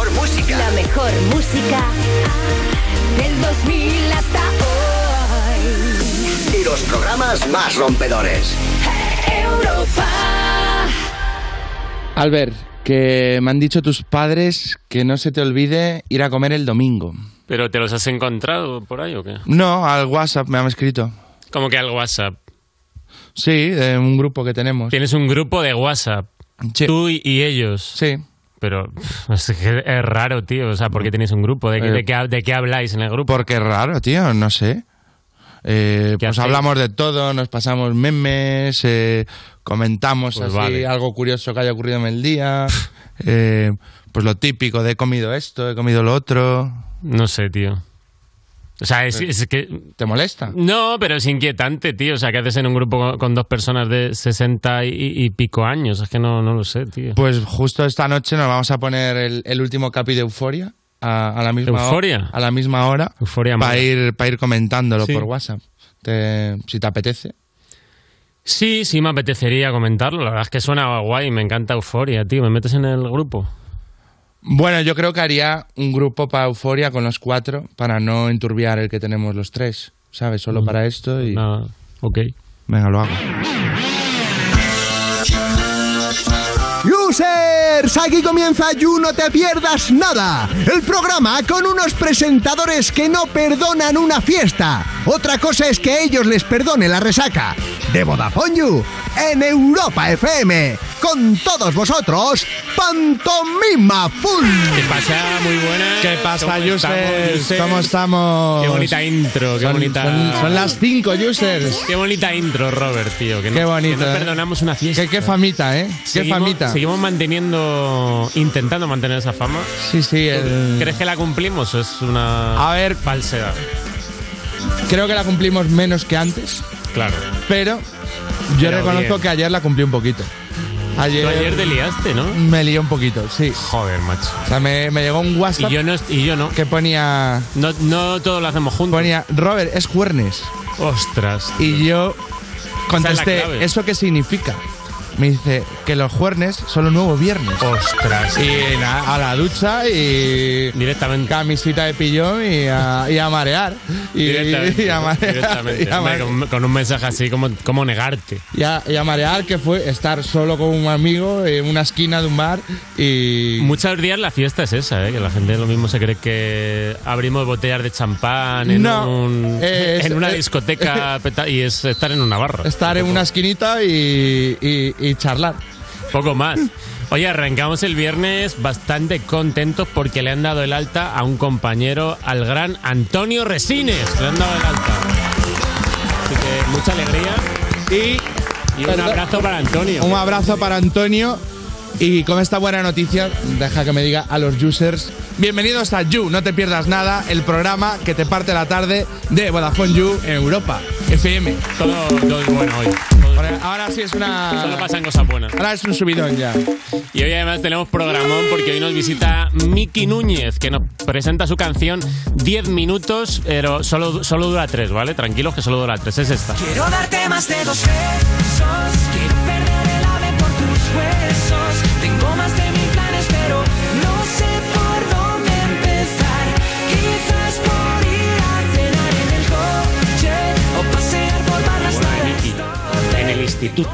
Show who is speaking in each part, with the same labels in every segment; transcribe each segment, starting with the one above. Speaker 1: La mejor música del 2000 hasta hoy.
Speaker 2: Y los programas más rompedores.
Speaker 1: Europa.
Speaker 3: Albert, que me han dicho tus padres que no se te olvide ir a comer el domingo.
Speaker 4: ¿Pero te los has encontrado por ahí o qué?
Speaker 3: No, al WhatsApp me han escrito.
Speaker 4: Como que al WhatsApp.
Speaker 3: Sí, de un grupo que tenemos.
Speaker 4: Tienes un grupo de WhatsApp.
Speaker 3: Sí.
Speaker 4: Tú y, y ellos.
Speaker 3: Sí.
Speaker 4: Pero pff, es, que es raro, tío. O sea, ¿por qué tenéis un grupo? ¿De, qué-
Speaker 3: Eh.
Speaker 4: de qué, hab- de qué habláis en el grupo?
Speaker 3: Porque es raro, tío, no sé. Eh,
Speaker 4: ¿Qué
Speaker 3: pues
Speaker 4: hacéis?
Speaker 3: hablamos de todo, nos pasamos memes, eh, comentamos
Speaker 4: Pues
Speaker 3: así
Speaker 4: vale.
Speaker 3: algo curioso que haya ocurrido en el día. eh, pues lo típico de he comido esto, he comido lo otro. Eh.
Speaker 4: No sé, tío. O sea, es, es que...
Speaker 3: ¿Te molesta?
Speaker 4: No, pero es inquietante, tío. O sea, ¿qué haces en un grupo con, con dos personas de 60 y, y pico años? Es que no, no lo sé, tío.
Speaker 3: Pues justo esta noche nos vamos a poner el, el último capi de Euforia a, a la misma ho-
Speaker 4: ¿Euforia?
Speaker 3: a la misma hora
Speaker 4: Euforia
Speaker 3: para
Speaker 4: mala.
Speaker 3: ir para ir comentándolo
Speaker 4: Sí.
Speaker 3: por WhatsApp. Te- si te apetece.
Speaker 4: Sí, sí me apetecería comentarlo. La verdad es que suena guay. Me encanta Euforia, tío. ¿Me metes en el grupo?
Speaker 3: Bueno, yo creo que haría un grupo para Euforia con los cuatro para no enturbiar el que tenemos los tres, ¿sabes? Solo para esto y
Speaker 4: Mm. Nada. Ok.
Speaker 3: venga lo hago.
Speaker 5: Users, aquí comienza You No Te Pierdas Nada, el programa con unos presentadores que no perdonan una fiesta. Otra cosa es que ellos les perdone la resaca. De Vodafone You, en Europa FM, con todos vosotros, Pantomima Full.
Speaker 4: ¿Qué pasa? Muy buenas.
Speaker 3: ¿Cómo estamos?
Speaker 4: Qué bonita intro, qué
Speaker 3: Son-
Speaker 4: bonita.
Speaker 3: Son, son las cinco, users.
Speaker 4: Qué bonita intro, Robert, tío. Que no,
Speaker 3: Qué bonito,
Speaker 4: que no
Speaker 3: ¿eh?
Speaker 4: perdonamos una fiesta.
Speaker 3: Qué, qué famita, ¿eh? Qué
Speaker 4: Seguimos-
Speaker 3: famita.
Speaker 4: Seguimos manteniendo, intentando mantener esa fama.
Speaker 3: Sí, sí. el-
Speaker 4: ¿Crees que la cumplimos o es una
Speaker 3: A ver,
Speaker 4: falsedad?
Speaker 3: creo que la cumplimos menos que antes,
Speaker 4: Claro.
Speaker 3: pero yo
Speaker 4: Pero
Speaker 3: reconozco
Speaker 4: bien.
Speaker 3: que ayer la cumplí un poquito. Ayer,
Speaker 4: Tú ayer te liaste, ¿no?
Speaker 3: me lié un poquito, sí.
Speaker 4: Joder, macho.
Speaker 3: O sea, me, me llegó un
Speaker 4: Y
Speaker 3: WhatsApp
Speaker 4: yo no. Y yo no.
Speaker 3: que ponía
Speaker 4: No, no todo lo hacemos juntos.
Speaker 3: ponía Robert es cuernes
Speaker 4: Ostras.
Speaker 3: y yo
Speaker 4: Esa
Speaker 3: contesté
Speaker 4: es la clave.
Speaker 3: eso qué significa. Me dice que los cuernes son los nuevos viernes.
Speaker 4: Ostras.
Speaker 3: Y nada, a la ducha y
Speaker 4: Directamente.
Speaker 3: camisita de pillón y a, y a marear y,
Speaker 4: Directamente.
Speaker 3: y a marear,
Speaker 4: directamente.
Speaker 3: y a
Speaker 4: Hombre,
Speaker 3: marear.
Speaker 4: con, con un mensaje así, como, como negarte.
Speaker 3: Y a, y a marear, que fue estar solo con un amigo en una esquina de un bar y...
Speaker 4: Muchos días la fiesta es esa, ¿eh? que la gente lo mismo se cree que abrimos botellas de champán en,
Speaker 3: No,
Speaker 4: un-
Speaker 3: eh, es-
Speaker 4: en una
Speaker 3: eh,
Speaker 4: discoteca peta- y es estar en una barra.
Speaker 3: Estar en una esquinita y, y- y charlar.
Speaker 4: Poco más. Oye, arrancamos el viernes bastante contentos porque le han dado el alta a un compañero, al gran Antonio Resines. Le han dado el alta. Así que mucha alegría
Speaker 3: Y
Speaker 4: y un
Speaker 3: Perdón.
Speaker 4: abrazo para Antonio.
Speaker 3: un abrazo para Antonio. Y con esta buena noticia, deja que me diga a los users, bienvenidos a You, no te pierdas nada, el programa que te parte la tarde de Vodafone You en Europa, FM.
Speaker 4: Todo, todo es bueno hoy.
Speaker 3: Ahora, ahora sí es
Speaker 4: Solo
Speaker 3: una...
Speaker 4: pasan cosas buenas.
Speaker 3: Ahora es un subidón ya.
Speaker 4: Y hoy además tenemos programón porque hoy nos visita Miki Núñez, que nos presenta su canción 10 minutos, pero solo, solo dura 3, ¿vale? Tranquilos que solo dura 3, es esta.
Speaker 6: Quiero darte más de dos besos. Quiero perder el ave por tus huesos. Tengo más de mil planes, pero no sé por dónde empezar. Quizás por ir a cenar en el coche o pasear por barras
Speaker 4: Bueno,
Speaker 6: para
Speaker 4: Miki, en el instituto.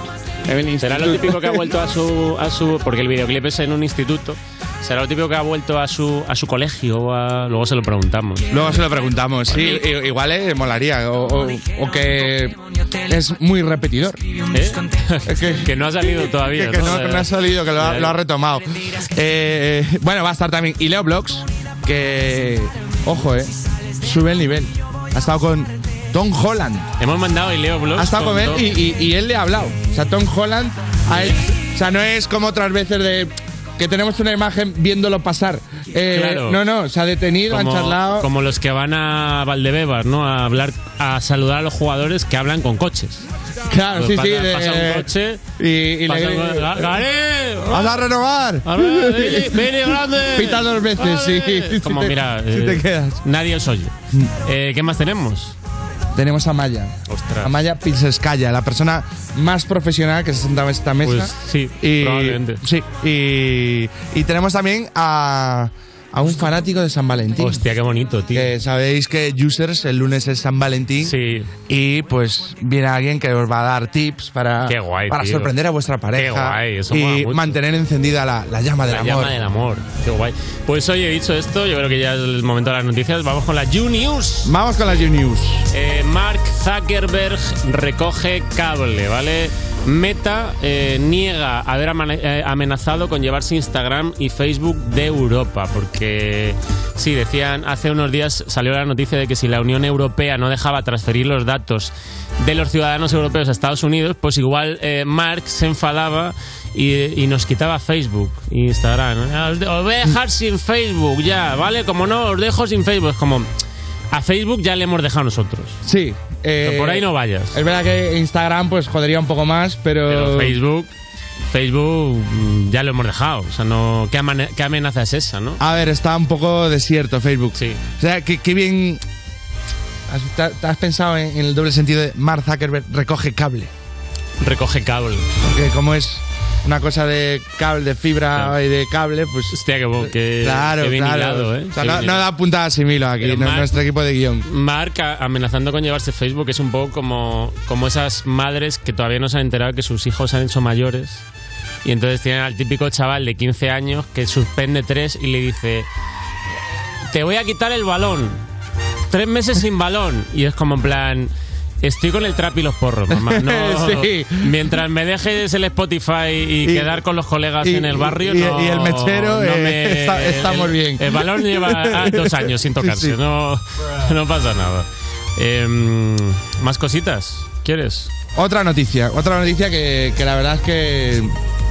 Speaker 4: Será lo típico que ha vuelto a su, a su. Porque el videoclip es en un instituto. Será lo típico que ha vuelto a su, a su colegio. o a- luego se lo preguntamos.
Speaker 3: Luego se lo preguntamos, sí, i- igual eh, molaría, o, o- o que es muy repetidor.
Speaker 4: ¿Eh?
Speaker 3: que-
Speaker 4: que no ha salido todavía.
Speaker 3: Que, que no, que no ha salido, que lo ha, lo ha retomado. Eh, bueno, va a estar también. Y Leo Blogs, que. Ojo, eh. Sube el nivel. Ha estado con Tom Holland.
Speaker 4: Hemos mandado y Leo Blogs.
Speaker 3: Ha estado con él
Speaker 4: todo.
Speaker 3: y, y- y él le ha hablado. O sea, Tom Holland. ha hecho- o sea, no es como otras veces de. Que tenemos una imagen viéndolo pasar. Eh,
Speaker 4: Claro.
Speaker 3: No, no, se ha detenido, han charlado.
Speaker 4: como los que van a Valdebebas, ¿no? A hablar, a saludar a los jugadores que hablan con coches.
Speaker 3: claro,
Speaker 4: Pues
Speaker 3: sí,
Speaker 4: pasa-
Speaker 3: sí. de-
Speaker 4: pasa un coche,
Speaker 3: Y, y
Speaker 4: Pasa
Speaker 3: le-
Speaker 4: con- ¡Ga- ¡Gané!
Speaker 3: ¡Vas a renovar!
Speaker 4: A ver, ¡Vini, Vini, grande!
Speaker 3: Pita dos veces, sí. Si
Speaker 4: Como
Speaker 3: te-
Speaker 4: mira, eh,
Speaker 3: si te quedas. Mm.
Speaker 4: nadie os oye. Eh, ¿Qué más tenemos?
Speaker 3: Tenemos a Maya.
Speaker 4: Ostras.
Speaker 3: Amaya Pinseskaya, la persona más profesional que se sentaba en esta mesa.
Speaker 4: Pues sí, probablemente.
Speaker 3: Sí, y, y tenemos también a, a un fanático de San Valentín.
Speaker 4: Hostia, qué bonito, tío.
Speaker 3: Que sabéis que Users el lunes es San Valentín.
Speaker 4: Sí.
Speaker 3: Y pues viene alguien que os va a dar tips para,
Speaker 4: Qué guay,
Speaker 3: para
Speaker 4: tío.
Speaker 3: sorprender a vuestra pareja.
Speaker 4: guay, eso mola
Speaker 3: Y
Speaker 4: mucho.
Speaker 3: mantener encendida la, la llama del
Speaker 4: La
Speaker 3: amor.
Speaker 4: llama del amor. Qué guay. Pues hoy he dicho esto, yo creo que ya es el momento de las noticias. Vamos con la You News.
Speaker 3: Vamos con las You News.
Speaker 4: Eh, Mark Zuckerberg recoge cable, ¿vale? Meta eh, niega haber amane- eh, amenazado con llevarse Instagram y Facebook de Europa, porque sí, decían, hace unos días salió la noticia de que si la Unión Europea no dejaba transferir los datos de los ciudadanos europeos a Estados Unidos, pues igual eh, Mark se enfadaba y, y nos quitaba Facebook e Instagram. ¿no? Os, de- os voy a dejar sin Facebook ya, ¿vale? Como no, os dejo sin Facebook. Es como... A Facebook ya le hemos dejado nosotros.
Speaker 3: Sí. eh,
Speaker 4: Pero por ahí no vayas.
Speaker 3: Es verdad que Instagram pues jodería un poco más, pero.
Speaker 4: Pero Facebook, Facebook mm, ya lo hemos dejado. O sea, no, ¿qué, amane- qué amenaza es esa, no?
Speaker 3: A ver, está un poco desierto Facebook.
Speaker 4: Sí.
Speaker 3: O sea, qué qué bien. Has, te- te has pensado en, en el doble sentido de Mark Zuckerberg recoge cable.
Speaker 4: Recoge cable.
Speaker 3: Porque como es una cosa de cable, de fibra
Speaker 4: Claro.
Speaker 3: y de cable, pues.
Speaker 4: Hostia, que, bo- que,
Speaker 3: claro,
Speaker 4: que bien
Speaker 3: claro.
Speaker 4: hilado, ¿eh?
Speaker 3: O sea,
Speaker 4: Qué
Speaker 3: no,
Speaker 4: bien
Speaker 3: no
Speaker 4: hilado.
Speaker 3: da puntada sin hilo aquí,
Speaker 4: Pero
Speaker 3: no-
Speaker 4: Mark-
Speaker 3: nuestro equipo de guión.
Speaker 4: Mark a- amenazando con llevarse Facebook es un poco como, como esas madres que todavía no se han enterado que sus hijos se han hecho mayores y entonces tienen al típico chaval de 15 años que suspende tres y le dice te voy a quitar el balón tres meses sin balón y es como en plan estoy con el trap y los porros mamá no,
Speaker 3: Sí.
Speaker 4: mientras me dejes el Spotify y,
Speaker 3: Y-
Speaker 4: quedar con los colegas
Speaker 3: y-
Speaker 4: en el barrio
Speaker 3: y-
Speaker 4: no-
Speaker 3: y el mechero,
Speaker 4: no
Speaker 3: eh,
Speaker 4: me-
Speaker 3: está- estamos
Speaker 4: el-
Speaker 3: bien.
Speaker 4: el balón lleva ah, dos años sin tocarse
Speaker 3: Sí.
Speaker 4: no, no pasa nada. Em, más cositas, ¿quieres?
Speaker 3: Otra noticia, otra noticia que, que la verdad es que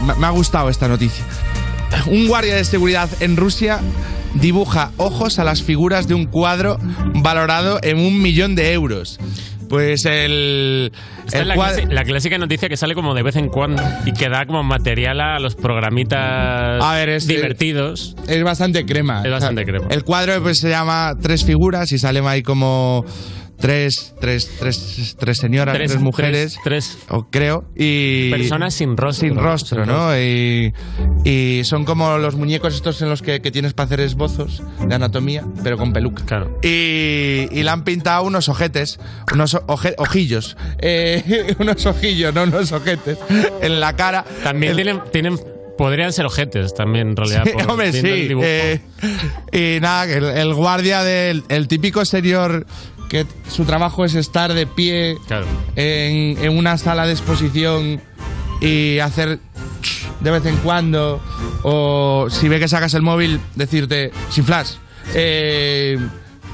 Speaker 3: me me ha gustado esta noticia. Un guardia de seguridad en Rusia dibuja ojos a las figuras de un cuadro valorado en un millón de euros. Pues el,
Speaker 4: Esta
Speaker 3: el
Speaker 4: es la,
Speaker 3: cuad-
Speaker 4: clasi- la clásica noticia que sale como de vez en cuando y que da como material a los programitas
Speaker 3: A ver, es- eh,
Speaker 4: divertidos.
Speaker 3: es bastante crema.
Speaker 4: Es bastante crema.
Speaker 3: El cuadro pues, se llama Tres figuras y salen ahí como tres, tres, tres, tres señoras, tres, mujeres.
Speaker 4: Tres, tres
Speaker 3: o creo, y...
Speaker 4: personas sin rostro.
Speaker 3: sin rostro,
Speaker 4: Sin
Speaker 3: ¿no? Y, y son como los muñecos estos en los que, que tienes para hacer esbozos de anatomía, pero con peluca.
Speaker 4: Claro.
Speaker 3: Y, y le han pintado unos ojetes, unos oje- ojillos, eh, unos ojillos, no unos ojetes, en la cara.
Speaker 4: También
Speaker 3: El-
Speaker 4: tienen, tienen- podrían ser ojetes también, en realidad. por-
Speaker 3: Hombre,
Speaker 4: viendo el
Speaker 3: sí.
Speaker 4: dibujo.
Speaker 3: eh, y nada, que el, el guardia del el típico señor que su trabajo es estar de pie
Speaker 4: Claro.
Speaker 3: en, en una sala de exposición y hacer de vez en cuando, o si ve que sacas el móvil, decirte sin flash. eh,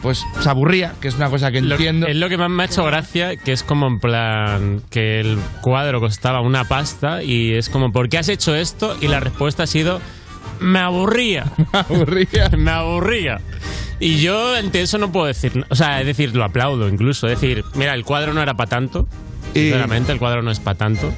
Speaker 3: pues se aburría, que es una cosa que
Speaker 4: Lo-
Speaker 3: entiendo.
Speaker 4: es lo que más me ha hecho gracia, que es como en plan que el cuadro costaba una pasta y es como, ¿por qué has hecho esto? Y la respuesta ha sido, me aburría,
Speaker 3: aburría.
Speaker 4: me aburría. Y yo ante eso no puedo decir, o sea, es decir, lo aplaudo incluso, es decir, mira, el cuadro no era para tanto,
Speaker 3: Y-
Speaker 4: sinceramente, el cuadro no es para tanto,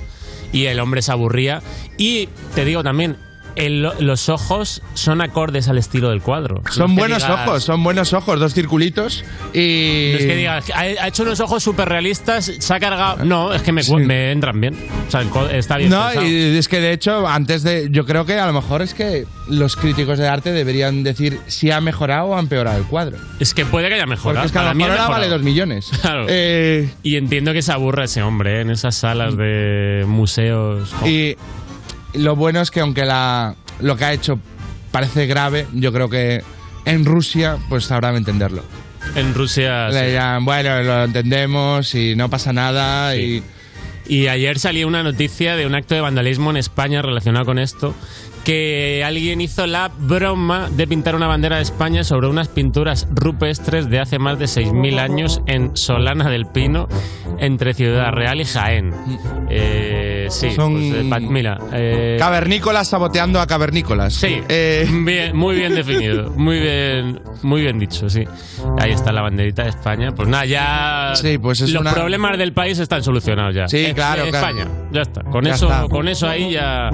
Speaker 4: y el hombre se aburría. Y te digo también, el- los ojos son acordes al estilo del cuadro. No es
Speaker 3: Son
Speaker 4: que
Speaker 3: buenos
Speaker 4: digas-
Speaker 3: ojos, son buenos ojos, dos circulitos y...
Speaker 4: no es que digas, ha, ha hecho unos ojos súper realistas, se ha cargado. No, es que me, cu-
Speaker 3: Sí.
Speaker 4: me entran bien. O sea, el co- está bien.
Speaker 3: No,
Speaker 4: pensado.
Speaker 3: y es que de hecho, antes de. Yo creo que a lo mejor es que los críticos de arte deberían decir si ha mejorado o ha empeorado el cuadro.
Speaker 4: Es que puede que haya
Speaker 3: Porque
Speaker 4: mejorado.
Speaker 3: es que a lo
Speaker 4: Para mí ha
Speaker 3: mejor ahora
Speaker 4: mejorado.
Speaker 3: vale dos millones.
Speaker 4: Claro.
Speaker 3: Eh,
Speaker 4: Y entiendo que se aburra ese hombre ¿eh? en esas salas de museos.
Speaker 3: y lo bueno es que aunque la, Ah, lo que ha hecho parece grave, yo creo que en Rusia pues sabrán entenderlo.
Speaker 4: En Rusia.
Speaker 3: Le
Speaker 4: sí.
Speaker 3: dirán, bueno, lo entendemos y no pasa nada
Speaker 4: Sí. Y ayer salía una noticia de un acto de vandalismo en España relacionado con esto, que alguien hizo la broma de pintar una bandera de España sobre unas pinturas rupestres de hace más de 6.000 años en Solana del Pino, entre Ciudad Real y Jaén. Eh, sí,
Speaker 3: Mm. Son-
Speaker 4: pues, eh, pa- mira... eh,
Speaker 3: y... Cavernícolas saboteando a cavernícolas.
Speaker 4: Sí,
Speaker 3: Eh,
Speaker 4: bien, muy bien definido, muy bien, muy bien dicho, sí. Ahí está la banderita de España. Pues nada, ya
Speaker 3: Sí, pues es
Speaker 4: los
Speaker 3: una-
Speaker 4: problemas del país están solucionados ya.
Speaker 3: Sí,
Speaker 4: Eh,
Speaker 3: claro,
Speaker 4: eh,
Speaker 3: claro.
Speaker 4: España, ya está. Con
Speaker 3: Ya
Speaker 4: eso,
Speaker 3: está.
Speaker 4: con eso ahí ya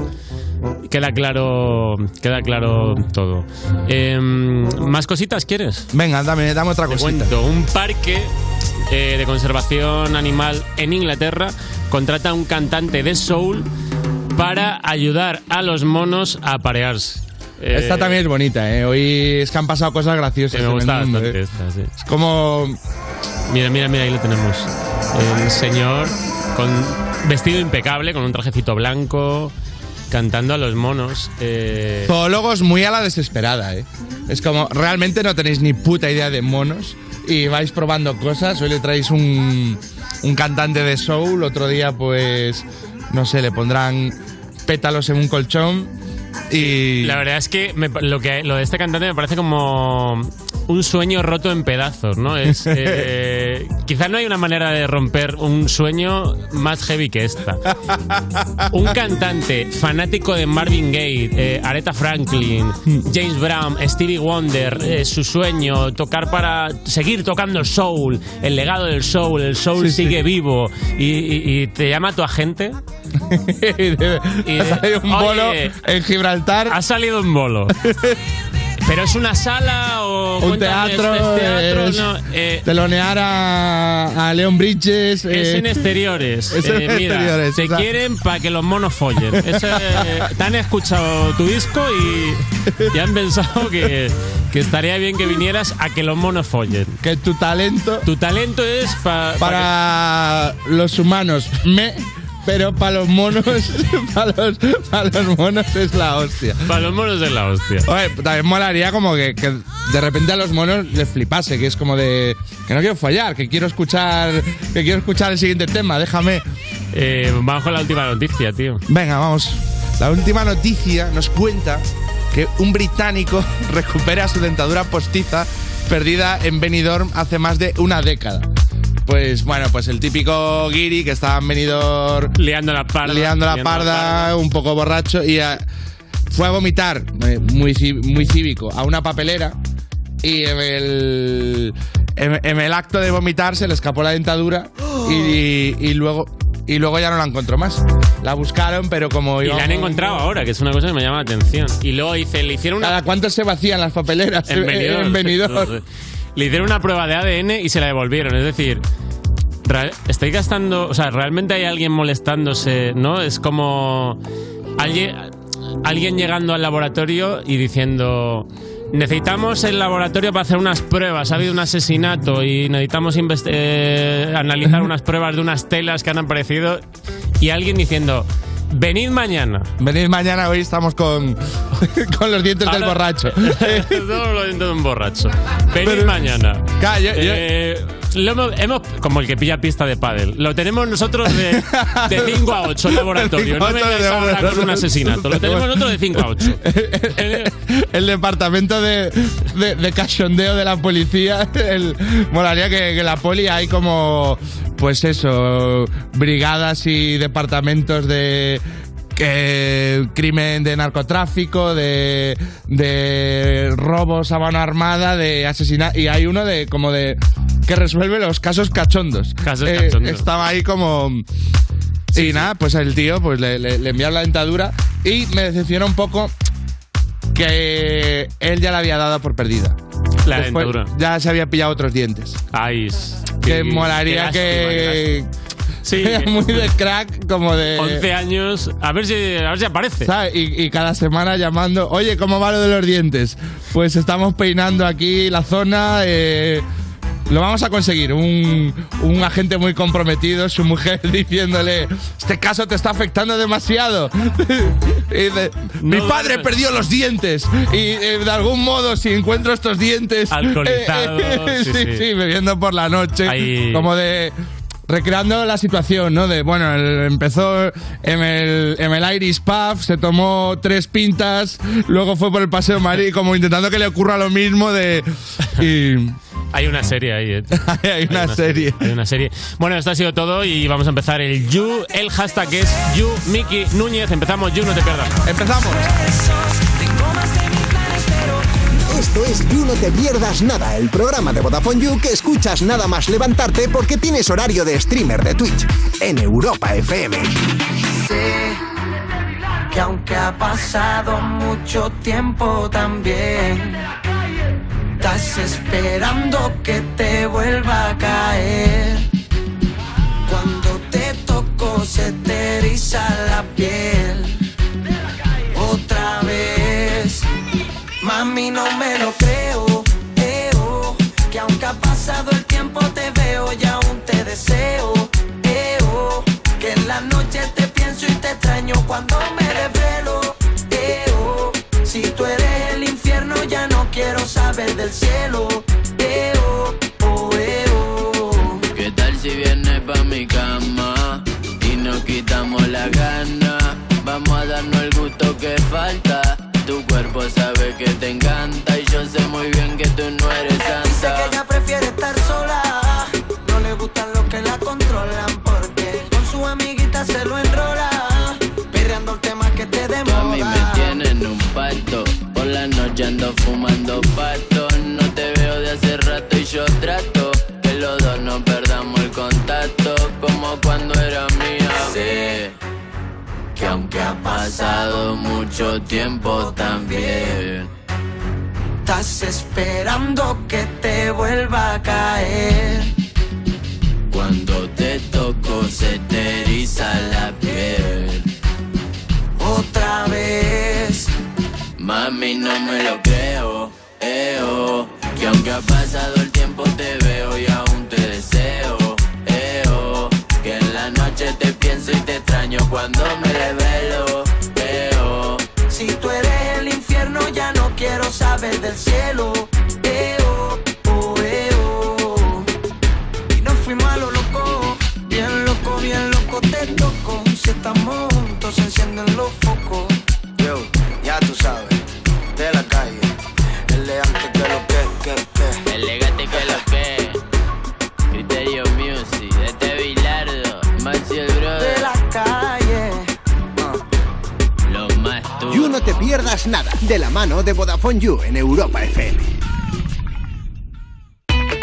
Speaker 4: queda claro, queda claro todo. Em, Más cositas quieres?
Speaker 3: venga, dame, dame otra
Speaker 4: Te
Speaker 3: cosita.
Speaker 4: cuento, un parque eh, de conservación animal en Inglaterra contrata a un cantante de soul para ayudar a los monos a aparearse. Eh,
Speaker 3: Esta también es bonita, ¿eh? Hoy es que han pasado cosas graciosas.
Speaker 4: que me
Speaker 3: en el
Speaker 4: gusta
Speaker 3: mundo,
Speaker 4: bastante
Speaker 3: ¿eh?
Speaker 4: esta, sí.
Speaker 3: Es como.
Speaker 4: Mira, mira, mira, ahí lo tenemos. El señor con vestido impecable, con un trajecito blanco, cantando a los monos. eh,
Speaker 3: Zoólogos muy a la desesperada, ¿eh? Es como, realmente no tenéis ni puta idea de monos y vais probando cosas. Hoy le traéis un, un cantante de soul, otro día, pues, no sé, le pondrán pétalos en un colchón y...
Speaker 4: La verdad es que me- lo que lo de este cantante me parece como un sueño roto en pedazos, ¿no? Es eh, quizás no hay una manera de romper un sueño más heavy que esta. Un cantante fanático de Marvin Gaye, eh, Aretha Franklin, James Brown, Stevie Wonder, eh, su sueño tocar para seguir tocando el soul, el legado del soul, el soul
Speaker 3: Sí, sí.
Speaker 4: sigue vivo y, y- y te llama tu agente.
Speaker 3: y de-
Speaker 4: Y de-
Speaker 3: ha salido un
Speaker 4: Oye.
Speaker 3: bolo en Gibraltar.
Speaker 4: Ha salido un bolo. Pero es una sala o
Speaker 3: un
Speaker 4: cuéntame,
Speaker 3: teatro,
Speaker 4: es este teatro,
Speaker 3: es
Speaker 4: no, eh,
Speaker 3: telonear a, a Leon
Speaker 4: es
Speaker 3: Bridges. eh,
Speaker 4: en exteriores.
Speaker 3: es en
Speaker 4: Eh, mira,
Speaker 3: exteriores,
Speaker 4: te
Speaker 3: o sea.
Speaker 4: quieren para que los monos follen. Eso, eh, te han escuchado tu disco y, y han pensado que, que estaría bien que vinieras a que los monos follen.
Speaker 3: que tu talento
Speaker 4: Tu talento es pa- pa que-
Speaker 3: para los humanos, me, pero para los monos, para los, pa' los monos es la hostia.
Speaker 4: pa' los monos de la hostia.
Speaker 3: Oye, también molaría como que, que de repente a los monos les flipase, que es como de que no quiero fallar, que quiero escuchar, que quiero escuchar el siguiente tema, déjame.
Speaker 4: Eh, vamos con la última noticia, tío.
Speaker 3: Venga, vamos. La última noticia nos cuenta que un británico recupera su dentadura postiza perdida en Benidorm hace más de una década. Pues bueno, pues el típico Giri que estaba en Benidorm
Speaker 4: Liando la parda.
Speaker 3: liando la parda, un poco borracho y ah, fue a vomitar, eh, muy, ci- muy cívico, a una papelera y en el, en, en el acto de vomitar se le escapó la dentadura y, y- y luego... Y luego ya no la encontró más. La buscaron, pero como
Speaker 4: Y la han
Speaker 3: íbamos-
Speaker 4: encontrado ahora, que es una cosa que me llama la atención. Y luego dice, le hicieron una
Speaker 3: ¿Cada cuánto se vacían las papeleras?
Speaker 4: en Benidorm.
Speaker 3: En Benidorm.
Speaker 4: Le hicieron una prueba de ADN y se la devolvieron. Es decir, ra- estoy gastando. O sea, realmente hay alguien molestándose, ¿no? Es como. Alguien, alguien llegando al laboratorio y diciendo. Necesitamos el laboratorio para hacer unas pruebas. Ha habido un asesinato y necesitamos invest- eh, analizar unas pruebas de unas telas que han aparecido. Y alguien diciendo, venid mañana.
Speaker 3: Venid mañana, hoy estamos con, con los dientes del
Speaker 4: Ahora-
Speaker 3: borracho.
Speaker 4: Todo lo dentro de un borracho. Venid mañana.
Speaker 3: Claro, yo- yo-
Speaker 4: Eh, lo hemos, hemos- como el que pilla pista de pádel. Lo tenemos nosotros de, de 5 a 8 en laboratorio. No
Speaker 3: De
Speaker 4: me
Speaker 3: cinco a ocho
Speaker 4: vengáis
Speaker 3: de
Speaker 4: ahora con un
Speaker 3: laboratorio.
Speaker 4: asesinato. Lo tenemos nosotros de 5 a 8.
Speaker 3: el departamento de, de, de cachondeo de la policía. El, molaría que, que la poli hay como, pues eso, brigadas y departamentos de que- crimen de narcotráfico, de, de robos a mano armada, de asesinato. Y hay uno de como de que resuelve los casos cachondos. Eh,
Speaker 4: Casos cachondos.
Speaker 3: Estaba ahí como... y nada, pues el tío pues le, le, le enviaron la dentadura y me decepciona un poco que él ya la había dado por perdida.
Speaker 4: La
Speaker 3: Después
Speaker 4: dentadura.
Speaker 3: Ya se había pillado otros dientes.
Speaker 4: Ay,
Speaker 3: que molaría que...
Speaker 4: Sí.
Speaker 3: era muy de crack, como de...
Speaker 4: 11 años. A ver si, a ver si aparece.
Speaker 3: ¿sabes? Y, y cada semana llamando, oye, ¿cómo va lo de los dientes? Pues estamos peinando aquí la zona. eh, lo vamos a conseguir. Un, un agente muy comprometido, su mujer diciéndole, este caso te está afectando demasiado. Y dice, Mi
Speaker 4: No,
Speaker 3: padre
Speaker 4: no.
Speaker 3: perdió los dientes. Y eh, de algún modo, si encuentro estos dientes... eh,
Speaker 4: Alcoholizado, sí,
Speaker 3: sí,
Speaker 4: sí.
Speaker 3: sí, bebiendo por la noche.
Speaker 4: Ahí-
Speaker 3: Como de recreando la situación, ¿no? De, bueno, el- empezó en el, en el Irish Pub, se tomó tres pintas, luego fue por el Paseo Marí, como intentando que le ocurra lo mismo de... Y
Speaker 4: Hay una serie ahí, eh.
Speaker 3: hay una serie.
Speaker 4: Hay una serie. Bueno, esto ha sido todo y vamos a empezar el You. El hashtag es You Miki Núñez. Empezamos You, no te pierdas. nada.
Speaker 3: Empezamos.
Speaker 6: Tengo más de mil planes, pero
Speaker 5: Esto es You No Te Pierdas Nada, el programa de Vodafone You que escuchas nada más levantarte porque tienes horario de streamer de Twitch en Europa FM.
Speaker 7: sé que aunque ha pasado mucho tiempo también, estás esperando que te vuelva a caer. Cuando te toco se te eriza la piel. Otra vez mí no me lo creo. eh, oh, que aunque ha pasado el tiempo te veo y aún te deseo. eh, oh, que en la noche te pienso y te extraño cuando me desvelo. eh, oh, si tú eres el infierno ya no quiero saber del cielo. eh, oh, oh, eh, oh.
Speaker 8: ¿Qué tal si vienes pa' mi cama y nos quitamos la gana? Vamos a darnos el gusto que falta. Tu cuerpo sabe que te encanta y yo sé muy bien que tú no eres
Speaker 7: Dice que
Speaker 8: santa.
Speaker 7: ella prefiere estar sola. No le gustan los que la controlan porque con su amiguita se lo enrola. Perreando el tema que te
Speaker 8: Tú a mí me
Speaker 7: demora.
Speaker 8: tienen un parto. Por la noche ando fumando pasto. No te veo de hace rato y yo trato que los dos no perdamos el contacto como cuando era mía. Sé que aunque ha pasado mucho tiempo también.
Speaker 7: Estás esperando que te vuelva a caer.
Speaker 8: Cuando te toco se te eriza la piel.
Speaker 7: Otra vez.
Speaker 8: Mami, no me lo creo, eh, oh. Que aunque ha pasado el tiempo te veo y aún te deseo, eh, oh. Que en la noche te pienso y te extraño cuando me revelo, eh, oh.
Speaker 7: Si tú eres el infierno, ya no quiero saber del cielo. Eh, oh, oh, eh, oh. Y nos fuimos a lo loco, bien loco, bien loco te toco. Si estamos juntos, se encienden los focos.
Speaker 9: Yo, ya tú sabes, de la calle, el de antes que lo que, que, que.
Speaker 8: Elegante que lo que Criterio Music, este Bilardo, Maxi el
Speaker 7: De la
Speaker 8: Brother,
Speaker 7: calle,
Speaker 8: lo más tú.
Speaker 5: You No Te Pierdas Nada, de la mano de Vodafone You en Europa FM.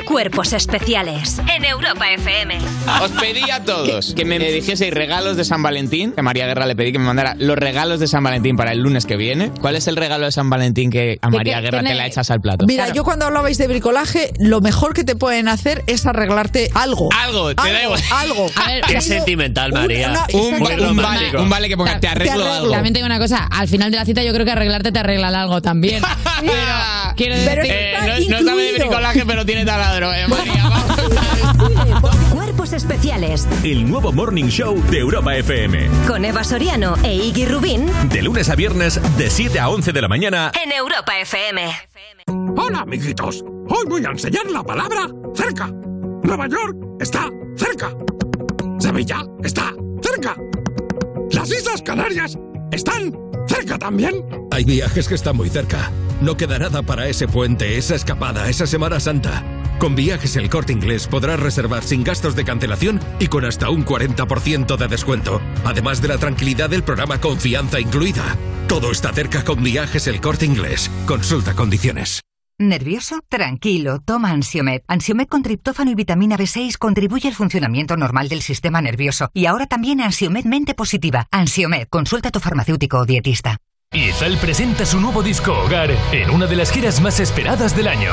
Speaker 1: Cuerpos especiales en Europa FM.
Speaker 10: Os pedí a todos
Speaker 11: ¿Qué?
Speaker 10: que, me dijeseis regalos de San Valentín. Que María Guerra le pedí que me mandara los regalos de San Valentín para el lunes que viene. ¿Cuál es el regalo de San Valentín que a
Speaker 12: ¿De
Speaker 10: María
Speaker 12: qué-
Speaker 10: Guerra
Speaker 12: qué
Speaker 10: te
Speaker 12: me-
Speaker 10: la echas al plato?
Speaker 12: Mira, yo cuando hablabais de bricolaje, lo mejor que te pueden hacer es arreglarte algo.
Speaker 10: Algo, te da
Speaker 12: algo,
Speaker 10: igual.
Speaker 12: algo.
Speaker 11: A ver,
Speaker 12: Te
Speaker 11: Qué pero-
Speaker 12: ha ido
Speaker 11: sentimental, María.
Speaker 12: una-
Speaker 10: Un,
Speaker 12: exacto.
Speaker 10: un vale,
Speaker 11: romántico.
Speaker 10: un vale que ponga, te arreglo,
Speaker 12: arreglo.
Speaker 10: algo.
Speaker 11: También
Speaker 10: Eh,
Speaker 11: te digo una cosa, al final de la cita yo creo que arreglarte te arreglan algo también. Pero quiero decir,
Speaker 12: Pero está
Speaker 10: Eh, no, no sabe de
Speaker 12: incluido.
Speaker 10: bricolaje, pero tiene taladro, eh, María. Vamos.
Speaker 1: Cuerpos especiales
Speaker 13: El nuevo Morning Show de Europa FM.
Speaker 1: con Eva Soriano e Iggy Rubín
Speaker 13: De lunes a viernes, de 7 a 11 de la mañana.
Speaker 1: en Europa FM.
Speaker 9: Hola, amiguitos. Hoy voy a enseñar la palabra cerca. Nueva York está cerca. Sevilla está cerca. Las Islas Canarias están cerca también.
Speaker 13: Hay viajes que están muy cerca. No queda nada para ese puente, esa escapada, esa Semana Santa. Con viajes el corte inglés podrás reservar sin gastos de cancelación y con hasta un 40% de descuento. Además de la tranquilidad del programa Confianza incluida. Todo está cerca con viajes el corte inglés. Consulta condiciones.
Speaker 14: ¿Nervioso? Tranquilo, toma Ansiomed. Ansiomed con triptófano y vitamina B6 contribuye al funcionamiento normal del sistema nervioso. Y ahora también Ansiomed mente positiva. Ansiomed, consulta a tu farmacéutico o dietista.
Speaker 13: Izal presenta su nuevo disco Hogar en una de las giras más esperadas del año.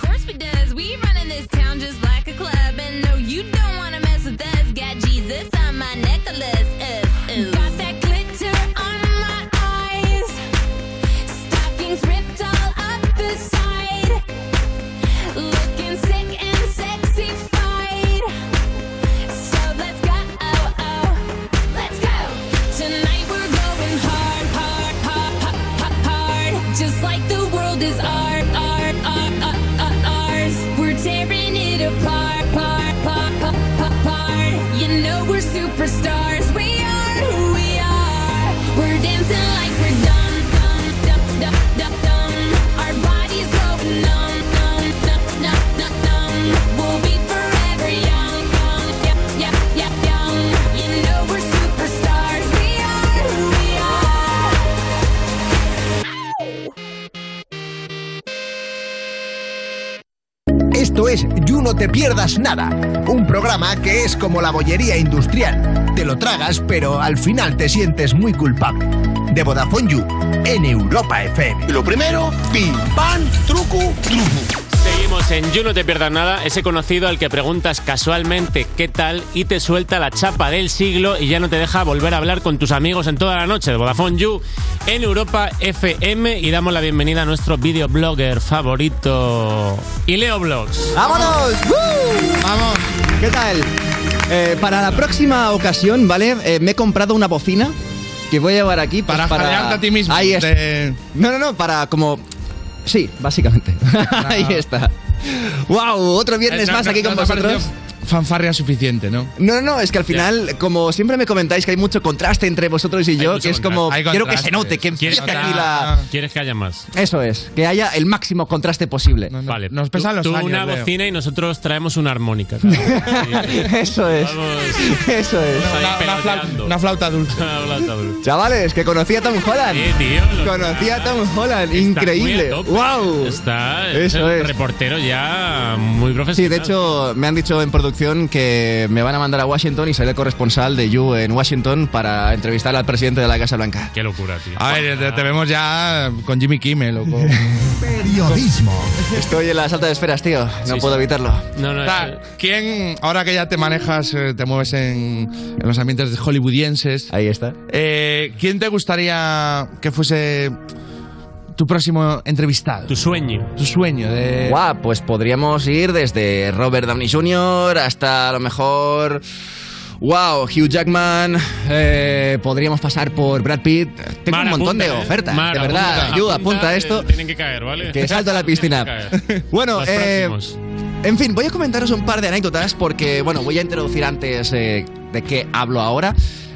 Speaker 2: course we does. We running this town just like a club, and no, you don't wanna mess with us. Got Jesus on my necklace, us, us. Got that glitter on my eyes, stockings ripped all up the side, looking sick and sexy fied. So let's go, oh oh, let's go. Tonight we're going hard, hard, hard, hard, hard, hard. Just like the world is art, art, art, art, art, ours. We're tearing it apart, part, part, part, part, part. You know we're superstars. We are who we are. We're dancing like we're dumb, dumb, dumb, dumb, dumb, dumb. Our bodies going numb, numb, numb, numb, numb, numb. We'll be forever young, young, yep, yep, yep, young. You know we're superstars. We are who we are.
Speaker 5: Esto es You No Te Pierdas Nada, un programa que es como la bollería industrial. Te lo tragas, pero al final te sientes muy culpable. De Vodafone You, en Europa FM.
Speaker 2: Lo primero, pim, pan, truco, truco.
Speaker 4: Seguimos en You No Te Pierdas Nada, ese conocido al que preguntas casualmente qué tal y te suelta la chapa del siglo y ya no te deja volver a hablar con tus amigos en toda la noche de Vodafone You en Europa FM y damos la bienvenida a nuestro videoblogger favorito, Ileo Blogs.
Speaker 15: ¡Vámonos! ¡Vamos! ¿Qué tal? Eh, para la próxima ocasión, ¿vale? Eh, me he comprado una bocina que voy a llevar aquí pues,
Speaker 3: Para jalearte a ti mismo,
Speaker 15: Ahí es.
Speaker 3: te-
Speaker 15: No, no, no, para como... Sí, básicamente. Ahí está. ¡Wow! Otro viernes
Speaker 3: Eh, no,
Speaker 15: más
Speaker 3: no,
Speaker 15: aquí con
Speaker 3: no te ha
Speaker 15: vosotros.
Speaker 3: parecido Fanfarria suficiente, ¿no?
Speaker 15: No, no, no, es que al final, como siempre me comentáis que hay mucho contraste entre vosotros y yo, que es como,
Speaker 4: Hay
Speaker 15: quiero que
Speaker 4: contrastes.
Speaker 15: se note, que
Speaker 4: ¿Quieres
Speaker 15: empiece
Speaker 4: que
Speaker 15: aquí
Speaker 4: haya-
Speaker 15: la...
Speaker 4: ¿Quieres que haya más?
Speaker 15: Eso es, que haya el máximo contraste posible.
Speaker 4: Vale.
Speaker 15: Nos
Speaker 4: tú, tú una bocina y nosotros traemos una armónica. claro.
Speaker 15: Eso es. Eso es.
Speaker 4: Una,
Speaker 15: flauta dulce.
Speaker 4: flauta dulce.
Speaker 15: Chavales, que conocí a Tom Holland.
Speaker 4: Sí, tío, lo-
Speaker 15: conocí a Tom Holland,
Speaker 4: Está muy
Speaker 15: increíble.
Speaker 4: a tope.
Speaker 15: ¡Wow!
Speaker 4: Está es
Speaker 15: Eso
Speaker 4: un
Speaker 15: es.
Speaker 4: reportero ya muy
Speaker 15: Sí,
Speaker 4: profesional.
Speaker 15: de hecho, me han dicho en producción que me van a mandar a Washington y seré el corresponsal de You en Washington para entrevistar al presidente de la Casa Blanca.
Speaker 4: Qué locura, tío.
Speaker 3: A ver, te, te vemos ya con Jimmy Kimmel o con...
Speaker 15: Periodismo. Estoy en las altas esferas, tío. No puedo evitarlo.
Speaker 4: No, no,
Speaker 3: Tal, ¿Quién, ahora que ya te manejas, eh, te mueves en, en los ambientes hollywoodienses? eh,
Speaker 15: Ahí está.
Speaker 3: ¿Quién te gustaría que fuese tu próximo entrevistado? Tu
Speaker 4: sueño.
Speaker 3: Tu sueño de...
Speaker 15: Guau, pues podríamos ir desde Robert Downey Jr. hasta a lo mejor. Wow, Hugh Jackman. eh, podríamos pasar por Brad Pitt. Tengo
Speaker 4: Mar,
Speaker 15: un montón
Speaker 4: apunta,
Speaker 15: de
Speaker 4: ¿eh?
Speaker 15: ofertas,
Speaker 4: Mar,
Speaker 15: de verdad.
Speaker 4: apunta,
Speaker 15: Ayuda, apunta, esto.
Speaker 4: eh, Tienen que caer, ¿vale?
Speaker 15: Que salto a la piscina.
Speaker 4: Tienen que caer.
Speaker 15: Bueno,
Speaker 4: Los
Speaker 15: eh,
Speaker 4: próximos.
Speaker 15: en fin, voy a comentaros un par de anécdotas porque, bueno, voy a introducir antes eh, de qué hablo ahora.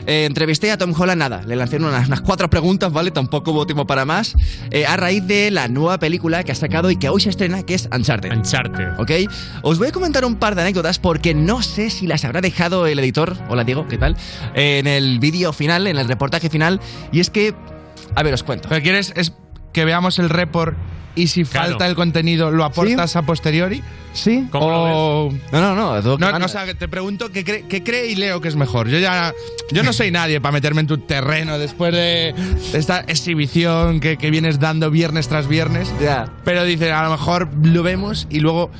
Speaker 15: Eh, entrevisté a Tom Holland, nada, le lancé unas, unas cuatro preguntas, ¿vale? Tampoco hubo tiempo para más. Eh, a raíz de la nueva película que ha sacado y que hoy se estrena, que es Uncharted.
Speaker 4: Uncharted.
Speaker 15: ¿Ok? Os voy a comentar un par de anécdotas porque no sé si las habrá dejado el editor, hola Diego, ¿qué tal? Eh, en el vídeo final, en el reportaje final. Y es que, a ver, os cuento.
Speaker 3: Pero quieres es que veamos el report y si
Speaker 15: Claro.
Speaker 3: falta el contenido, ¿lo aportas a posteriori?
Speaker 15: ¿Sí?
Speaker 4: ¿Cómo
Speaker 3: o...
Speaker 15: Oh. No, no, no.
Speaker 3: No,
Speaker 15: manda.
Speaker 3: o sea, que te pregunto qué cree, qué cree y leo que es mejor. Yo ya yo no soy nadie para meterme en tu terreno después de esta exhibición que, que vienes dando viernes tras viernes.
Speaker 15: Ya.
Speaker 3: Pero dice, a lo mejor lo vemos y luego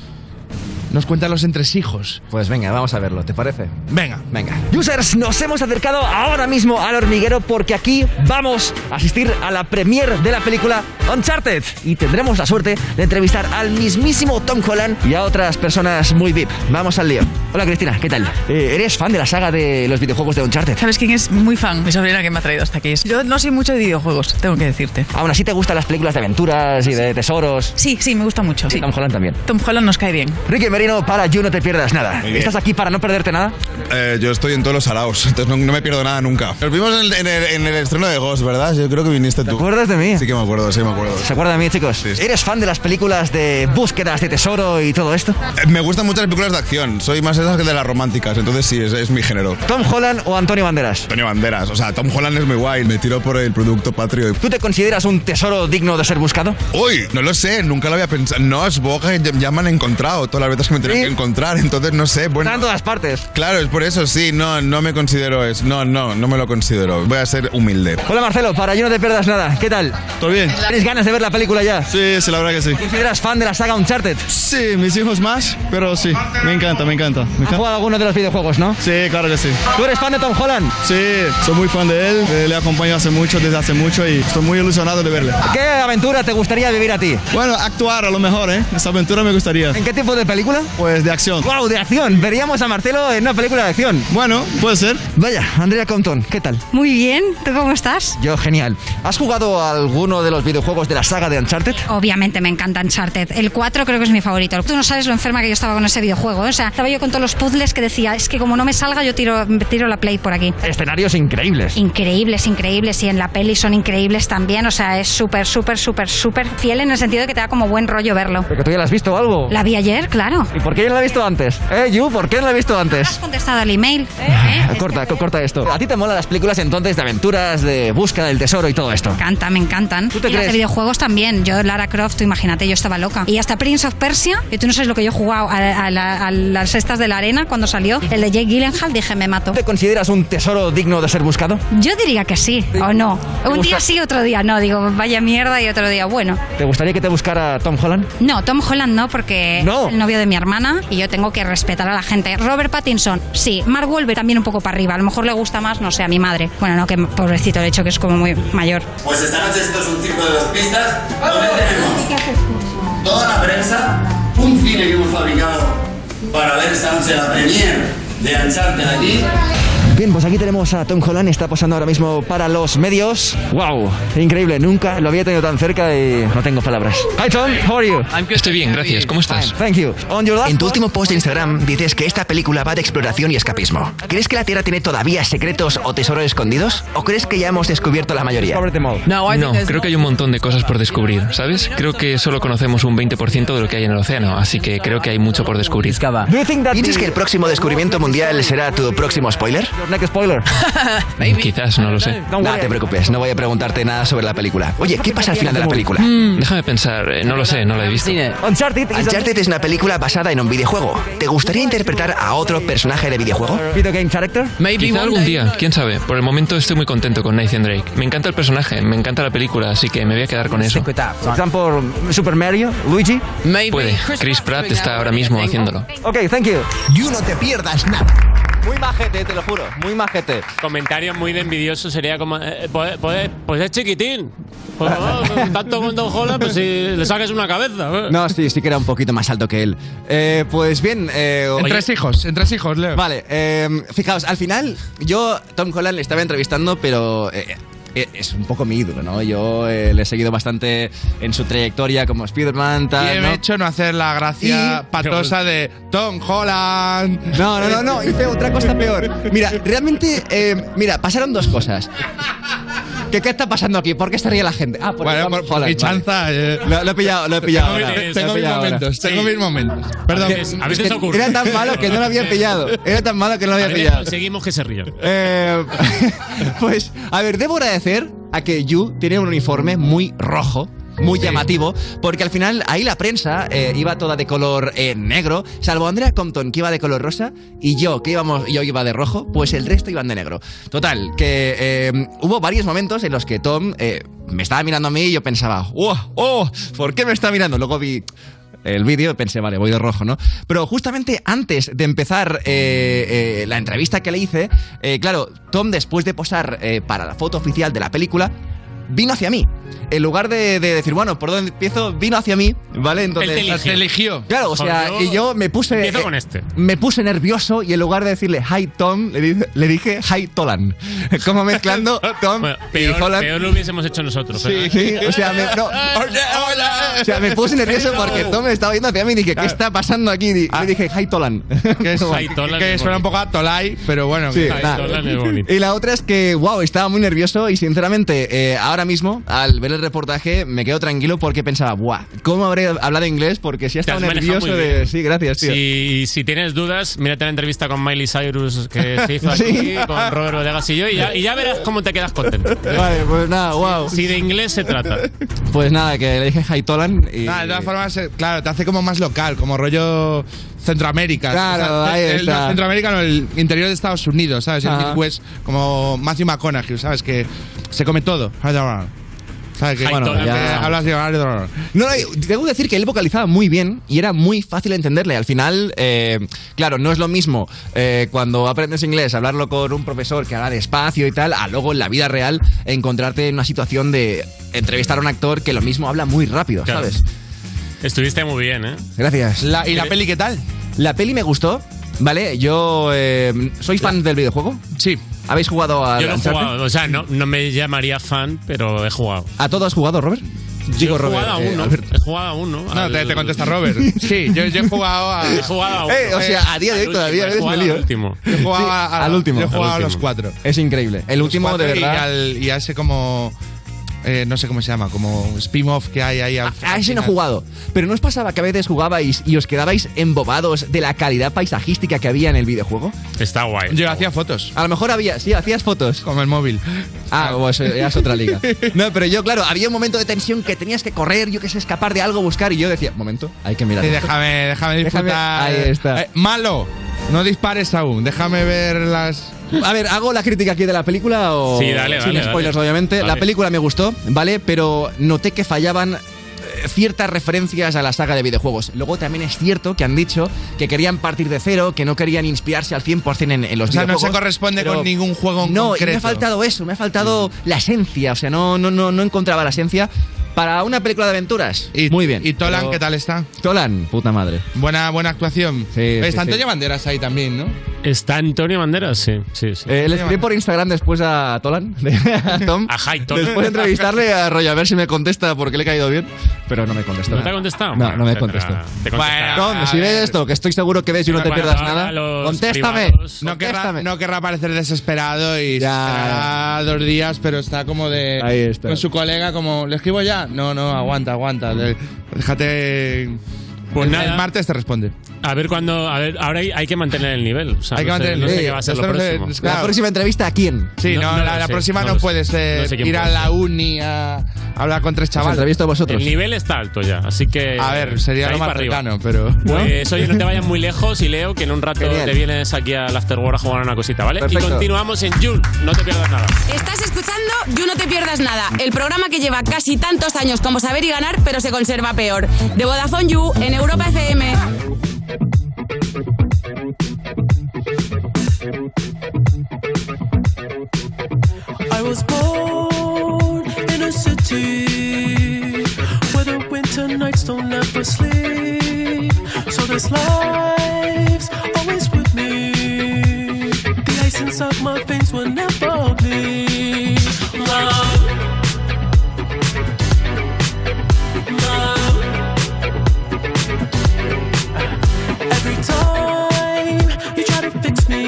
Speaker 3: nos cuentan los entresijos.
Speaker 15: Pues venga, vamos a verlo, ¿te parece?
Speaker 3: Venga.
Speaker 15: Venga.
Speaker 16: Users, nos hemos acercado ahora mismo al hormiguero porque aquí vamos a asistir a la premier de la película Uncharted y tendremos la suerte de entrevistar al mismísimo Tom Holland y a otras personas muy VIP. Vamos al lío. Hola Cristina, ¿qué tal? Eh, ¿Eres fan de la saga de los videojuegos de Uncharted?
Speaker 17: ¿Sabes quién es muy fan? Mi sobrina que me ha traído hasta aquí. Yo no soy mucho de videojuegos, tengo que decirte.
Speaker 16: Aún así te gustan las películas de aventuras y de tesoros.
Speaker 17: Sí, sí, me gusta mucho.
Speaker 16: Y
Speaker 17: sí.
Speaker 16: Tom Holland también.
Speaker 17: Tom Holland nos cae bien.
Speaker 16: Ricky Merino, para You, no te pierdas nada.
Speaker 18: Muy bien.
Speaker 16: ¿Estás aquí para no perderte nada?
Speaker 18: Eh, yo estoy en todos los araos, entonces no, no me pierdo nada nunca. Nos vimos en el, en el- en el estreno de Ghost, ¿verdad? Yo creo que viniste tú. ¿Te
Speaker 16: acuerdas de mí?
Speaker 18: Sí que me acuerdo, sí me acuerdo. ¿Se
Speaker 16: acuerda de mí, chicos? ¿Eres fan de las películas de búsquedas de tesoro y todo esto?
Speaker 18: Eh, me gustan muchas películas de acción, soy más esas que de las románticas, entonces sí, es, es mi género.
Speaker 16: ¿Tom Holland o Antonio Banderas?
Speaker 18: Antonio Banderas, o sea, Tom Holland es muy guay, me tiro por el producto patrio.
Speaker 16: ¿Tú te consideras un tesoro digno de ser buscado?
Speaker 18: Uy, no lo sé, nunca lo había pensado. No, supongo que ya- ya me han encontrado todas las veces que me tienen que encontrar, entonces no sé. Bueno,
Speaker 16: Están en todas partes.
Speaker 18: Claro, es por eso, sí, no, no me considero es, no, no, no me lo considero. Voy a ser humilde.
Speaker 16: Hola Marcelo, para yo no te pierdas nada. ¿Qué tal?
Speaker 19: ¿Todo bien?
Speaker 16: ¿Tienes ganas de ver la película ya?
Speaker 19: Sí, sí, la verdad que sí.
Speaker 16: ¿Consideras fan de la saga Uncharted?
Speaker 19: Sí, mis hijos más, pero sí, me encanta, me encanta. Me
Speaker 16: ¿Has jugado alguno de los videojuegos, no?
Speaker 19: Sí, claro que sí.
Speaker 16: ¿Tú eres fan de Tom Holland?
Speaker 19: Sí, soy muy fan de él, eh, le acompaño hace mucho, desde hace mucho y estoy muy ilusionado de verle.
Speaker 16: ¿Qué aventura te gustaría vivir a ti?
Speaker 19: Bueno, actuar a lo mejor, ¿eh? Esa aventura me gustaría.
Speaker 16: ¿En qué tipo de película?
Speaker 19: Pues de acción.
Speaker 16: ¡Wow, de acción! Veríamos a Marcelo en una película de acción.
Speaker 19: Bueno, puede ser.
Speaker 16: Vaya, Andrea Compton, ¿qué tal?
Speaker 20: Muy bien, ¿tú cómo estás?
Speaker 16: Yo, genial. ¿Has jugado a alguno de los videojuegos de la saga de Uncharted?
Speaker 20: Obviamente me encanta Uncharted. El 4 creo que es mi favorito. Tú no sabes lo enferma que yo estaba con ese videojuego. ¿eh? O sea, estaba yo con todos los puzzles que decía, es que como no me salga, yo tiro, tiro la play por aquí.
Speaker 16: Escenarios increíbles.
Speaker 20: Increíbles, increíbles. Y en la peli son increíbles también. O sea, es súper, súper, súper, súper fiel en el sentido de que te da como buen rollo verlo.
Speaker 16: ¿Pero que tú ya la has visto o algo?
Speaker 20: La vi ayer, claro. no.
Speaker 16: ¿Y por qué yo no la he visto antes? ¿Eh, Yu? ¿Por qué no la he visto antes?
Speaker 20: Contestado al email.
Speaker 16: Corta, co- corta esto. ¿A ti te molan las películas entonces de aventuras, de búsqueda del tesoro y todo esto?
Speaker 20: Me encanta, me encantan.
Speaker 16: te
Speaker 20: y las
Speaker 16: crees?
Speaker 20: de videojuegos también. Yo, Lara Croft, tú imagínate, yo estaba loca. Y hasta Prince of Persia, que tú no sabes lo que yo jugaba a, a la- a las cestas de la arena cuando salió. El de Jake Gyllenhaal, dije, me mato.
Speaker 16: ¿Te consideras un tesoro digno de ser buscado?
Speaker 20: Yo diría que sí, o no. Un día sí, otro día no. Digo, vaya mierda, y otro día, bueno.
Speaker 16: ¿Te gustaría que te buscara Tom Holland?
Speaker 20: No, Tom Holland no, porque
Speaker 16: No.
Speaker 20: es el novio de mi hermana y yo tengo que respetar a la gente. Robert Pattinson, sí. Mark Wahlberg también un poco para arriba. A lo mejor le gusta más, no sé, a mi madre. Bueno, no, que pobrecito, de hecho, que es como muy mayor.
Speaker 21: Pues esta noche esto es un circo de dos pistas donde tenemos toda la prensa, un cine que hemos fabricado para ver esta noche la premier de Uncharted aquí.
Speaker 16: Bien, pues aquí tenemos a Tom Holland, está posando ahora mismo para los medios. ¡Wow! Increíble, nunca lo había tenido tan cerca y no tengo palabras. Hi Tom, how are you?
Speaker 11: Estoy bien, gracias. ¿Cómo estás?
Speaker 16: Thank you.
Speaker 11: En tu último post de Instagram dices que esta película va de exploración y escapismo. ¿Crees que la Tierra tiene todavía secretos o tesoros escondidos? ¿O crees que ya hemos descubierto la mayoría? No, creo que hay un montón de cosas por descubrir, ¿sabes? Creo que solo conocemos un 20% de lo que hay en el océano, así que creo que hay mucho por descubrir.
Speaker 16: ¿Piensas
Speaker 11: que el próximo descubrimiento mundial será tu próximo spoiler?
Speaker 16: spoiler.
Speaker 11: Quizás, no lo sé.
Speaker 16: No
Speaker 11: te preocupes, no voy a preguntarte nada sobre la película.
Speaker 16: Oye, ¿qué pasa al final de la película?
Speaker 11: Déjame pensar, eh, no lo sé, no la he visto.
Speaker 16: Uncharted,
Speaker 11: Uncharted es una película basada en un videojuego. ¿Te gustaría interpretar a otro personaje de videojuego?
Speaker 16: Video game character?
Speaker 11: Quizá algún día, quién sabe. Por el momento estoy muy contento con Nathan Drake. Me encanta el personaje, me encanta la película, así que me voy a quedar con eso.
Speaker 16: For example, Super Mario, Luigi.
Speaker 11: Puede. Chris Pratt está ahora mismo haciéndolo.
Speaker 16: Ok, thank you.
Speaker 11: You no te pierdas nada.
Speaker 16: Muy majete, te lo juro. Muy majete.
Speaker 4: Comentario muy de envidioso sería como. eh, pues, pues- pues es chiquitín. Pues, oh, tanto con Don Holland, pues si le sacas una cabeza. eh.
Speaker 15: No, sí, sí que era un poquito más alto que él. Eh, pues bien. Eh,
Speaker 3: En tres hijos, en tres hijos, Leo.
Speaker 15: Vale, eh, fijaos, al final yo Tom Holland le estaba entrevistando, pero eh, eh, es un poco mi ídolo, ¿no? Yo eh, le he seguido bastante en su trayectoria como Spider-Man,
Speaker 3: Y
Speaker 15: tal,
Speaker 3: he
Speaker 15: ¿no?
Speaker 3: hecho no hacer la gracia patosa de Tom Holland.
Speaker 15: No, no, no, no, hice otra cosa peor. Mira, realmente, eh, mira, pasaron dos cosas. ¿Qué, ¿Qué está pasando aquí? ¿Por qué se ríe la gente? Ah, por
Speaker 3: Bueno, por, por mi chanza. eh.
Speaker 15: Lo, lo he pillado, lo he pillado.
Speaker 3: Tengo,
Speaker 15: ahora,
Speaker 3: mi-
Speaker 15: lo he
Speaker 3: tengo mis
Speaker 15: pillado ahora.
Speaker 3: momentos, tengo mis momentos. Perdón.
Speaker 15: a veces ocurre. era tan malo que no lo había pillado. Era tan malo que no lo había
Speaker 4: A ver,
Speaker 15: pillado.
Speaker 4: Seguimos que se rían.
Speaker 15: Eh, pues, a ver, debo agradecer a que Yu tiene un uniforme muy rojo. Muy llamativo, porque al final ahí la prensa eh, iba toda de color eh, negro, salvo Andrea Compton, que iba de color rosa, y yo, que íbamos, yo iba de rojo, pues el resto iban de negro. Total, que eh, hubo varios momentos en los que Tom eh, me estaba mirando a mí y yo pensaba, ¡oh! ¡oh! ¿Por qué me está mirando? Luego vi el vídeo, pensé, vale, voy de rojo, ¿no? Pero justamente antes de empezar eh, eh, la entrevista que le hice, eh, claro, Tom, después de posar eh, para la foto oficial de la película, vino hacia mí. En lugar de, de decir, bueno, ¿por dónde empiezo? Vino hacia mí, ¿vale? Entonces,
Speaker 4: Él te eligió. Te eligió.
Speaker 15: Claro, o sea,
Speaker 4: Porque yo
Speaker 15: y yo me puse.
Speaker 4: empiezo
Speaker 15: eh,
Speaker 4: con este.
Speaker 15: Me puse nervioso y en lugar de decirle hi Tom, le, di- le dije hi Tolan. Como mezclando Tom y
Speaker 4: Peor,
Speaker 15: Holland.
Speaker 4: peor lo hubiésemos hecho nosotros.
Speaker 15: Sí,
Speaker 4: ¿eh?
Speaker 15: sí, o sea, me, no, o sea, me puse nervioso porque Tom me estaba viendo hacia mí y dije, ¿qué está pasando aquí? Y le dije, hi Tolan.
Speaker 3: Ah. Que, es- que suena un poco a Tolai, pero bueno.
Speaker 15: Sí,
Speaker 3: que-
Speaker 15: nada. Y la otra es que, wow, estaba muy nervioso y sinceramente, eh, ahora mismo, al ver el reportaje, me quedo tranquilo porque pensaba, wow, ¿cómo habré hablado inglés? Porque si he
Speaker 4: Te has
Speaker 15: estado
Speaker 4: manejado
Speaker 15: nervioso
Speaker 4: muy
Speaker 15: de...
Speaker 4: bien.
Speaker 15: Sí, gracias, tío.
Speaker 4: Si, si tienes dudas, mírate la entrevista con Miley Cyrus que se hizo aquí
Speaker 15: Sí.
Speaker 4: con Robert Bodegas y yo y ya, y ya verás cómo te quedas contento.
Speaker 15: Vale, pues nada, wow.
Speaker 4: Si de inglés se trata.
Speaker 15: Pues nada, que le dije hi Tolan y...
Speaker 3: Nah, de todas formas, eh, claro, te hace como más local, como rollo Centroamérica.
Speaker 15: Claro,
Speaker 3: O sea,
Speaker 15: ahí
Speaker 3: el- el-
Speaker 15: está.
Speaker 3: no, Centroamérica no, el interior de Estados Unidos, ¿sabes? El
Speaker 15: Ajá.
Speaker 3: Midwest, como Matthew McConaughey, ¿sabes? Que se come todo. ¿Sabes? Que,
Speaker 15: Ay,
Speaker 3: bueno,
Speaker 15: todo,
Speaker 3: ya-
Speaker 15: ya.
Speaker 3: hablas de...
Speaker 15: No, no, tengo que decir que él vocalizaba muy bien y era muy fácil entenderle. Al final, eh, claro, no es lo mismo eh, cuando aprendes inglés, hablarlo con un profesor que habla despacio y tal, a luego en la vida real encontrarte en una situación de entrevistar a un actor que lo mismo habla muy rápido,
Speaker 4: Claro.
Speaker 15: ¿sabes?
Speaker 4: Estuviste muy bien, ¿eh?
Speaker 15: Gracias.
Speaker 4: La- ¿y la peli
Speaker 3: qué tal?
Speaker 15: La peli me gustó. Vale, yo. eh, ¿Sois fan del videojuego?
Speaker 3: Sí.
Speaker 15: ¿Habéis jugado a.?
Speaker 4: Yo no he jugado, o sea, no, no me llamaría fan, pero he jugado.
Speaker 15: ¿A todo has jugado, Robert? Digo,
Speaker 4: he
Speaker 15: Robert.
Speaker 4: jugado a
Speaker 15: eh,
Speaker 4: uno.
Speaker 15: Alberto.
Speaker 4: he jugado a uno.
Speaker 3: No, te- te contesta Robert. Sí, yo- yo he jugado a-
Speaker 4: He jugado a uno.
Speaker 15: Eh, o sea, a día de hoy
Speaker 4: Al último, he
Speaker 15: todavía a veces
Speaker 4: jugado
Speaker 15: me
Speaker 4: al
Speaker 15: lío.
Speaker 4: último.
Speaker 3: Yo jugaba
Speaker 15: Sí,
Speaker 3: ¿eh? a-
Speaker 15: al último.
Speaker 3: Yo jugaba a los
Speaker 15: último.
Speaker 3: cuatro.
Speaker 15: Es increíble. El
Speaker 3: Los
Speaker 15: último, de
Speaker 3: cuatro
Speaker 15: verdad.
Speaker 3: Y, al- y a ese como. eh, no sé cómo se llama, como un spin-off que hay ahí. al-
Speaker 15: A
Speaker 3: al
Speaker 15: Ah, ese no he
Speaker 3: final.
Speaker 15: jugado. Pero ¿no os pasaba que a veces jugabais y os quedabais embobados de la calidad paisajística que había en el videojuego?
Speaker 4: Está guay.
Speaker 3: Yo hacía fotos.
Speaker 15: A lo mejor había, sí, hacías fotos.
Speaker 3: Con el móvil.
Speaker 15: Ah, pues eh, ya es otra liga. No, pero yo, claro, había un momento de tensión que tenías que correr, yo que sé, escapar de algo, buscar, y yo decía, momento, hay que mirar.
Speaker 3: Sí,
Speaker 15: esto".
Speaker 3: déjame, déjame disfrutar.
Speaker 15: ahí está.
Speaker 3: Eh, malo, no dispares aún. Déjame ver las.
Speaker 15: A ver, ¿hago la crítica aquí de la película o...?
Speaker 3: Sí, dale,
Speaker 15: Sin
Speaker 3: dale,
Speaker 15: spoilers,
Speaker 3: dale.
Speaker 15: obviamente. La
Speaker 3: Vale.
Speaker 15: película me gustó, ¿vale? Pero noté que fallaban eh, ciertas referencias a la saga de videojuegos. Luego también es cierto que han dicho que querían partir de cero, que no querían inspirarse al 100% en, en los
Speaker 3: O sea, no
Speaker 15: videojuegos.
Speaker 3: se corresponde
Speaker 15: pero-
Speaker 3: con ningún juego en
Speaker 15: No, y
Speaker 3: concreto.
Speaker 15: me ha faltado eso, me ha faltado la esencia, o sea, no, no, no, no encontraba la esencia para una película de aventuras. Muy bien.
Speaker 3: ¿Y Tolan
Speaker 15: pero-
Speaker 3: qué tal está?
Speaker 15: Tolan, puta madre.
Speaker 3: Buena, buena actuación. está
Speaker 15: sí,
Speaker 3: Antonio
Speaker 15: sí.
Speaker 3: Banderas ahí también, ¿no?
Speaker 4: ¿Está Antonio Banderas? Sí, sí, sí.
Speaker 15: Eh, le escribí por Instagram después a Tolan, a Tom.
Speaker 4: A Hi, Tom.
Speaker 15: Después de entrevistarle a Roy a ver si me contesta porque le he caído bien, pero no me contestó.
Speaker 4: ¿No te ha contestado?
Speaker 15: No, no me
Speaker 4: Te-
Speaker 15: contestó.
Speaker 4: te contestará.
Speaker 15: Tom, si ves esto, que estoy seguro que ves y no te
Speaker 3: Bueno,
Speaker 15: pierdas
Speaker 3: ahora
Speaker 15: nada,
Speaker 3: los
Speaker 15: contéstame.
Speaker 3: privados- No querrá, no querrá parecer desesperado y se esperará dos días, pero está como de.
Speaker 15: Ahí está.
Speaker 3: Con su colega, como, ¿le escribo ya? No, no, aguanta, aguanta. le- Déjate.
Speaker 4: Pues
Speaker 3: el-
Speaker 4: nada.
Speaker 3: El martes te responde.
Speaker 4: A ver cuándo. A ver, ahora hay, hay que mantener el nivel. O sea,
Speaker 3: Hay que
Speaker 4: no sé-
Speaker 3: mantener
Speaker 4: no
Speaker 3: el
Speaker 4: sé
Speaker 3: nivel.
Speaker 4: qué va a ser lo
Speaker 3: Esto no sé-
Speaker 4: próximo.
Speaker 3: es claro.
Speaker 15: La próxima entrevista a quién?
Speaker 3: Sí, no,
Speaker 4: no
Speaker 3: la,
Speaker 4: lo
Speaker 3: la
Speaker 4: sé,
Speaker 3: próxima
Speaker 4: no
Speaker 3: no,
Speaker 4: lo sé.
Speaker 3: puedes eh,
Speaker 4: No sé quién
Speaker 3: ir a
Speaker 4: puede
Speaker 3: la uni a hablar con tres chavales.
Speaker 15: entrevisto a vosotros.
Speaker 4: El nivel está alto ya, así que.
Speaker 3: A ver, sería
Speaker 4: de
Speaker 3: lo
Speaker 4: ahí
Speaker 3: más
Speaker 4: para arriba.
Speaker 3: cercano, pero.
Speaker 4: Pues oye, no te vayas muy lejos y leo que en un rato te vienes aquí al After War a jugar una cosita, ¿vale?
Speaker 22: Perfecto.
Speaker 4: Y continuamos en June, no te pierdas nada.
Speaker 22: Estás escuchando You No Te Pierdas Nada, el programa que lleva casi tantos años como saber y ganar, pero se conserva peor. De Vodafone You en Europa FM.
Speaker 6: I was born in a city where the winter nights don't ever sleep. So this life's always with me. The ice inside my veins will never bleed. Love. Love. Every time you try to fix me,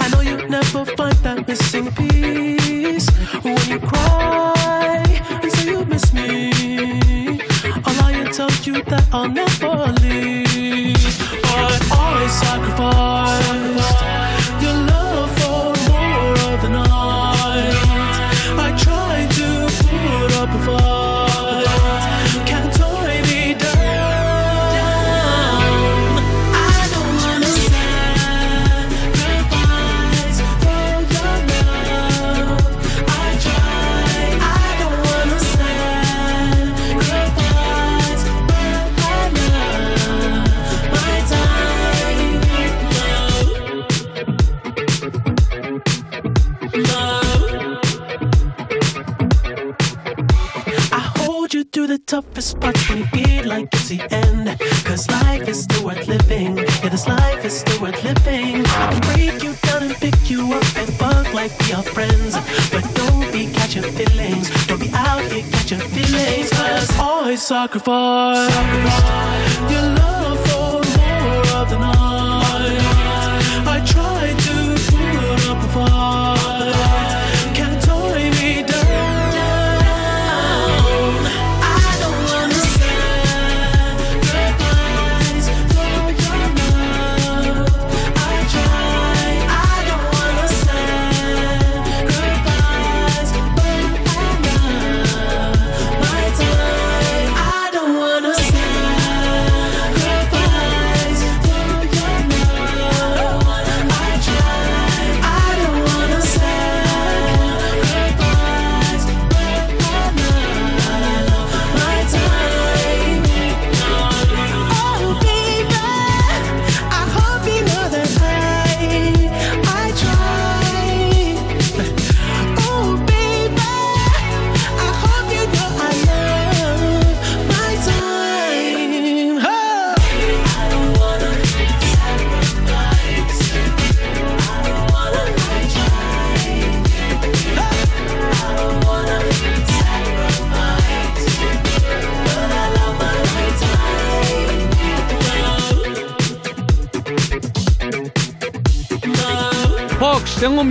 Speaker 6: I know you'll never find that missing piece. When you cry and say you miss me, I'll lie and tell you that I'll never leave. But I sacrificed your love for more of the night. I tried to put up a fight. Can't tie me down. I don't wanna sacrifice for your love. I tried. I don't wanna sacrifice for your love. My time, love, love. I hold you through the toughest parts when you feel like it's the end. Cause life is still worth living. Yeah, this life is still worth living. I can break you down and pick you up and fuck like we are friends. But don't be catching feelings. Don't be out here catching feelings. Cause I sacrifice your love for more of the night. I try to put up a fight. Can't tie me down. I don't wanna sacrifice for your love. I try. I don't wanna sacrifice for your love. My time. I don't wanna sacrifice for your love. I try. I don't wanna sacrifice for your love. My time. Oh, baby, I hope you know that I, I try. Oh, baby, I hope you know I love my time. I don't wanna sacrifice. I don't wanna try. I don't wanna sacrifice. But I love my time.
Speaker 16: Fox
Speaker 7: Tengo un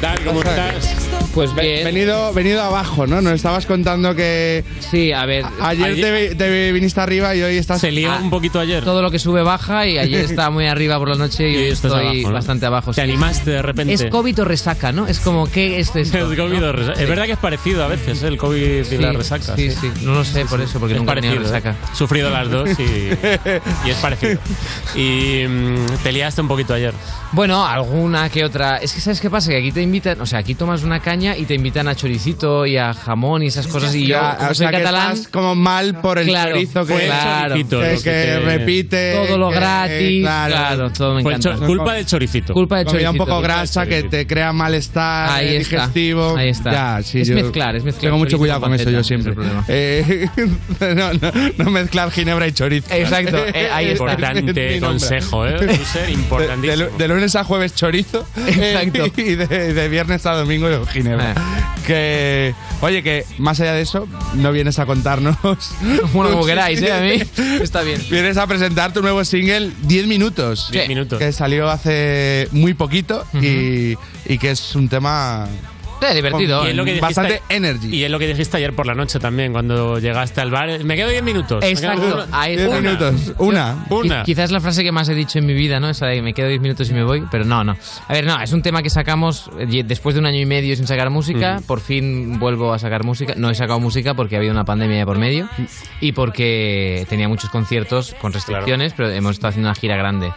Speaker 3: tal?
Speaker 23: ¿Cómo estás? Pues bien.
Speaker 3: Venido, venido abajo, ¿no? Nos estabas contando que.
Speaker 23: Sí, a ver.
Speaker 3: Ayer, te vi- te, viniste arriba y hoy estás.
Speaker 23: Se lió un
Speaker 3: poquito ayer.
Speaker 23: Todo lo que sube baja y ayer estaba muy arriba por la noche y, hoy
Speaker 4: estás
Speaker 23: estoy
Speaker 4: abajo, ¿no?
Speaker 23: bastante abajo.
Speaker 4: Te
Speaker 23: sí.
Speaker 4: animaste de repente.
Speaker 23: Es COVID o resaca, ¿no? Es como que esto es.
Speaker 4: El COVID o resaca. Es verdad que es parecido a veces ¿eh? el COVID y la resaca.
Speaker 23: Sí, sí, No lo sé por eso, porque
Speaker 4: Es
Speaker 23: nunca he tenido
Speaker 4: parecido, ¿eh?
Speaker 23: resaca.
Speaker 4: Sufrido las dos y, y es parecido. Y mm, te liaste un poquito ayer.
Speaker 23: Bueno, alguna que otra. Es que ¿sabes qué pasa? Que aquí te invitan, o sea, aquí tomas una caña y te invitan a choricito y a jamón y esas cosas. Y Pues yo,
Speaker 3: Ya,
Speaker 23: como
Speaker 3: o
Speaker 23: soy
Speaker 3: sea, que
Speaker 23: catalán.
Speaker 3: estás como mal por el
Speaker 23: Claro,
Speaker 3: chorizo que,
Speaker 23: fue el Claro. choricito
Speaker 3: que,
Speaker 23: lo que
Speaker 3: que
Speaker 23: te-
Speaker 3: repite.
Speaker 23: Todo lo
Speaker 3: que-
Speaker 23: gratis, claro, todo me
Speaker 3: Fue
Speaker 23: encanta.
Speaker 3: el chor-
Speaker 23: Culpa
Speaker 3: del
Speaker 23: choricito. Culpa del
Speaker 3: Comida un
Speaker 23: choricito,
Speaker 3: poco
Speaker 23: culpa del
Speaker 3: grasa que
Speaker 23: choricito.
Speaker 3: te crea malestar
Speaker 23: Ahí
Speaker 3: eh,
Speaker 23: está,
Speaker 3: digestivo.
Speaker 23: ahí está.
Speaker 3: Ya, sí,
Speaker 23: Es
Speaker 3: yo
Speaker 23: mezclar, es mezclar
Speaker 3: Tengo mucho
Speaker 23: chorizo
Speaker 3: cuidado con
Speaker 23: con
Speaker 3: eso yo
Speaker 23: patata,
Speaker 3: siempre.
Speaker 23: es el problema.
Speaker 3: Eh, no, no, no mezclar ginebra y chorizo.
Speaker 23: Exacto, eh, ahí está.
Speaker 3: Es mi-
Speaker 23: Importante
Speaker 3: mi nombre.
Speaker 23: consejo, ¿eh?
Speaker 4: Lucer,
Speaker 3: De-
Speaker 4: importantísimo.
Speaker 3: De, lu- de lunes a jueves chorizo. eh,
Speaker 4: Exacto.
Speaker 3: y de, de viernes a domingo ginebra.
Speaker 23: Ah.
Speaker 3: Que, oye, que más allá de eso, no vienes a contarnos.
Speaker 23: Bueno, como queráis, ¿eh? A mí está bien.
Speaker 3: Vienes a presentar tu nuevo single 10 minutos.
Speaker 23: 10
Speaker 3: minutos. Que salió hace muy poquito y, y que es un tema. con-
Speaker 4: Y es lo que dijiste-
Speaker 3: eh. bastante energy.
Speaker 4: Y es lo que dijiste ayer por la noche también, cuando llegaste al bar. Me quedo 10 minutos. me quedo
Speaker 23: Exacto.
Speaker 4: una-
Speaker 23: Ahí,
Speaker 4: una.
Speaker 3: Una.
Speaker 4: Yo- Pues Una.
Speaker 23: Qui- Quizás la frase que más he dicho en mi vida, ¿no? Esa de me quedo 10 minutos y me voy, pero no, no. A ver, no, es un tema que sacamos eh, ye- después de un año y medio sin sacar
Speaker 3: Mm.
Speaker 23: música. Por fin vuelvo a sacar música. No he sacado música porque ha habido una pandemia de por medio y porque tenía muchos conciertos con restricciones, pero hemos estado haciendo una gira grande.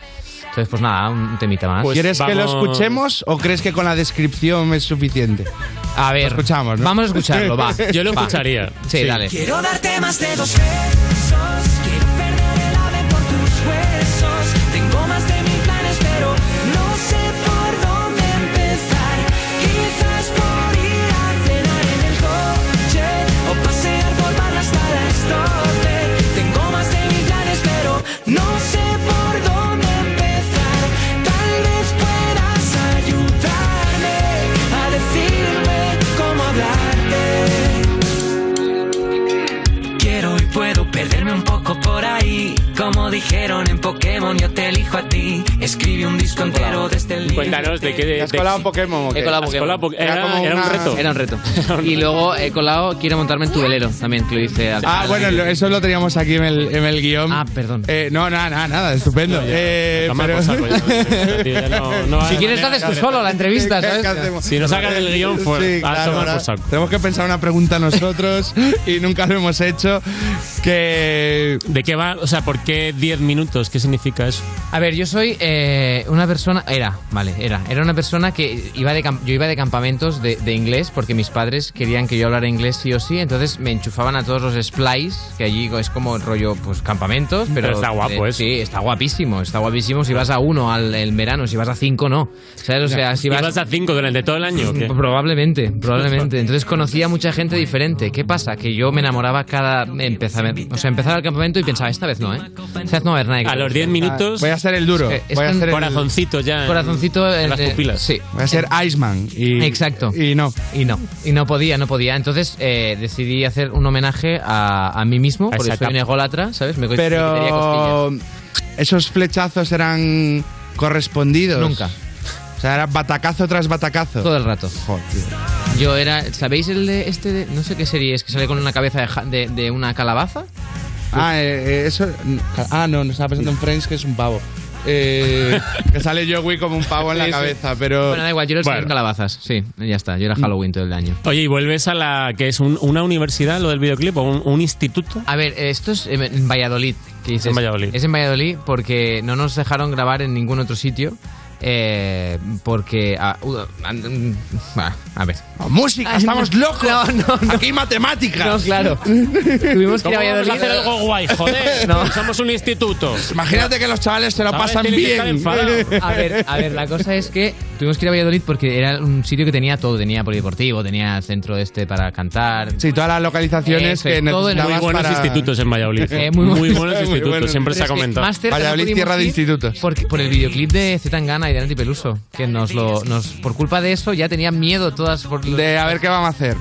Speaker 23: Entonces, pues nada, un temita más.
Speaker 3: ¿Quieres que lo escuchemos o crees que con la descripción es suficiente?
Speaker 23: A ver,
Speaker 3: escuchamos, ¿no?
Speaker 23: vamos a escucharlo, va.
Speaker 3: Yo lo
Speaker 23: Va.
Speaker 3: escucharía.
Speaker 23: Sí,
Speaker 3: Sí.
Speaker 23: dale.
Speaker 6: Quiero darte más de dos besos. Quiero perder el ave por tus huesos. Tengo más de mil planes, pero no sé por dónde empezar. Quizás por ir a cenar en el coche o pasear por bar hasta las doce. Tengo más de mil planes, pero no sé por dónde empezar. Tal vez puedas ayudarme a decirme cómo hablarte. Quiero y puedo perderme un poco por ahí. Como dijeron en Pokémon, yo te elijo a ti. Escribe un disco entero este desde el
Speaker 4: Cuéntanos de qué. De,
Speaker 3: ¿Has colado Pokémon o qué?
Speaker 23: He colado Pokémon.
Speaker 4: Era, era un reto.
Speaker 23: Era un reto. Y luego he colado, quiero montarme en tu velero también, que lo hice al-
Speaker 3: Ah,
Speaker 23: al-
Speaker 3: bueno, lo- eso lo teníamos aquí en el, en el guión. Ah, perdón. no, nada, nada, nada, estupendo. Eh,
Speaker 4: a tomar
Speaker 3: pero-
Speaker 4: por saco, ya, tío, ya no- no hay
Speaker 23: Si quieres,
Speaker 4: manera
Speaker 23: haces tú
Speaker 4: de-
Speaker 23: solo la entrevista,
Speaker 4: ¿Qué-
Speaker 23: ¿sabes?
Speaker 4: qué hacemos? Si no sacas del guión, pues,
Speaker 3: Sí,
Speaker 4: a
Speaker 3: claro,
Speaker 4: tomar por
Speaker 3: ¿verdad?
Speaker 4: saco.
Speaker 3: Tenemos que pensar una pregunta nosotros y nunca lo hemos hecho. Que.
Speaker 4: ¿De qué va? O sea, ¿por qué 10 minutos? ¿Qué significa eso?
Speaker 23: A ver, yo soy eh, una persona. Era, vale, era. Era una persona que iba de camp- yo iba de campamentos de, de inglés porque mis padres querían que yo hablara inglés sí o sí, entonces me enchufaban a todos los splice, que allí es como el rollo, pues campamentos, pero.
Speaker 4: Pero está guapo
Speaker 23: eh, Sí, está guapísimo, está guapísimo. Si vas a uno al el verano, si vas a cinco, no. ¿Sabes? O sea, si vas.
Speaker 4: ¿Ibas a 5 durante todo el año? o qué?
Speaker 23: Probablemente, probablemente. Entonces conocí a mucha gente diferente. ¿Qué pasa? Que yo me enamoraba cada. Empezaba, o sea, empezaba el campamento y pensaba, esta vez no, ¿eh? Esta vez no va a haber nadie. que
Speaker 4: A
Speaker 23: me
Speaker 4: los
Speaker 23: guste".
Speaker 4: 10 minutos.
Speaker 23: Es que- es que-
Speaker 4: Corazoncito ya. en-
Speaker 23: Corazoncito
Speaker 4: en
Speaker 23: en-
Speaker 4: las
Speaker 23: eh,
Speaker 4: pupilas.
Speaker 23: sí.
Speaker 3: Voy a ser Iceman. Y,
Speaker 23: Exacto.
Speaker 3: Y no.
Speaker 23: Y no. Y no podía, no podía. Entonces eh, decidí hacer un homenaje a, a mí mismo,
Speaker 3: A
Speaker 23: porque
Speaker 3: esa
Speaker 23: soy un
Speaker 3: etapa.
Speaker 23: ególatra, ¿sabes? Me
Speaker 3: Pero. esos flechazos eran correspondidos.
Speaker 23: Nunca.
Speaker 3: O sea, era batacazo tras batacazo.
Speaker 23: Todo el rato.
Speaker 3: Joder.
Speaker 23: Yo era. ¿Sabéis el de este de- No sé qué serie es que sale con una cabeza de, ja- de- de una calabaza?
Speaker 3: Ah, eh, eh, eso. Ah, no, no estaba pensando en Friends, que es un pavo. Eh, que sale Joey como un pavo en la
Speaker 23: Sí, sí.
Speaker 3: cabeza, pero.
Speaker 23: Bueno, da igual, yo era el señor calabazas. Sí, ya está. Yo era Halloween todo el año.
Speaker 4: Oye, ¿y vuelves a la que es un- una universidad, lo del videoclip, o un, un instituto?
Speaker 23: A ver, esto es en- en Valladolid. que dices.
Speaker 4: en Valladolid.
Speaker 23: Es en Valladolid porque no nos dejaron grabar en ningún otro sitio. eh, porque. ah, u- ah, mm, bah, a ver.
Speaker 3: ¡Música! ¡Estamos locos! ¡Aquí matemáticas!
Speaker 23: No, claro. Tuvimos que ir
Speaker 4: ¿Cómo vamos a
Speaker 23: a Valladolid.
Speaker 4: hacer algo guay, joder?
Speaker 23: No.
Speaker 4: Somos un instituto.
Speaker 3: Imagínate que los chavales se lo
Speaker 4: ¿Sabes?
Speaker 3: pasan
Speaker 4: Tienen que
Speaker 3: bien.
Speaker 4: estar enfadados.
Speaker 23: A ver, a ver, la cosa es que tuvimos que ir a Valladolid porque era un sitio que tenía todo. Tenía polideportivo, tenía centro este para cantar.
Speaker 3: Sí, todas las localizaciones
Speaker 23: Eso
Speaker 3: que
Speaker 23: es, todo en-
Speaker 3: necesitabas
Speaker 23: Muy buenos
Speaker 3: para-
Speaker 23: institutos en Valladolid. Eh, muy
Speaker 4: muy,
Speaker 23: buenos-
Speaker 4: buenos
Speaker 23: muy
Speaker 4: institutos,
Speaker 23: buenos.
Speaker 4: siempre se
Speaker 23: Pero
Speaker 4: ha
Speaker 23: es que
Speaker 4: comentado.
Speaker 23: más cerca no
Speaker 3: Valladolid,
Speaker 23: pudimos
Speaker 3: tierra de
Speaker 23: ir
Speaker 3: institutos.
Speaker 23: Por, por el videoclip de Zetangana y de Nati Peluso, que nos lo, nos, por culpa de eso ya tenían miedo todas. Por
Speaker 3: De a ver qué vamos a hacer.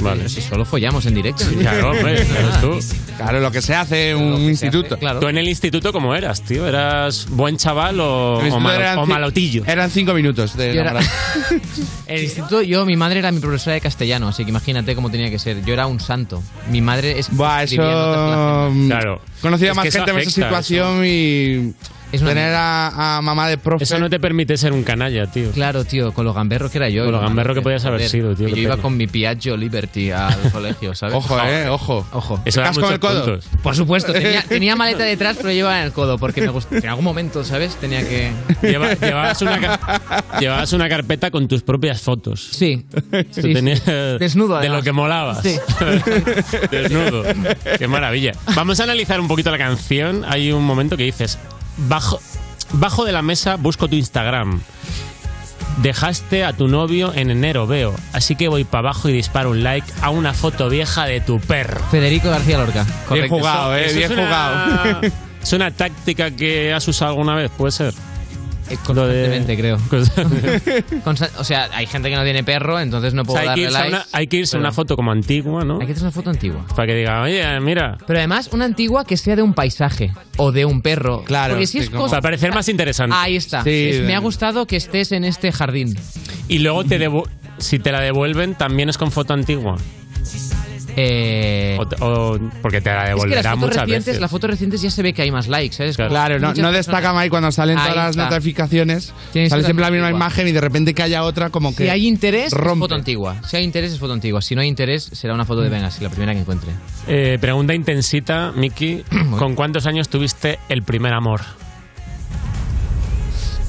Speaker 23: Vale. Si solo follamos en directo.
Speaker 4: Claro, hombre, eres tú.
Speaker 3: Claro, lo que se hace en un instituto.
Speaker 4: ¿Tú en el instituto cómo eras, tío? ¿Eras buen chaval o,
Speaker 3: El
Speaker 4: o,
Speaker 3: instituto
Speaker 4: malo-
Speaker 3: eran
Speaker 4: o
Speaker 3: ci-
Speaker 4: malotillo?
Speaker 3: Eran cinco minutos de
Speaker 23: Yo era-
Speaker 3: namorar.
Speaker 23: En el instituto, yo, mi madre era mi profesora de castellano, así que imagínate cómo tenía que ser. Yo era un santo. Mi madre es.
Speaker 3: Buah, eso. Claro. Conocía
Speaker 23: Es
Speaker 3: mm, más
Speaker 23: que eso
Speaker 3: gente en esa
Speaker 23: afecta,
Speaker 3: situación y.
Speaker 23: una
Speaker 3: tener a, a mamá de profe.
Speaker 4: Eso no te permite ser un canalla, tío.
Speaker 23: Claro, tío, con lo gamberro que era yo.
Speaker 4: Con lo gamberro que podías haber
Speaker 23: Joder,
Speaker 4: sido, tío.
Speaker 23: que
Speaker 4: qué
Speaker 23: Yo iba
Speaker 4: pena.
Speaker 23: con mi Piaggio Liberty al colegio, ¿sabes?
Speaker 4: Ojo, eh,
Speaker 3: ojo.
Speaker 23: Ojo.
Speaker 4: Eso da
Speaker 23: ¿Casco
Speaker 4: muchos
Speaker 23: en el codo?
Speaker 4: puntos.
Speaker 23: Por supuesto, tenía, tenía maleta detrás, pero llevaba en el codo, porque me gustó. En algún momento, ¿sabes? Tenía que.
Speaker 4: Lleva- llevabas, una, ca- llevabas una carpeta con tus propias fotos.
Speaker 23: Sí.
Speaker 4: Tú
Speaker 23: sí.
Speaker 4: tenías-
Speaker 23: Desnudo,
Speaker 4: De
Speaker 23: además.
Speaker 4: lo que molabas.
Speaker 23: Sí.
Speaker 4: Desnudo. Qué maravilla. Vamos a analizar un poquito la canción. Hay un momento que dices, bajo, bajo de la mesa busco tu Instagram. Dejaste a tu novio en enero, veo. Así que voy para abajo y disparo un like a una foto vieja de tu perro.
Speaker 23: Federico García Lorca.
Speaker 4: Bien
Speaker 23: Correcto.
Speaker 4: jugado,
Speaker 23: Eso-
Speaker 4: eh,
Speaker 23: eso
Speaker 4: bien
Speaker 23: es una-
Speaker 4: jugado. Es una táctica que has usado alguna vez, puede ser.
Speaker 23: Eh, Constantemente, creo. Consta- O sea, hay gente que no tiene perro, entonces no
Speaker 4: O
Speaker 23: puedo
Speaker 4: sea, hay, que
Speaker 23: darle
Speaker 4: irse a
Speaker 23: likes.
Speaker 4: una, hay que irse a
Speaker 23: pero-
Speaker 4: una foto como antigua, ¿no? Hay
Speaker 23: que irse una foto antigua.
Speaker 4: Para que diga, oye, mira.
Speaker 23: Pero además, una antigua que sea de un paisaje o de un perro.
Speaker 4: Claro.
Speaker 23: Porque si es cosa-
Speaker 4: Para parecer más interesante.
Speaker 23: Ahí está. Es- me ha gustado que estés en este jardín.
Speaker 4: Y luego te devu- si te la devuelven, también es con foto antigua. O te- o- porque te la
Speaker 23: Eh, Es que
Speaker 4: devolverá
Speaker 23: las fotos,
Speaker 4: muchas
Speaker 23: recientes,
Speaker 4: veces.
Speaker 23: las fotos recientes ya se ve que hay más likes, ¿sabes? Como
Speaker 3: Claro, no,
Speaker 23: muchas
Speaker 3: no
Speaker 23: personas-
Speaker 3: destacan ahí cuando salen
Speaker 23: Ahí
Speaker 3: todas las
Speaker 23: está.
Speaker 3: notificaciones.
Speaker 23: Tiene que
Speaker 3: Sale
Speaker 23: ser
Speaker 3: siempre la misma
Speaker 23: antigua.
Speaker 3: imagen y de repente que haya otra como que.
Speaker 23: Si hay interés, es
Speaker 3: rompe. Mm.
Speaker 23: foto antigua. Si hay interés, es foto antigua. Si no hay interés, será una foto de Vegas, la primera que encuentre.
Speaker 4: Eh, pregunta intensita, Miki. ¿Con cuántos años tuviste el primer amor?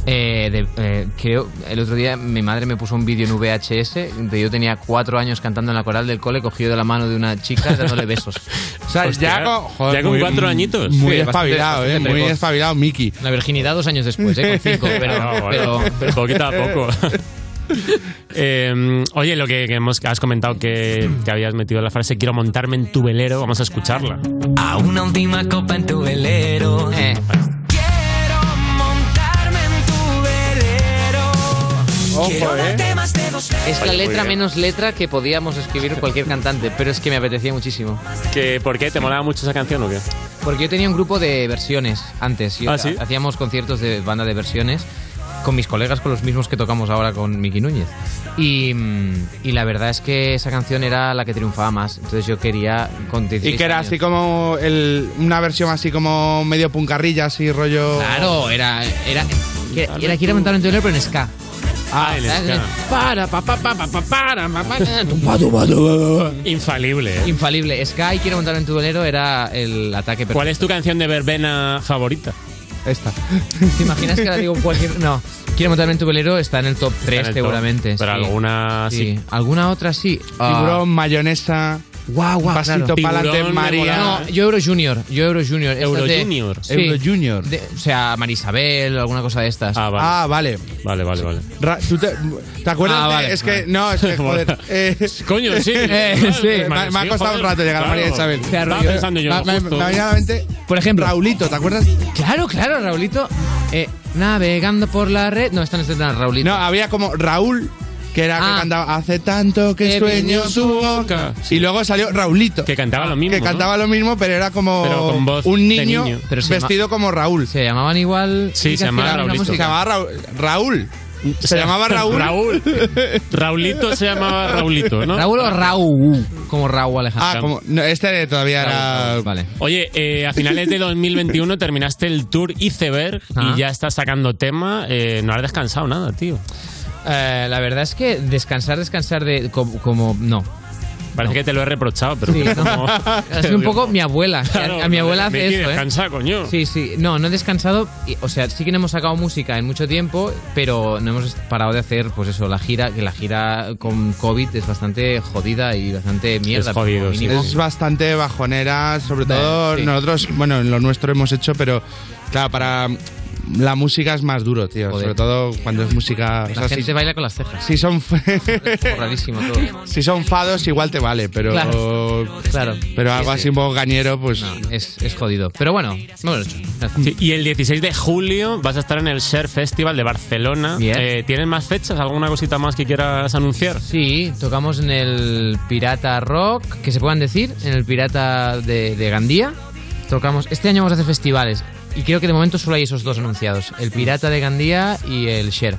Speaker 23: Eh, de- eh, creo, el otro día mi madre me puso un vídeo en VHS de yo tenía cuatro años cantando en la coral del cole, cogido de la mano de una chica dándole besos.
Speaker 3: O sea, ya con, joder, muy- Muy espabilado, eh. Muy espabilado, Miki.
Speaker 23: La virginidad dos años después, eh, con cinco, pero,
Speaker 4: No,
Speaker 23: pero,
Speaker 4: bueno, poquito a poco. Eh, oye, lo que, que hemos, has comentado que te habías metido la frase quiero montarme en tu velero, vamos a escucharla.
Speaker 6: A una última copa en tu velero. Quiero montarme en tu velero. Quiero darte más de dos
Speaker 23: Es la
Speaker 6: besos.
Speaker 23: letra menos letra que podíamos escribir cualquier cantante, pero es que me apetecía muchísimo.
Speaker 4: Que, ¿Por qué? ¿Te molaba mucho esa canción o qué?
Speaker 23: Porque yo tenía un grupo de versiones antes. Yo
Speaker 4: Ah, ¿sí?
Speaker 23: Hacíamos conciertos de banda de versiones con mis colegas, con los mismos que tocamos ahora con Miki Núñez. Y, mm, y la verdad es que esa canción era la que triunfaba más. Entonces yo quería con
Speaker 3: Y
Speaker 23: 16
Speaker 3: que era
Speaker 23: años.
Speaker 3: así como el- una versión así como medio puncarrilla, así rollo.
Speaker 23: Claro, era. Era, era, era quiero montar un velero, pero en ska.
Speaker 4: Ah, en
Speaker 23: ¿sabes?
Speaker 4: ska.
Speaker 23: Para, pa, pa, pa, pa, pa, para, pa, pa, pa,
Speaker 4: Infalible. ¿eh?
Speaker 23: Infalible. Sky quiero montar en tu velero
Speaker 3: Ah,
Speaker 23: era el ataque perfecto.
Speaker 4: ¿Cuál es tu canción de verbena favorita?
Speaker 3: Esta.
Speaker 23: ¿Te imaginas que ahora digo cualquier.? No. Quiero montarme en tu velero está en el top 3
Speaker 4: en el top,
Speaker 23: seguramente.
Speaker 4: pero
Speaker 23: sí.
Speaker 4: alguna sí.
Speaker 23: Alguna otra sí. Ah,
Speaker 3: Tiburón, mayonesa.
Speaker 23: Guau, guau,
Speaker 3: Pasito
Speaker 23: claro.
Speaker 3: pa'lante,
Speaker 23: Tiburón,
Speaker 3: María.
Speaker 23: No, yo Euro Junior. Yo Euro Junior. estas
Speaker 3: Euro
Speaker 23: de-
Speaker 3: Junior.
Speaker 23: sí.
Speaker 3: Euro Junior.
Speaker 23: De- o sea, Marisabel o alguna cosa de estas. Ah,
Speaker 4: vale.
Speaker 3: Ah, vale.
Speaker 4: Vale, vale, vale.
Speaker 3: Ra- ¿tú te, ¿te acuerdas?
Speaker 23: Ah,
Speaker 3: de-
Speaker 23: vale,
Speaker 3: es que,
Speaker 23: vale.
Speaker 3: no, es que, joder. eh,
Speaker 4: Coño, sí.
Speaker 3: Eh, sí. Me-
Speaker 4: Vale,
Speaker 3: me ha
Speaker 4: sí,
Speaker 3: costado
Speaker 4: joder,
Speaker 3: un rato llegar a
Speaker 4: claro.
Speaker 3: María Isabel.
Speaker 4: Estaba pensando yo.
Speaker 3: Ma- ma-
Speaker 4: justo.
Speaker 3: mayormente,
Speaker 23: Por ejemplo.
Speaker 3: Raulito, ¿te acuerdas?
Speaker 23: Claro, claro, Raulito. Eh, navegando por la red. No, esta no es de Raulito.
Speaker 3: No, había como Raúl, que era
Speaker 23: Ah.
Speaker 3: que cantaba hace tanto que
Speaker 4: Que
Speaker 3: sueño
Speaker 4: vino
Speaker 3: su boca. Y luego salió Raulito. Que
Speaker 4: cantaba lo mismo,
Speaker 3: Que
Speaker 4: ¿no?
Speaker 3: cantaba lo mismo, pero era como
Speaker 4: Pero con voz
Speaker 3: un
Speaker 4: de
Speaker 3: niño,
Speaker 4: niño. Pero se
Speaker 3: vestido
Speaker 4: llama-
Speaker 3: como Raúl.
Speaker 23: Se llamaban igual.
Speaker 4: Sí, se llamaba Raulito.
Speaker 3: Se llamaba Raúl. Raúl. Se
Speaker 4: sea,
Speaker 3: llamaba Raúl.
Speaker 4: Raúl. Raulito se llamaba Raulito, ¿no?
Speaker 23: Raúl o Raúl. Como Raúl Alejandro.
Speaker 4: Ah,
Speaker 3: como- no, este todavía
Speaker 23: era. Vale.
Speaker 4: Oye, eh, a finales de 2021 terminaste el tour Iceberg
Speaker 23: Ah.
Speaker 4: y ya estás sacando tema. Eh, no has descansado nada, tío.
Speaker 23: Eh, la verdad es que descansar, descansar de. Como. como- no.
Speaker 4: Parece que te lo he reprochado, pero
Speaker 23: Sí, no.
Speaker 4: como-
Speaker 23: Ha sido un poco mi abuela. que a-
Speaker 4: Claro,
Speaker 23: a mi
Speaker 4: no,
Speaker 23: abuela hace
Speaker 4: Miki,
Speaker 23: eso. ¿eh?
Speaker 4: descansa, coño.
Speaker 23: Sí, sí. No, no he descansado. y- O sea, sí que no hemos sacado música en mucho tiempo, pero no hemos parado de hacer, pues eso, la gira, que la gira con COVID es bastante jodida y bastante mierda. como mínimo.
Speaker 3: Es bastante bajonera, sobre
Speaker 23: Vale,
Speaker 3: todo
Speaker 23: sí.
Speaker 3: nosotros, bueno, en lo nuestro hemos hecho, pero claro, para la música es más duro, tío, sobre todo cuando es música... o
Speaker 23: La
Speaker 3: sea,
Speaker 23: gente
Speaker 3: si,
Speaker 23: baila con las cejas.
Speaker 3: si son
Speaker 23: Rarísimo todo.
Speaker 3: si son fados igual te vale, pero
Speaker 23: Claro, claro.
Speaker 3: pero algo así un poco gañero, pues
Speaker 23: es, es jodido. Pero bueno, no lo he hecho.
Speaker 4: Sí, y el 16 de julio vas a estar en el Share Festival de Barcelona.
Speaker 23: Bien.
Speaker 4: Eh, ¿Tienes más fechas? ¿Alguna cosita más que quieras anunciar?
Speaker 23: Sí, tocamos en el Pirata Rock, que se puedan decir, en el Pirata de, de Gandía. Tocamos, este año vamos a hacer festivales y creo que de momento solo hay esos dos anunciados, el Pirata de Gandía y el Share.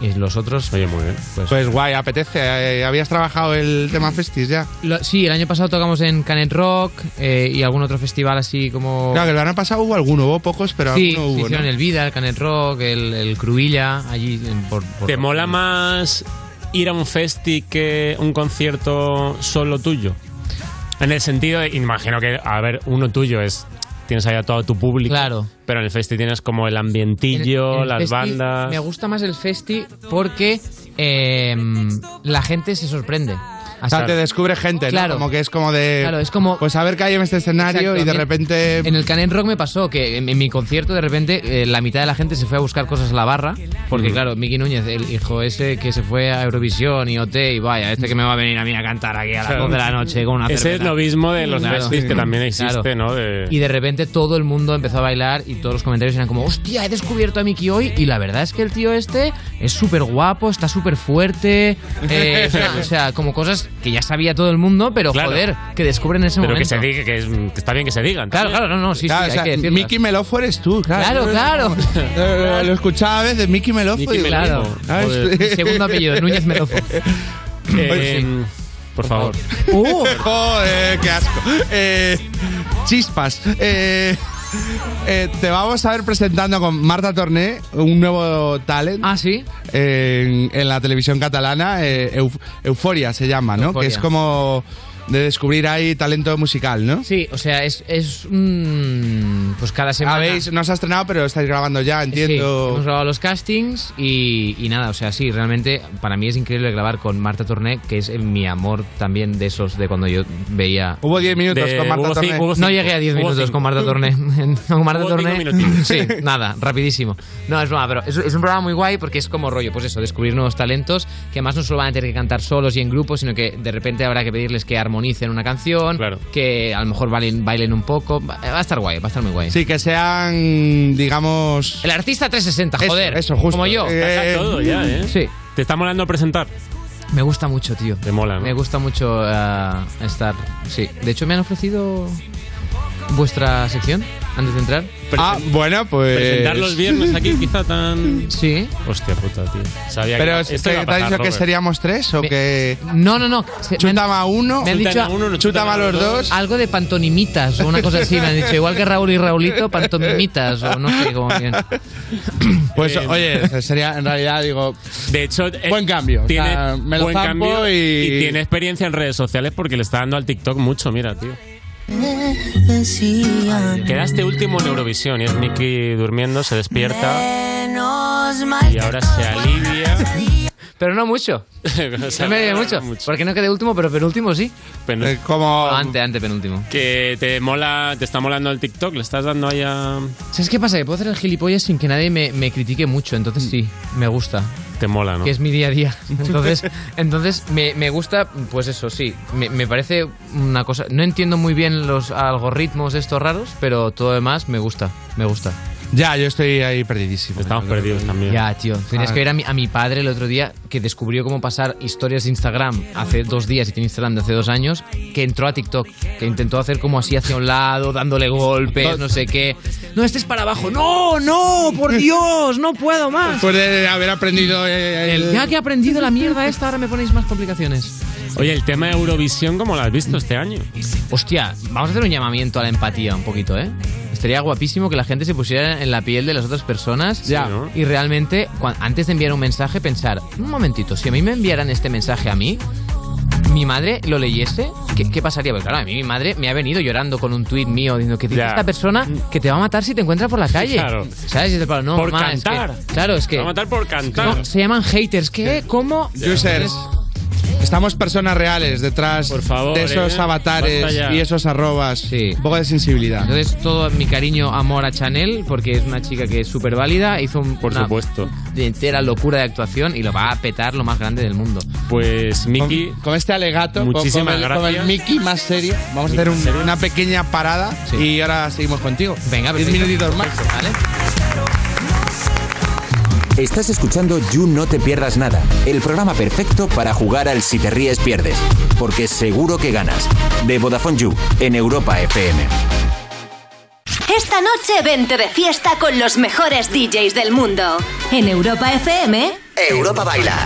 Speaker 23: Y los otros...
Speaker 4: Oye, muy bien.
Speaker 23: Pues,
Speaker 3: pues guay, apetece. Eh, ¿Habías trabajado el tema Festis ya?
Speaker 23: Lo- sí, el año pasado tocamos en Canet Rock eh, y algún otro festival así como...
Speaker 3: Claro, que el verano pasado hubo alguno, hubo pocos, pero
Speaker 23: sí,
Speaker 3: alguno
Speaker 23: se
Speaker 3: hubo,
Speaker 23: hicieron
Speaker 3: ¿no?
Speaker 23: el Vida, el Canet Rock, el, el Cruilla, allí en- por, por-
Speaker 4: ¿Te mola más ir a un festi que un concierto solo tuyo? En el sentido de, imagino que, a ver, uno tuyo es. Tienes allá todo tu público.
Speaker 23: Claro.
Speaker 4: Pero en el festi tienes como el ambientillo,
Speaker 23: En el
Speaker 4: las
Speaker 23: festi,
Speaker 4: bandas.
Speaker 23: Me gusta más el festi porque eh, la gente se sorprende.
Speaker 3: O sea, te descubre gente, ¿no?
Speaker 23: Claro.
Speaker 3: Como que es como de...
Speaker 23: Claro, es como-
Speaker 3: Pues a ver qué hay en este escenario
Speaker 23: Exacto,
Speaker 3: y de
Speaker 23: a mí-
Speaker 3: repente...
Speaker 23: En el Canet Rock me pasó que en, en mi concierto de repente eh, la mitad de la gente se fue a buscar cosas a la barra. Porque
Speaker 3: Mm.
Speaker 4: Ujú.
Speaker 23: claro, Miki Núñez, el hijo ese que se fue a Eurovisión y OT y vaya, este que me va a venir a mí a cantar aquí a las
Speaker 4: Claro.
Speaker 23: 2 de la noche con una
Speaker 4: Ese
Speaker 23: cerveza.
Speaker 4: esnovismo de los festis que también existe,
Speaker 23: Claro.
Speaker 4: ¿no? De-
Speaker 23: Y de repente todo el mundo empezó a bailar y todos los comentarios eran como, hostia, he descubierto a Miki hoy y la verdad es que el tío este es súper guapo, está súper fuerte, eh, es una- o sea, como cosas que ya sabía todo el mundo, pero
Speaker 4: Claro.
Speaker 23: joder, que descubren en ese
Speaker 4: pero que
Speaker 23: momento.
Speaker 4: se diga, que, es- que está bien que se digan.
Speaker 23: Claro,
Speaker 4: también.
Speaker 23: claro, no, no, sí,
Speaker 3: Claro,
Speaker 23: sí,
Speaker 3: o sea,
Speaker 23: hay que decirlo.
Speaker 3: Mickey Melofo eres tú, claro.
Speaker 23: Claro, claro.
Speaker 3: Eh, Lo escuchaba a veces, Mickey Melofo.
Speaker 23: Mickey
Speaker 3: digo,
Speaker 23: Melofo.
Speaker 3: ¿no?
Speaker 23: Claro. Joder. Mi segundo apellido, Núñez Melofo.
Speaker 4: Eh, Por favor.
Speaker 3: ¡Uh! ¡Joder, qué asco! Eh, chispas. Eh, eh, te vamos a ver presentando con Marta Torné un nuevo talent.
Speaker 23: Ah, sí.
Speaker 3: En, en la televisión catalana, eh, Euf- Euforia se llama, ¿no?
Speaker 23: Euforia.
Speaker 3: Que es como de descubrir ahí talento musical, ¿no?
Speaker 23: Sí, o sea, es, es un... Pues cada semana...
Speaker 3: Habéis, no se ha estrenado, pero estáis grabando ya, entiendo.
Speaker 23: Sí, hemos grabado los castings y, y nada, o sea, sí, realmente para mí es increíble grabar con Marta Torné, que es mi amor también de esos de cuando yo veía.
Speaker 3: Hubo 10 minutos
Speaker 23: De-
Speaker 3: con Marta
Speaker 23: hubo cinco-
Speaker 3: Torné.
Speaker 23: hubo cinco. No llegué a 10
Speaker 3: Hubo
Speaker 23: minutos
Speaker 3: cinco.
Speaker 23: con Marta Torné. con Marta
Speaker 3: Hubo
Speaker 23: Torné.
Speaker 3: cinco minutillos.
Speaker 23: Sí, nada, rapidísimo. No, es broma, pero es, es un programa muy guay porque es como rollo, pues eso, descubrir nuevos talentos que además no solo van a tener que cantar solos y en grupo, sino que de repente habrá que pedirles que armonicen una canción, que a lo mejor bailen, bailen un poco. Va va a estar guay, va a estar muy guay.
Speaker 3: Sí, que sean, digamos.
Speaker 23: El artista 360,
Speaker 3: Eso,
Speaker 23: joder.
Speaker 3: eso, justo.
Speaker 23: Como yo.
Speaker 3: Eh,
Speaker 4: Todo ya, ¿eh?
Speaker 23: Sí.
Speaker 4: ¿Te está molando presentar?
Speaker 23: Me gusta mucho, tío.
Speaker 4: Te mola, ¿no?
Speaker 23: Me gusta mucho eh, estar. Sí. De hecho, me han ofrecido vuestra sección antes de entrar.
Speaker 3: Ah, bueno, pues.
Speaker 4: Presentar los viernes aquí quizá tan...
Speaker 23: Sí.
Speaker 4: Hostia puta, tío. Sabía
Speaker 3: Pero
Speaker 4: que...
Speaker 3: es
Speaker 4: esto
Speaker 3: que
Speaker 4: iba a
Speaker 3: ¿te has
Speaker 4: pasar,
Speaker 3: dicho que
Speaker 4: Robert.
Speaker 3: seríamos tres o que.?
Speaker 23: No, no, no. se- me han-
Speaker 3: Chútame a uno.
Speaker 23: Me han dicho,
Speaker 3: Chútame a uno, no chútame a los dos.
Speaker 23: Algo de pantonimitas o una cosa así. Me han dicho, igual que Raúl y Raulito, pantomimitas o no sé cómo bien.
Speaker 3: Pues, oye, sería en realidad, digo.
Speaker 4: De hecho, eh,
Speaker 3: Buen cambio. o
Speaker 4: Tiene
Speaker 3: sea, me lo
Speaker 4: buen
Speaker 3: zampo
Speaker 4: cambio
Speaker 3: y.
Speaker 4: tiene experiencia en redes sociales porque le está dando al TikTok mucho, mira, tío. Quedaste último en Eurovisión y es Mickey durmiendo, se despierta y ahora se alivia.
Speaker 23: Pero no mucho.
Speaker 4: O sea,
Speaker 23: no me viene mucho. Porque no quedé último, pero penúltimo sí.
Speaker 3: Eh, como.
Speaker 23: Ante, ante penúltimo.
Speaker 4: Que te mola, te está molando el TikTok, le estás dando ahí a...
Speaker 23: ¿Sabes qué pasa? Que puedo hacer el gilipollas sin que nadie me, me critique mucho, entonces sí, me gusta.
Speaker 4: Te mola, ¿no?
Speaker 23: Que es mi día a día. Entonces, entonces me, me gusta, pues eso, sí. Me, me parece una cosa. No entiendo muy bien los algoritmos estos raros, pero todo lo demás me gusta. Me gusta.
Speaker 3: Ya, yo estoy ahí perdidísimo. Estamos perdidos también.
Speaker 23: Ya, tío. Tenías que ver a mi, a mi padre el otro día que descubrió cómo pasar historias de Instagram hace dos días y tiene Instagram de hace dos años, que entró a TikTok, que intentó hacer como así hacia un lado, dándole golpes, no sé qué. No, este es para abajo. No, no, por Dios, no puedo más.
Speaker 3: Después de haber aprendido eh, el-
Speaker 23: Ya que he aprendido la mierda esta, ahora me ponéis más complicaciones.
Speaker 4: Oye, el tema de Eurovisión, ¿cómo lo has visto este año?
Speaker 23: Hostia, vamos a hacer un llamamiento a la empatía un poquito, ¿eh? Estaría guapísimo que la gente se pusiera en la piel de las otras personas
Speaker 4: Ya. Sí, ¿no?
Speaker 23: y realmente, cuan- antes de enviar un mensaje, pensar, un momentito, si a mí me enviaran este mensaje a mí, mi madre lo leyese, ¿qué, qué pasaría? Porque claro, a mí mi madre me ha venido llorando con un tuit mío diciendo que dice
Speaker 4: Ya.
Speaker 23: esta persona que te va a matar si te encuentra por la calle.
Speaker 4: Ah. Claro.
Speaker 23: ¿Sabes? Y te paro, no,
Speaker 4: por
Speaker 23: mamá, es que-
Speaker 4: cantar.
Speaker 23: claro, es que...
Speaker 4: Va a matar por cantar.
Speaker 23: No, se llaman haters. ¿Qué? ¿Cómo?
Speaker 3: Users. Estamos personas reales detrás de esos
Speaker 23: ¿eh? Basta
Speaker 3: avatares
Speaker 23: ya.
Speaker 3: y esos arrobas. Un poco de sensibilidad.
Speaker 23: Entonces, todo mi cariño, amor a Chanel, porque es una chica que es súper válida, hizo un,
Speaker 4: Por
Speaker 23: una
Speaker 4: supuesto.
Speaker 23: entera locura de actuación y lo va a petar lo más grande del mundo.
Speaker 4: Pues, Miki.
Speaker 3: Con, con este alegato, con-
Speaker 4: Muchísimas
Speaker 3: con, el,
Speaker 4: gracias.
Speaker 3: con el Mickey más serio, vamos a
Speaker 4: Mickey
Speaker 3: hacer
Speaker 4: más
Speaker 3: un-
Speaker 4: serio.
Speaker 3: una pequeña parada y ahora seguimos contigo. Venga, Diez
Speaker 23: perfecto.
Speaker 3: minutitos más.
Speaker 8: Estás escuchando You No Te Pierdas Nada, el programa perfecto para jugar al Si Te Ríes Pierdes, porque seguro que ganas. De Vodafone You, en Europa FM.
Speaker 1: Esta noche vente de fiesta con los mejores DJs del mundo. En Europa FM,
Speaker 24: Europa Baila.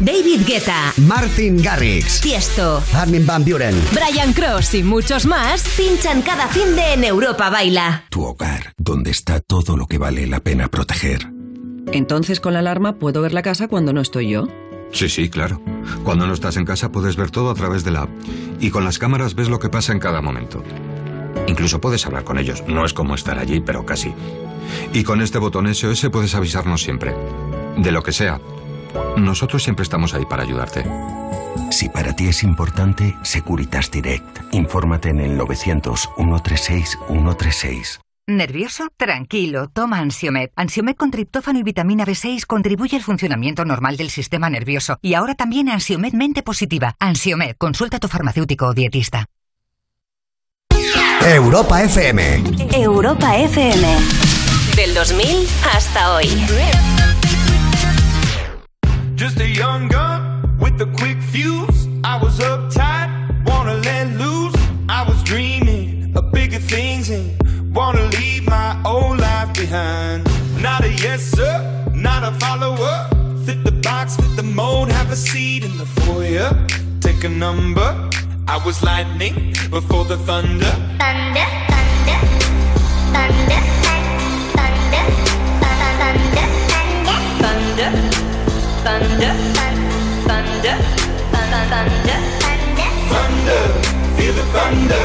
Speaker 1: David Guetta,
Speaker 24: Martin Garrix.
Speaker 1: Tiesto,
Speaker 24: Armin Van Buren.
Speaker 1: Brian Cross y muchos más pinchan cada fin de En Europa Baila.
Speaker 10: Tu hogar, donde está todo lo que vale la pena proteger.
Speaker 25: Entonces con la alarma puedo ver la casa cuando no estoy yo.
Speaker 10: Sí, sí, claro. Cuando no estás en casa puedes ver todo a través de la app y con las cámaras ves lo que pasa en cada momento. Incluso puedes hablar con ellos. No es como estar allí, pero casi. Y con este botón SOS puedes avisarnos siempre. De lo que sea. Nosotros siempre estamos ahí para ayudarte.
Speaker 24: Si para ti es importante, Securitas Direct. Infórmate en el 900-136-136.
Speaker 14: ¿Nervioso? Tranquilo, toma Ansiomed. Ansiomed con triptófano y vitamina B6 contribuye al funcionamiento normal del sistema nervioso. Y ahora también Ansiomed mente positiva. Ansiomed, consulta a tu farmacéutico o dietista.
Speaker 24: Europa FM.
Speaker 1: Europa FM. Del 2000 hasta hoy.
Speaker 26: Just a young gun with a quick fuse. I was uptight, wanna let loose. I was dreaming of bigger things and wanna leave my old life behind. Not a yes, sir, not a follower. Fit the box, fit the mold, have a seat in the foyer. Take a number. I was lightning before the thunder.
Speaker 27: Thunder, thunder, thunder, thunder, thunder, thunder, thunder, thunder, thunder,
Speaker 26: Thunder, feel the thunder.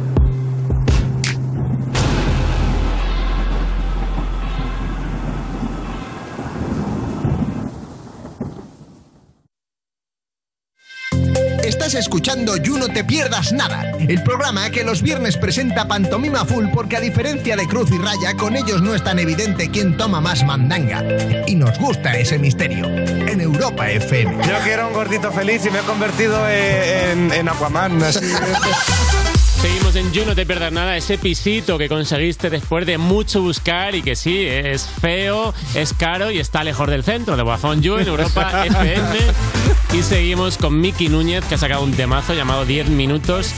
Speaker 5: Estás escuchando You No Te Pierdas Nada, el programa que los viernes presenta Pantomima Full porque a diferencia de Cruz y Raya, con ellos no es tan evidente quién toma más mandanga. Y nos gusta ese misterio. En Europa FM.
Speaker 9: Yo que era un gordito feliz y me he convertido eh, en, en Aquaman. así.
Speaker 4: Seguimos en You, no te pierdas nada. Ese pisito que conseguiste después de mucho buscar y que sí, es feo, es caro y está lejos del centro de Vodafone You en Europa FM. Y seguimos con Miki Núñez que ha sacado un temazo llamado 10 minutos.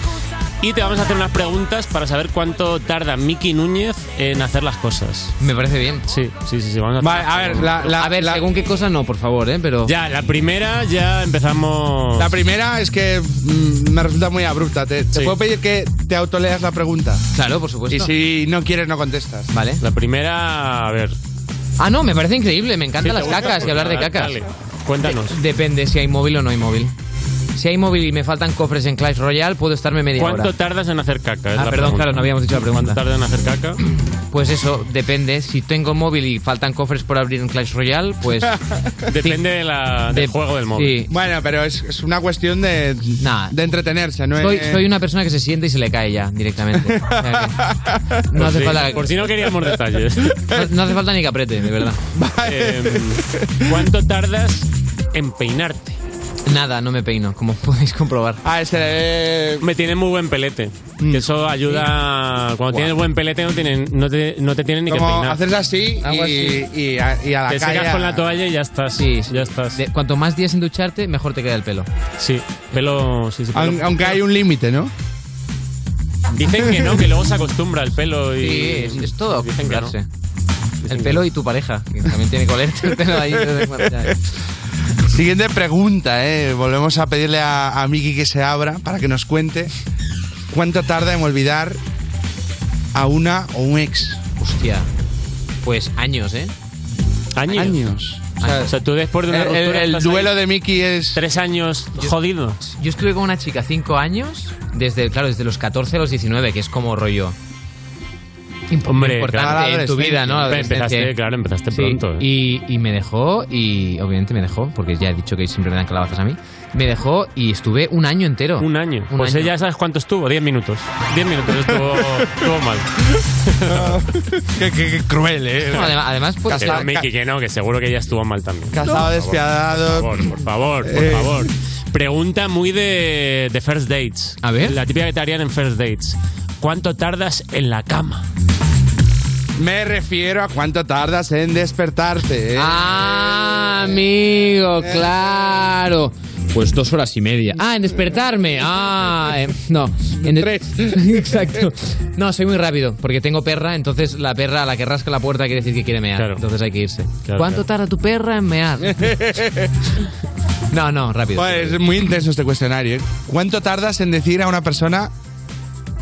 Speaker 4: Y te vamos a hacer unas preguntas para saber cuánto tarda Miki Núñez en hacer las cosas.
Speaker 23: Me parece bien.
Speaker 4: Sí, sí, sí. sí vamos a, hacer
Speaker 23: Vale, a
Speaker 4: unas
Speaker 23: ver,
Speaker 4: preguntas.
Speaker 23: la- la- A ver, la- según qué cosa no, por favor, ¿eh? Pero...
Speaker 4: Ya, la primera ya empezamos...
Speaker 3: La primera es que mm, me resulta muy abrupta. Te, te puedo pedir que te autoleas la pregunta.
Speaker 23: Claro, por supuesto.
Speaker 3: Y si no quieres, no contestas.
Speaker 23: Vale.
Speaker 4: La primera, a ver.
Speaker 23: Ah, no, me parece increíble. Me encantan
Speaker 4: Sí,
Speaker 23: las
Speaker 4: te gusta,
Speaker 23: cacas y
Speaker 4: pues
Speaker 23: hablar de
Speaker 4: nada,
Speaker 23: cacas.
Speaker 4: dale. Cuéntanos.
Speaker 23: De- depende si hay móvil o no hay móvil. si hay móvil y me faltan cofres en Clash Royale, puedo estarme media
Speaker 4: ¿Cuánto
Speaker 23: hora.
Speaker 4: tardas en hacer caca? Es
Speaker 23: Ah,
Speaker 4: la
Speaker 23: perdón,
Speaker 4: pregunta.
Speaker 23: claro, no habíamos dicho la pregunta.
Speaker 4: ¿Cuánto tardas en hacer caca?
Speaker 23: Pues eso, depende. Si tengo móvil y faltan cofres por abrir en Clash Royale, pues...
Speaker 4: Depende de la, del juego del móvil.
Speaker 23: Sí.
Speaker 3: Bueno, pero es, es una cuestión de, de entretenerse, ¿no?
Speaker 23: Soy,
Speaker 3: Eh,
Speaker 23: soy una persona que se siente y se le cae ya directamente. O sea que no
Speaker 4: Por
Speaker 23: hace
Speaker 4: si-
Speaker 23: falta...
Speaker 4: por si no queríamos detalles.
Speaker 23: No, no hace falta ni que apriete, de verdad.
Speaker 4: Em, ¿Cuánto tardas en peinarte?
Speaker 23: Nada, no me peino, como podéis comprobar.
Speaker 3: Ah, es Mm.
Speaker 4: Me tiene muy buen pelete. Que eso ayuda. Cuando tienes buen pelete, no, tienen, no, te, no te tienen ni que
Speaker 3: Como
Speaker 4: peinar.
Speaker 3: haces así
Speaker 4: Ah,
Speaker 3: y,
Speaker 4: pues
Speaker 23: Hago así.
Speaker 3: y a, y a la
Speaker 4: Te secas
Speaker 3: calle.
Speaker 4: con la toalla y ya estás. Ya estás.
Speaker 23: De- cuanto más días sin ducharte, mejor te queda el pelo.
Speaker 4: Sí, pelo. Sí, sí, pelo-
Speaker 3: Aun- Aunque hay un límite, ¿no?
Speaker 4: Dicen que no, que luego se acostumbra el pelo y.
Speaker 23: Sí, es, es todo
Speaker 4: Dicen que no.
Speaker 23: acostumbrarse. El pelo y tu pareja, que también tiene que olerte el pelo ahí. de vez en cuando, ya.
Speaker 3: Siguiente pregunta, ¿eh? Volvemos a pedirle a, a Miki que se abra para que nos cuente cuánto tarda en olvidar a una o un ex.
Speaker 23: Hostia. Pues años, ¿eh?
Speaker 4: Años.
Speaker 3: Años.
Speaker 4: O sea, o sea, tú después de una
Speaker 23: El- el-
Speaker 4: ruptura
Speaker 23: el
Speaker 4: estás
Speaker 23: duelo
Speaker 4: ahí
Speaker 3: de Mickey es.
Speaker 4: Tres años jodido.
Speaker 23: Yo estuve con una chica cinco años, desde, claro, desde los 14 a los 19, que es como rollo.
Speaker 4: Hombre,
Speaker 23: importante
Speaker 4: claro,
Speaker 23: en tu vida, ¿no?
Speaker 4: Empezaste,
Speaker 23: Adolescencia.
Speaker 4: claro, empezaste
Speaker 23: Sí,
Speaker 4: pronto. ¿eh?
Speaker 23: Y, y me dejó, y obviamente me dejó, porque ya he dicho que siempre me dan calabazas a mí. Me dejó y estuve un año entero.
Speaker 4: Un año.
Speaker 23: Un
Speaker 4: pues
Speaker 23: año.
Speaker 4: ella, ¿sabes cuánto estuvo? Diez minutos. Diez minutos estuvo, estuvo mal.
Speaker 3: qué, cruel, ¿eh?
Speaker 4: No,
Speaker 23: además- además, pues-
Speaker 4: Casado,
Speaker 23: Ca-
Speaker 4: Miki, que no, que seguro que ella estuvo mal también.
Speaker 3: Casado
Speaker 4: Por favor,
Speaker 3: despiadado.
Speaker 4: Por favor, por favor, por
Speaker 3: Eh.
Speaker 4: favor. Pregunta muy de, de first dates. A ver. La típica que te harían en first dates. ¿Cuánto tardas en la cama?
Speaker 3: Me refiero a cuánto tardas en despertarte. ¿eh?
Speaker 23: Ah, amigo, claro. Pues dos horas y media. Ah, en despertarme. Ah, eh, no. En Tres. Exacto. No, soy muy rápido, porque tengo perra, entonces la perra a la que rasca la puerta quiere decir que quiere mear. Entonces hay que irse. ¿Cuánto tarda tu perra en mear? No, no, rápido.
Speaker 3: Joder, es muy intenso este cuestionario. ¿eh? ¿Cuánto tardas en decir a una persona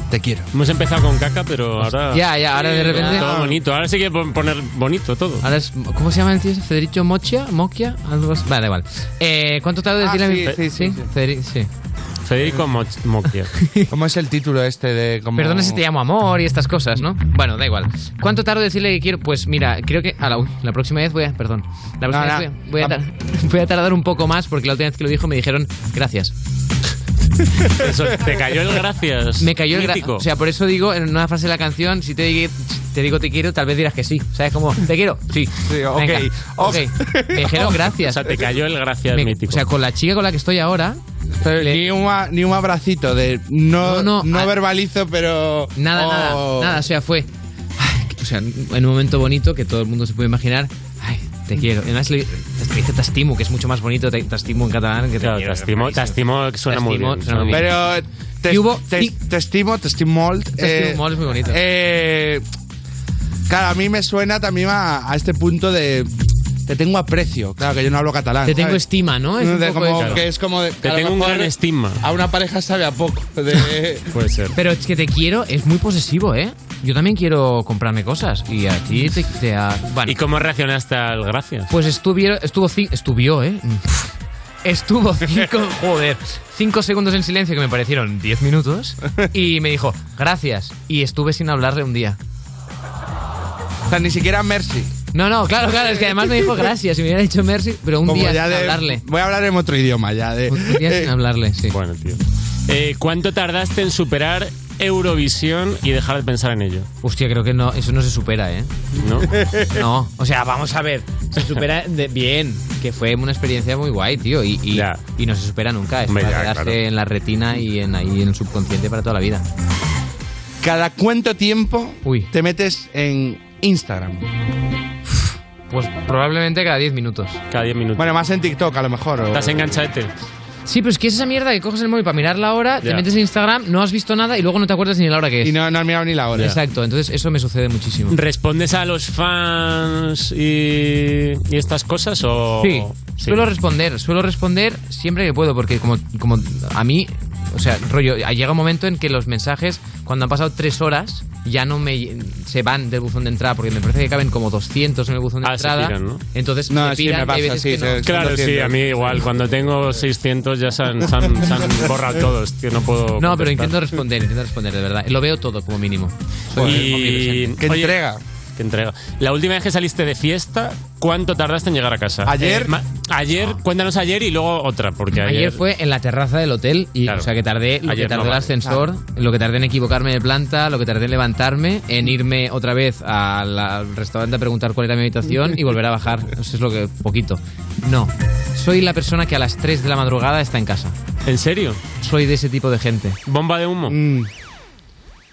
Speaker 3: te quiero?
Speaker 4: Hemos empezado con caca, pero ahora.
Speaker 23: Ya, ya, ahora de repente-
Speaker 4: Todo bonito. Ahora sí que pon- poner bonito todo.
Speaker 23: Ahora es, ¿Cómo se llama el tío? ese? ¿Federico Mochia? ¿Mochia? Algo así. Vale, da igual. Eh, ¿Cuánto tarda en
Speaker 4: Ah,
Speaker 23: decir a mi
Speaker 4: sí,
Speaker 23: per-
Speaker 4: sí, sí, sí.
Speaker 23: Federi- sí. Eh.
Speaker 4: Federico Moch- Mochia.
Speaker 3: ¿Cómo es el título este de como...
Speaker 23: Perdona si te llamo amor y estas cosas, ¿no? Bueno, da igual. ¿Cuánto tardo en decirle que quiero? Pues mira, creo que. A la, uy, la próxima vez voy a. Perdón. La próxima
Speaker 3: No, no.
Speaker 23: vez voy a, voy a tar- voy a tardar un poco más porque la última vez que lo dijo me dijeron gracias.
Speaker 4: Eso, te cayó el gracias.
Speaker 23: Me cayó el gra-
Speaker 4: Mítico.
Speaker 23: O sea, pues, por eso digo en una frase de la canción: si te, di- te digo te quiero, tal vez dirás que sí. ¿Sabes cómo? ¿Te quiero? Sí. Sí,
Speaker 4: ok.
Speaker 23: ok. Me dijeron gracias.
Speaker 4: O sea, te cayó el gracias
Speaker 23: Me-
Speaker 4: mítico.
Speaker 23: o sea, con la chica con la que estoy ahora.
Speaker 3: Pero
Speaker 23: le-
Speaker 3: ni, una- ni un abracito de no, no,
Speaker 23: ah.
Speaker 3: verbalizo, pero.
Speaker 23: Nada,
Speaker 3: oh.
Speaker 23: nada, nada, o sea, fue. ay, O sea, en un momento bonito que todo el mundo se puede imaginar. Ay,
Speaker 4: Mm.
Speaker 23: te quiero. Y además le le dice te estimo, que es mucho más bonito te, te estimo en catalán que te
Speaker 4: Claro,
Speaker 23: quiero.
Speaker 4: te estimo- te estimo suena muy
Speaker 23: estimo,
Speaker 4: bien,
Speaker 23: suena
Speaker 4: suena
Speaker 23: bien.
Speaker 3: Pero te, te, te estimo, te estimo molt.
Speaker 23: Te estimo molt es muy bonito.
Speaker 3: eh, claro, a mí me suena también a, a este punto de. Te tengo aprecio. Claro, que yo no hablo catalán.
Speaker 23: Te tengo
Speaker 3: ¿sabes? Mm,
Speaker 23: estima, ¿no? Es un
Speaker 3: De
Speaker 23: poco
Speaker 3: como-
Speaker 23: eso.
Speaker 3: que es como. de-
Speaker 4: Te
Speaker 3: que a lo
Speaker 4: tengo un
Speaker 3: mejor
Speaker 4: gran estima.
Speaker 3: A una pareja sabe a poco. de-
Speaker 4: Puede ser.
Speaker 23: Pero es que te quiero es muy posesivo, ¿eh? Yo también quiero comprarme cosas y a ti te. te a- bueno,
Speaker 4: ¿Y cómo reaccionaste al gracias?
Speaker 23: pues estuvieron, estuvo. ci- Estuvió, ¿eh?
Speaker 3: Mm.
Speaker 23: Estuvo cinco, joder, cinco segundos en silencio que me parecieron diez minutos y me dijo gracias y estuve sin hablarle un día.
Speaker 3: O sea, ni siquiera Mercy.
Speaker 23: No, no, claro, claro, es que además me dijo gracias y me hubiera dicho merci, pero un
Speaker 3: Como
Speaker 23: día
Speaker 3: ya
Speaker 23: sin
Speaker 3: de-
Speaker 23: hablarle.
Speaker 3: Voy a hablar en otro idioma ya. De, Eh,
Speaker 23: Un día sin hablarle, sí.
Speaker 4: Bueno, tío. Eh, ¿Cuánto tardaste en superar Eurovisión y dejar de pensar en ello?
Speaker 23: Hostia, creo que no, eso no se supera, ¿eh?
Speaker 4: No.
Speaker 23: No, o sea, vamos a ver, se supera de- bien, que fue una experiencia muy guay, tío, y, y, y no se supera nunca, es
Speaker 4: Hombre,
Speaker 23: para
Speaker 4: ya,
Speaker 23: quedarse
Speaker 4: claro.
Speaker 23: en la retina y en ahí en el subconsciente para toda la vida.
Speaker 3: ¿Cada cuánto tiempo te metes en Instagram?
Speaker 23: Pues probablemente cada 10 minutos.
Speaker 4: Cada 10 minutos.
Speaker 3: Bueno, más en TikTok a lo mejor.
Speaker 4: Estás enganchadete.
Speaker 23: Sí, pero es que es esa mierda que coges el móvil para mirar la hora, te
Speaker 4: Ya.
Speaker 23: metes en Instagram, no has visto nada y luego no te acuerdas ni la hora que es. Y
Speaker 3: no, has mirado ni la hora.
Speaker 23: Exacto, entonces eso me sucede muchísimo.
Speaker 4: ¿Respondes a los fans y, y estas cosas o...?
Speaker 23: Sí, suelo responder, suelo responder siempre que puedo, porque como, como a mí O sea, rollo, llega un momento en que los mensajes, cuando han pasado tres horas, ya no me se van del buzón de entrada, porque me parece que caben como 200 en el buzón de
Speaker 4: Ah, se
Speaker 23: entrada.
Speaker 4: piran, ¿no?
Speaker 23: Entonces
Speaker 4: No,
Speaker 3: Ah,
Speaker 23: se
Speaker 4: sí,
Speaker 23: piran,
Speaker 4: me
Speaker 23: hay
Speaker 4: pasa,
Speaker 23: veces
Speaker 4: sí,
Speaker 23: que no.
Speaker 4: se- Claro, sí, a mí igual. Cuando tengo 600 ya se han, se han- se han borrado todos, tío, no puedo.
Speaker 23: No,
Speaker 4: contestar.
Speaker 23: pero intento responder, intento responder, de verdad. Lo veo todo como mínimo. Soy
Speaker 4: Y...
Speaker 23: omnipresente.
Speaker 4: ¿Qué entrega? ¿Qué entrega? La última vez que saliste de fiesta, ¿cuánto tardaste en llegar a casa?
Speaker 23: Ayer.
Speaker 4: Eh, ma- ayer, cuéntanos ayer y luego otra, porque ayer.
Speaker 23: Ayer fue en la terraza del hotel y o sea que tardé lo
Speaker 4: Ayer
Speaker 23: que tardó
Speaker 4: no
Speaker 23: el
Speaker 4: vale.
Speaker 23: ascensor, lo que tardé en equivocarme de planta, lo que tardé en levantarme, en irme otra vez a la- al restaurante a preguntar cuál era mi habitación y volver a bajar. Eso es lo que poquito. No, soy la persona que a las 3 de la madrugada está en casa.
Speaker 4: ¿En serio?
Speaker 23: Soy de ese tipo de gente.
Speaker 4: ¿Bomba de humo?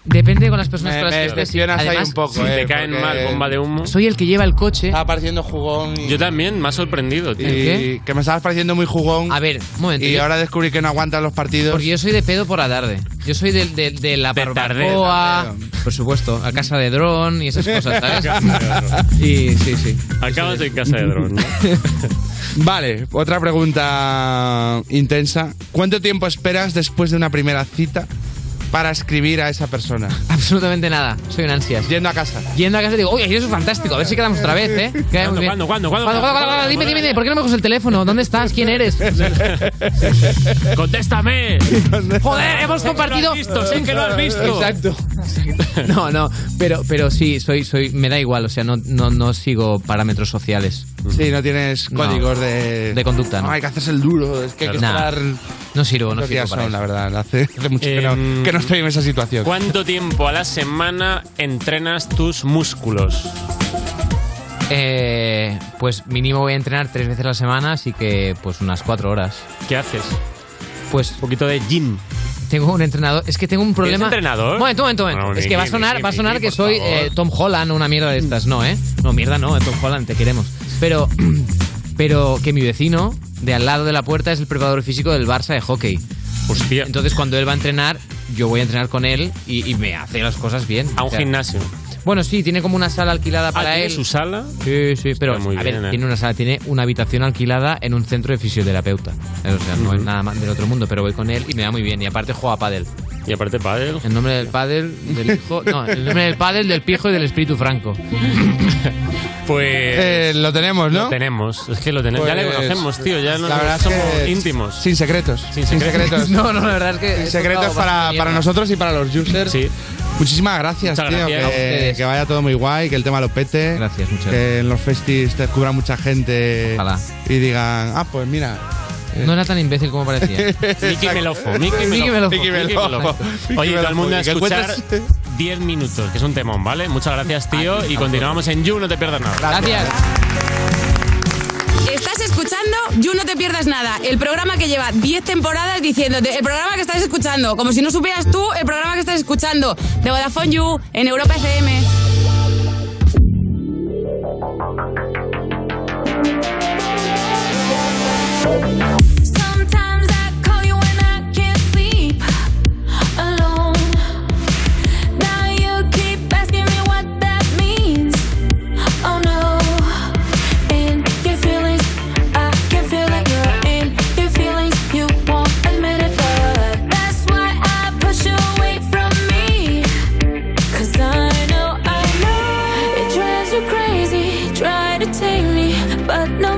Speaker 23: Depende con las personas
Speaker 3: Me-
Speaker 23: con las
Speaker 3: me
Speaker 23: que estés.
Speaker 3: decepcionas ahí
Speaker 23: Además,
Speaker 3: un poco, eh,
Speaker 4: Si te caen mal, bomba de humo.
Speaker 23: Soy el que lleva el coche.
Speaker 3: Estaba pareciendo jugón. Y,
Speaker 4: Yo también, me ha sorprendido, tío.
Speaker 3: y- Que me estabas pareciendo muy jugón. A
Speaker 23: ver, un momento.
Speaker 3: Y
Speaker 23: yo-
Speaker 3: ahora descubrí que no aguantas los partidos.
Speaker 23: Porque yo soy de pedo por la tarde. Yo soy del- del- de, la barbacoa, por supuesto, a casa de dron y esas cosas, ¿sabes? y sí, sí.
Speaker 4: Acabas en casa de dron. ¿no?
Speaker 3: Vale, otra pregunta intensa. ¿Cuánto tiempo esperas después de una primera cita para escribir a esa persona?
Speaker 23: Absolutamente nada. Soy un ansias.
Speaker 3: Yendo a casa.
Speaker 23: Yendo a casa digo, oye, eso es fantástico, a ver si quedamos otra vez, ¿eh? Queda muy bien.
Speaker 4: ¿Cuándo, cuándo, cuándo,
Speaker 23: ¿Cuándo, cuándo, cuándo? Dime, dime, dime, ¿por qué no me coges el teléfono? ¿Dónde estás? ¿Quién eres?
Speaker 4: ¡Contéstame!
Speaker 23: Joder, hemos compartido.
Speaker 4: sé que lo has visto.
Speaker 23: Exacto. No, no, pero, pero sí, soy, soy, me da igual, o sea, no, no, no sigo parámetros sociales.
Speaker 3: Sí, no tienes códigos
Speaker 23: de... De conducta, Ah, no.
Speaker 3: No, hay que hacerse el duro, es que hay que
Speaker 23: Nah,
Speaker 3: esperar
Speaker 23: No sirvo, no
Speaker 3: lo que ya
Speaker 23: sirvo para
Speaker 3: son, la
Speaker 23: eso.
Speaker 3: verdad. Hace, hace mucho que, no,
Speaker 4: Em,
Speaker 3: que no estoy en esa situación.
Speaker 4: ¿Cuánto tiempo a la semana entrenas tus músculos?
Speaker 23: Eh, pues mínimo voy a entrenar tres veces a la semana, así que pues unas cuatro horas.
Speaker 4: ¿Qué haces?
Speaker 23: Pues
Speaker 4: un poquito de gym.
Speaker 23: Tengo un entrenador. Es que tengo un problema.
Speaker 4: entrenador?
Speaker 23: Momento, momento, momento.
Speaker 4: Bueno,
Speaker 23: es que
Speaker 4: Miki,
Speaker 23: va a sonar,
Speaker 4: Miki,
Speaker 23: va a sonar
Speaker 4: Miki,
Speaker 23: que
Speaker 4: por
Speaker 23: soy
Speaker 4: favor.
Speaker 23: eh, Tom Holland o una mierda de estas. No, ¿eh? No, mierda no, Tom Holland, te queremos. Pero, pero que mi vecino de al lado de la puerta es el preparador físico del Barça de hockey.
Speaker 4: Hostia.
Speaker 23: Entonces cuando él va a entrenar, yo voy a entrenar con él y, y me hace las cosas bien.
Speaker 4: A un
Speaker 23: O sea,
Speaker 4: gimnasio.
Speaker 23: Bueno, sí, tiene como una sala alquilada Ah, para
Speaker 4: Ah, ¿tiene
Speaker 23: él.
Speaker 4: su sala?
Speaker 23: Sí, sí, pero
Speaker 4: Está muy
Speaker 23: a
Speaker 4: bien,
Speaker 23: ver,
Speaker 4: ¿eh?
Speaker 23: tiene una sala, tiene una habitación alquilada en un centro de fisioterapeuta. O sea, no es nada más del otro mundo, pero voy con él y me da muy bien. Y aparte juega a pádel.
Speaker 4: Y aparte pádel.
Speaker 23: El nombre del pádel del hijo, no, el nombre del pádel del pijo y del espíritu franco.
Speaker 4: Pues
Speaker 3: Eh, lo tenemos, ¿no?
Speaker 4: Lo tenemos, es que lo tenemos. ya le
Speaker 3: Pues,
Speaker 4: conocemos, tío, ya no,
Speaker 3: la verdad es
Speaker 4: somos
Speaker 3: que-
Speaker 4: íntimos.
Speaker 3: Sin secretos. Sin
Speaker 4: secretos.
Speaker 23: No, no, la verdad es que
Speaker 3: Sin
Speaker 23: he
Speaker 3: secretos
Speaker 23: tocado
Speaker 3: para,
Speaker 23: bastante
Speaker 3: para
Speaker 23: mierda.
Speaker 3: nosotros y para los users.
Speaker 4: ¿eh? Sí.
Speaker 3: Muchísimas gracias,
Speaker 4: Muchas
Speaker 3: tío.
Speaker 4: gracias. A
Speaker 3: Que,
Speaker 4: ustedes.
Speaker 3: que vaya todo muy guay, que el tema lo pete.
Speaker 23: Gracias, muchas
Speaker 3: Que en los festis te descubra mucha gente. Y digan, ah, pues mira.
Speaker 13: eh.
Speaker 23: No era tan imbécil como parecía.
Speaker 4: Mickey Melofo, Mickey
Speaker 23: Mickey
Speaker 4: Melofo.
Speaker 23: Melofo.
Speaker 4: Mickey Melofo. Oye, todo el mundo a
Speaker 3: Y que
Speaker 4: escuchar
Speaker 3: encuentres-
Speaker 4: 10 minutos, que es un temón, ¿vale? Muchas gracias, tío, y continuamos en You, no te pierdas nada.
Speaker 23: Gracias.
Speaker 22: Estás escuchando You No Te Pierdas Nada, el programa que lleva 10 temporadas diciéndote, el programa que estás escuchando, como si no supieras tú el programa que estás escuchando, de Vodafone You, en Europa FM.
Speaker 2: Sometimes I call you when I can't sleep alone. Now you keep asking me what that means. Oh no, in your feelings, I can feel that you're in your feelings. You won't admit it, but that's why I push you away from me. Cause I know, I know it drives you crazy. Try to Oh,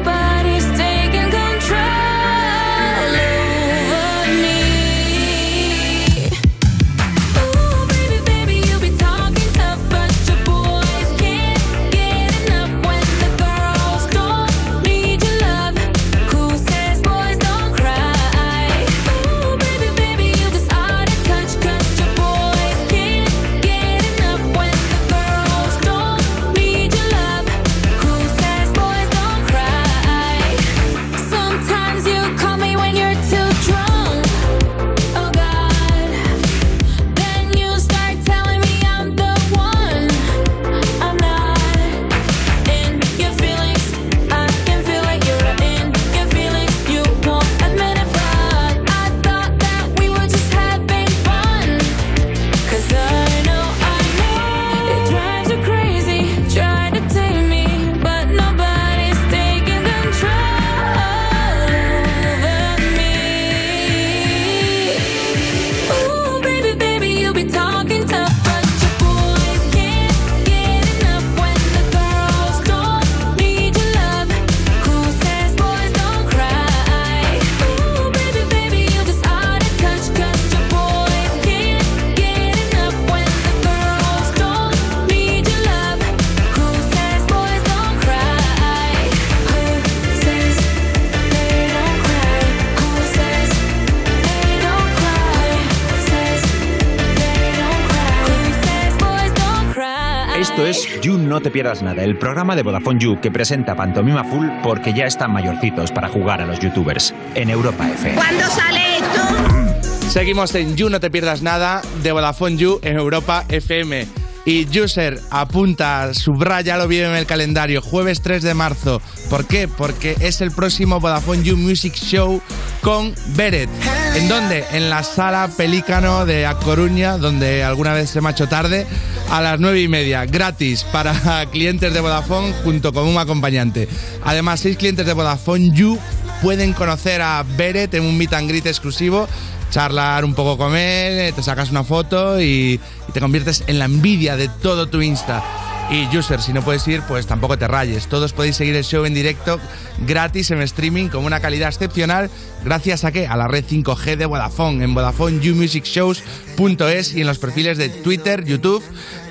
Speaker 8: Esto es You No Te Pierdas Nada, el programa de Vodafone You que presenta Pantomima Full porque ya están mayorcitos para jugar a los youtubers en Europa FM.
Speaker 3: sale esto? Seguimos en You, no te pierdas nada, de Vodafone You en Europa FM. Y User apunta, subraya, lo bien en el calendario, jueves 3 de marzo. ¿Por qué? Porque es el próximo Vodafone You Music Show con Beret. ¿En dónde? En la sala Pelícano de A Coruña, donde alguna vez se macho tarde, a las 9 y media, gratis para clientes de Vodafone junto con un acompañante. Además, seis clientes de Vodafone You pueden conocer a Beret en un meet and greet exclusivo, charlar un poco con él, eh, te sacas una foto y, y te conviertes en la envidia de todo tu Insta. Y user, si no puedes ir, pues tampoco te rayes. Todos podéis seguir el show en directo, gratis, en streaming, con una calidad excepcional, gracias a que a la red 5G de Vodafone, en Vodafone You Music Shows.es y en los perfiles de Twitter, YouTube,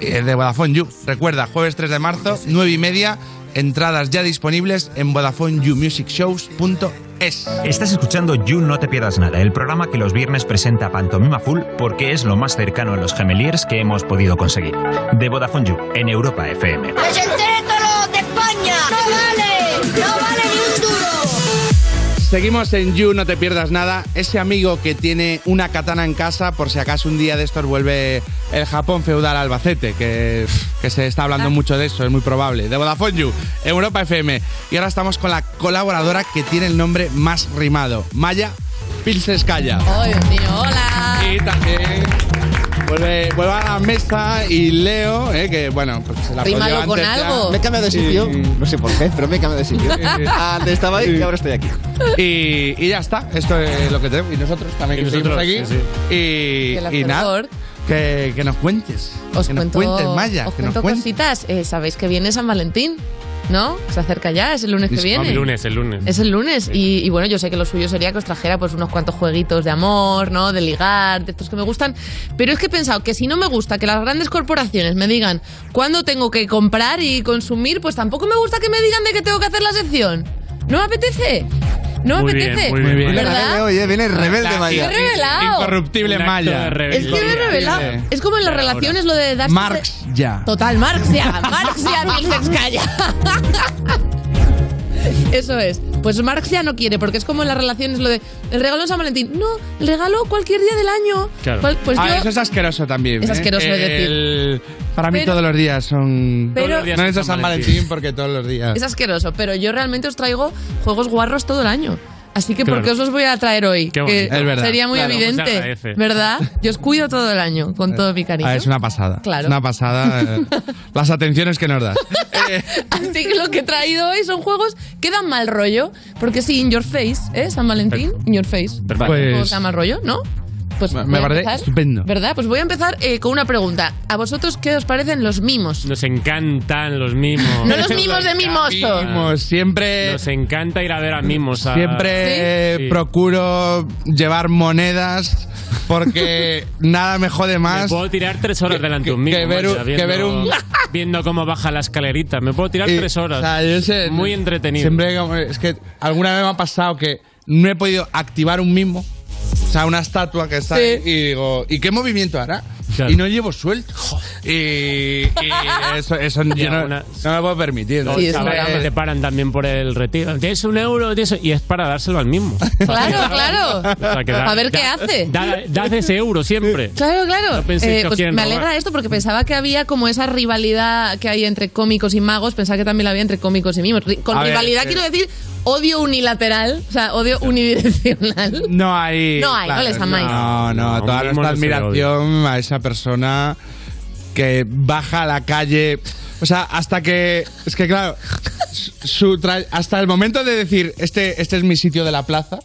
Speaker 3: eh, de Vodafone You. Recuerda, jueves 3 de marzo, 9 y media, entradas ya disponibles en Vodafone You Music Shows.es.
Speaker 8: Estás escuchando You No Te Pierdas Nada, el programa que los viernes presenta Pantomima Full porque es lo más cercano a los gemeliers que hemos podido conseguir. De Vodafone You, en Europa FM.
Speaker 6: ¡Que se entere todo lo de España! ¡No vale! ¡No vale ni un duro!
Speaker 3: Seguimos en You, no te pierdas nada. Ese amigo que tiene una katana en casa, por si acaso un día de estos vuelve el Japón feudal a Albacete, que, que se está
Speaker 22: Ah.
Speaker 3: hablando mucho de eso, es muy probable. De Vodafone You, Europa FM. Y ahora estamos con la colaboradora que tiene el nombre más rimado, Maya Pilseskaya.
Speaker 22: Oh, Dios mío, hola.
Speaker 3: Y también. Vuelve, vuelve a la mesa y Leo, eh, que bueno, pues se la
Speaker 22: Rímalo
Speaker 3: apoyó
Speaker 22: con
Speaker 3: antes ya.
Speaker 22: algo.
Speaker 15: Me he cambiado de sitio, no sé por qué, pero me he cambiado de sitio. Ah, Antes estaba ahí y ahora estoy aquí.
Speaker 3: Y, y ya está, esto es lo que tenemos. Y nosotros también
Speaker 15: Y
Speaker 3: que seguimos
Speaker 15: nosotros,
Speaker 3: aquí.
Speaker 17: Que la
Speaker 3: Y, y nada,
Speaker 17: mejor.
Speaker 3: que, que nos cuentes.
Speaker 17: Os
Speaker 3: que
Speaker 17: cuento,
Speaker 3: nos cuentes, Maya.
Speaker 17: os
Speaker 3: que nos
Speaker 17: cuento
Speaker 3: cuentes.
Speaker 17: cositas. Eh, Sabéis que viene San Valentín, ¿no? Se acerca ya, es el lunes que viene.
Speaker 4: El lunes, el lunes.
Speaker 17: Es el lunes y, y bueno, yo sé que lo suyo sería que os trajera pues unos cuantos jueguitos de amor, ¿no? De ligar, de estos que me gustan. Pero es que he pensado que si no me gusta que las grandes corporaciones me digan cuándo tengo que comprar y consumir, pues tampoco me gusta que me digan de qué tengo que hacer la sección. ¿No me apetece? ¿No me
Speaker 4: Muy bien,
Speaker 17: apetece?
Speaker 4: muy bien, Maya.
Speaker 17: ¿Verdad?
Speaker 15: Oye, viene rebelde, Maya.
Speaker 17: Me he revelado.
Speaker 3: Incorruptible
Speaker 4: Un acto
Speaker 3: Maya.
Speaker 4: de
Speaker 17: Es que me he revelado. Es este como en las relaciones lo de darse...
Speaker 3: Marx ya.
Speaker 17: Total, Marx ya, Marx ya, Pilsenskaya. Eso es. Pues Marx ya no quiere, porque es como en las relaciones lo de el regalo en San Valentín. No, el regalo cualquier día del año.
Speaker 3: Claro.
Speaker 17: Cual- pues
Speaker 3: ah,
Speaker 17: yo-
Speaker 3: eso es asqueroso también.
Speaker 17: Es
Speaker 3: ¿eh?
Speaker 17: asqueroso, es decir.
Speaker 3: El- para mí
Speaker 17: Pero-
Speaker 3: todos los días son...
Speaker 17: Pero- Todos los días
Speaker 3: no
Speaker 17: es
Speaker 3: es
Speaker 17: San
Speaker 3: San
Speaker 17: Valentín.
Speaker 3: Valentín porque todos los días...
Speaker 17: es asqueroso, pero yo realmente os traigo juegos guarros todo el año. Así que
Speaker 3: Claro.
Speaker 17: ¿por qué os los voy a traer hoy?
Speaker 3: Qué
Speaker 17: que
Speaker 3: bonito. Es verdad.
Speaker 17: sería muy
Speaker 3: Claro, pues se
Speaker 17: evidente,
Speaker 3: agradece.
Speaker 17: ¿verdad? Yo os cuido todo el año con todo mi cariño.
Speaker 3: Ah, es una pasada.
Speaker 17: Claro.
Speaker 3: Es una pasada. eh, las atenciones que nos das.
Speaker 17: Así que lo que he traído hoy son juegos que dan mal rollo. Porque sí, In Your Face, ¿eh? San Valentín, In Your Face.
Speaker 3: Perfecto.
Speaker 17: Juegos
Speaker 3: Pues-
Speaker 17: que dan mal rollo, ¿no? Pues
Speaker 3: Me-
Speaker 17: voy
Speaker 3: me
Speaker 17: a
Speaker 3: parece
Speaker 17: empezar,
Speaker 3: estupendo.
Speaker 17: ¿Verdad? Pues voy a empezar eh, con una pregunta. ¿A vosotros qué os parecen los mimos?
Speaker 4: Nos encantan los mimos.
Speaker 17: No los mimos de mimoso.
Speaker 3: Mimos, siempre...
Speaker 4: Nos encanta ir a ver a mimos. a-
Speaker 3: Siempre
Speaker 4: Ah,
Speaker 3: eh,
Speaker 4: Sí.
Speaker 3: procuro llevar monedas porque nada me jode
Speaker 4: Me
Speaker 3: más.
Speaker 4: puedo tirar tres horas delante de un
Speaker 3: que-
Speaker 4: mimo.
Speaker 3: que ver un-
Speaker 4: macho,
Speaker 3: que
Speaker 4: viendo,
Speaker 3: ver un-
Speaker 4: viendo cómo baja la escalerita. Me puedo tirar
Speaker 3: Y,
Speaker 4: tres horas.
Speaker 3: o sea, yo sé-
Speaker 4: Muy entretenido.
Speaker 3: Siempre como- es que alguna vez me ha pasado que no he podido activar un mismo. O sea, una estatua que está
Speaker 4: Sí.
Speaker 3: ahí, y digo, ¿y qué movimiento hará? Y no llevo suelto. Y, y eso, eso yo
Speaker 4: Ya,
Speaker 3: no,
Speaker 4: una-
Speaker 3: no me lo puedo permitir.
Speaker 4: Los chavales que te paran también por el retiro. Tienes un euro, tienes- y es para dárselo al mismo.
Speaker 17: Claro, claro.
Speaker 4: O sea, que da-
Speaker 17: A ver qué
Speaker 4: da-
Speaker 17: hace.
Speaker 4: da- Dad ese euro siempre.
Speaker 17: Claro, claro.
Speaker 4: No penséis
Speaker 17: Eh,
Speaker 4: que os
Speaker 17: pues
Speaker 4: quieren
Speaker 17: me
Speaker 4: robar.
Speaker 17: alegra esto porque pensaba que había como esa rivalidad que hay entre cómicos y magos. Pensaba que también la había entre cómicos y mimos. Ri- Con
Speaker 3: A ver,
Speaker 17: rivalidad
Speaker 3: eh.
Speaker 17: quiero decir odio unilateral, o sea, odio unidireccional.
Speaker 3: No hay.
Speaker 17: No hay, no les amáis.
Speaker 3: No, no,
Speaker 4: No,
Speaker 3: toda
Speaker 4: mismo
Speaker 3: nuestra
Speaker 4: no se le
Speaker 3: admiración a esa persona que baja a la calle. O sea, hasta que. Es que, claro, su tra- hasta el momento de decir, este, este es mi sitio de la plaza.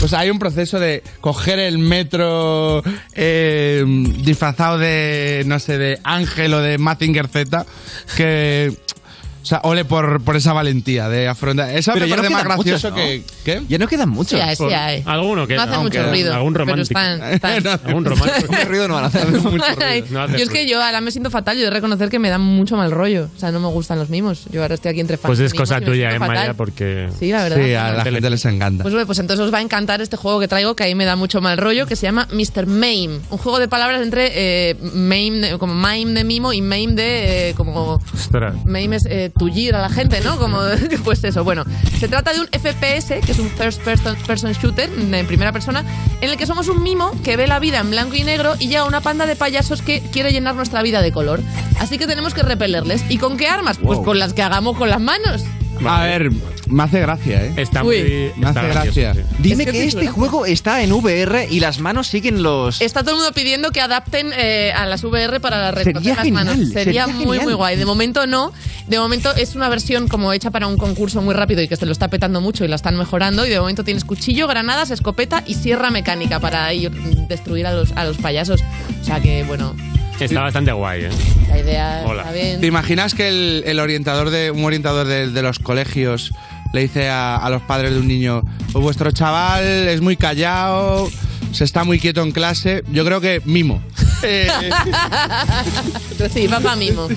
Speaker 3: Pues hay un proceso de coger el metro eh, disfrazado de, no sé, de Ángel o de Mazinger Z, que... O sea, ole por, por esa valentía de afrontar. Eso
Speaker 15: Pero
Speaker 3: me
Speaker 15: ya no
Speaker 3: parece más
Speaker 15: quedan
Speaker 3: gracioso
Speaker 15: muchos, ¿no?
Speaker 3: que, ¿Qué?
Speaker 15: Ya no quedan muchos.
Speaker 17: Sí hay, sí hay.
Speaker 4: Alguno que
Speaker 17: No hace mucho ruido,
Speaker 4: Algún
Speaker 17: pero
Speaker 4: romántico.
Speaker 17: están- están.
Speaker 4: Algún romántico.
Speaker 15: Hombre, ruido no van a hacer.
Speaker 17: Ay,
Speaker 4: No hace
Speaker 17: yo es que yo ahora me siento fatal, yo he de reconocer que me dan mucho mal rollo. O sea, no me gustan los mimos. Yo ahora estoy aquí entre fans.
Speaker 4: Pues es
Speaker 17: mimos
Speaker 4: cosa
Speaker 17: y me
Speaker 4: tuya,
Speaker 17: siento
Speaker 4: ¿eh,
Speaker 17: fatal.
Speaker 4: María? Porque.
Speaker 17: Sí, la verdad. Sí, a la
Speaker 3: gente les encanta.
Speaker 17: Pues, bueno, pues entonces os va a encantar este juego que traigo, que ahí me da mucho mal rollo, que se llama Mr. Mame. Un juego de palabras entre eh, mame, de- como mime de mimo y mame de eh, como
Speaker 4: Ostras.
Speaker 17: Mame es eh, tullir a la gente, ¿no? Como pues eso. Bueno, se trata de un FPS, que es un first person, person shooter mm, en primera persona, en el que somos un mimo que ve la vida en blanco y negro y llega una panda de payasos que quiere llenar nuestra vida de color. Así que tenemos que repelerles. ¿Y con qué armas? Pues
Speaker 3: Wow.
Speaker 17: con las que hagamos con las manos.
Speaker 3: A ver, me hace gracia, ¿eh?
Speaker 4: Está
Speaker 17: Uy. muy-
Speaker 3: Me
Speaker 15: está
Speaker 3: hace
Speaker 15: gracioso,
Speaker 3: gracia.
Speaker 15: Dime
Speaker 17: que
Speaker 15: que,
Speaker 17: es
Speaker 15: este
Speaker 17: verdad.
Speaker 15: juego está en VR y las manos siguen los.
Speaker 17: Está todo el mundo pidiendo que adapten eh, a las VR para recortar
Speaker 15: Sería
Speaker 17: las
Speaker 15: genial,
Speaker 17: manos. Sería,
Speaker 15: sería
Speaker 17: muy,
Speaker 15: genial.
Speaker 17: muy guay. De momento no. De momento es una versión como hecha para un concurso muy rápido y que se lo está petando mucho y la están mejorando. Y de momento tienes cuchillo, granadas, escopeta y sierra mecánica para ir, destruir a los, a los payasos. O sea que, bueno,
Speaker 4: Está bastante guay, ¿eh?
Speaker 17: la idea
Speaker 3: Hola.
Speaker 17: está bien.
Speaker 3: ¿Te imaginas que el, el orientador de un orientador de, de los colegios le dice a, a los padres de un niño, "Pues vuestro chaval es muy callado, se está muy quieto en clase? Yo creo que mimo.
Speaker 17: sí, va para mimo.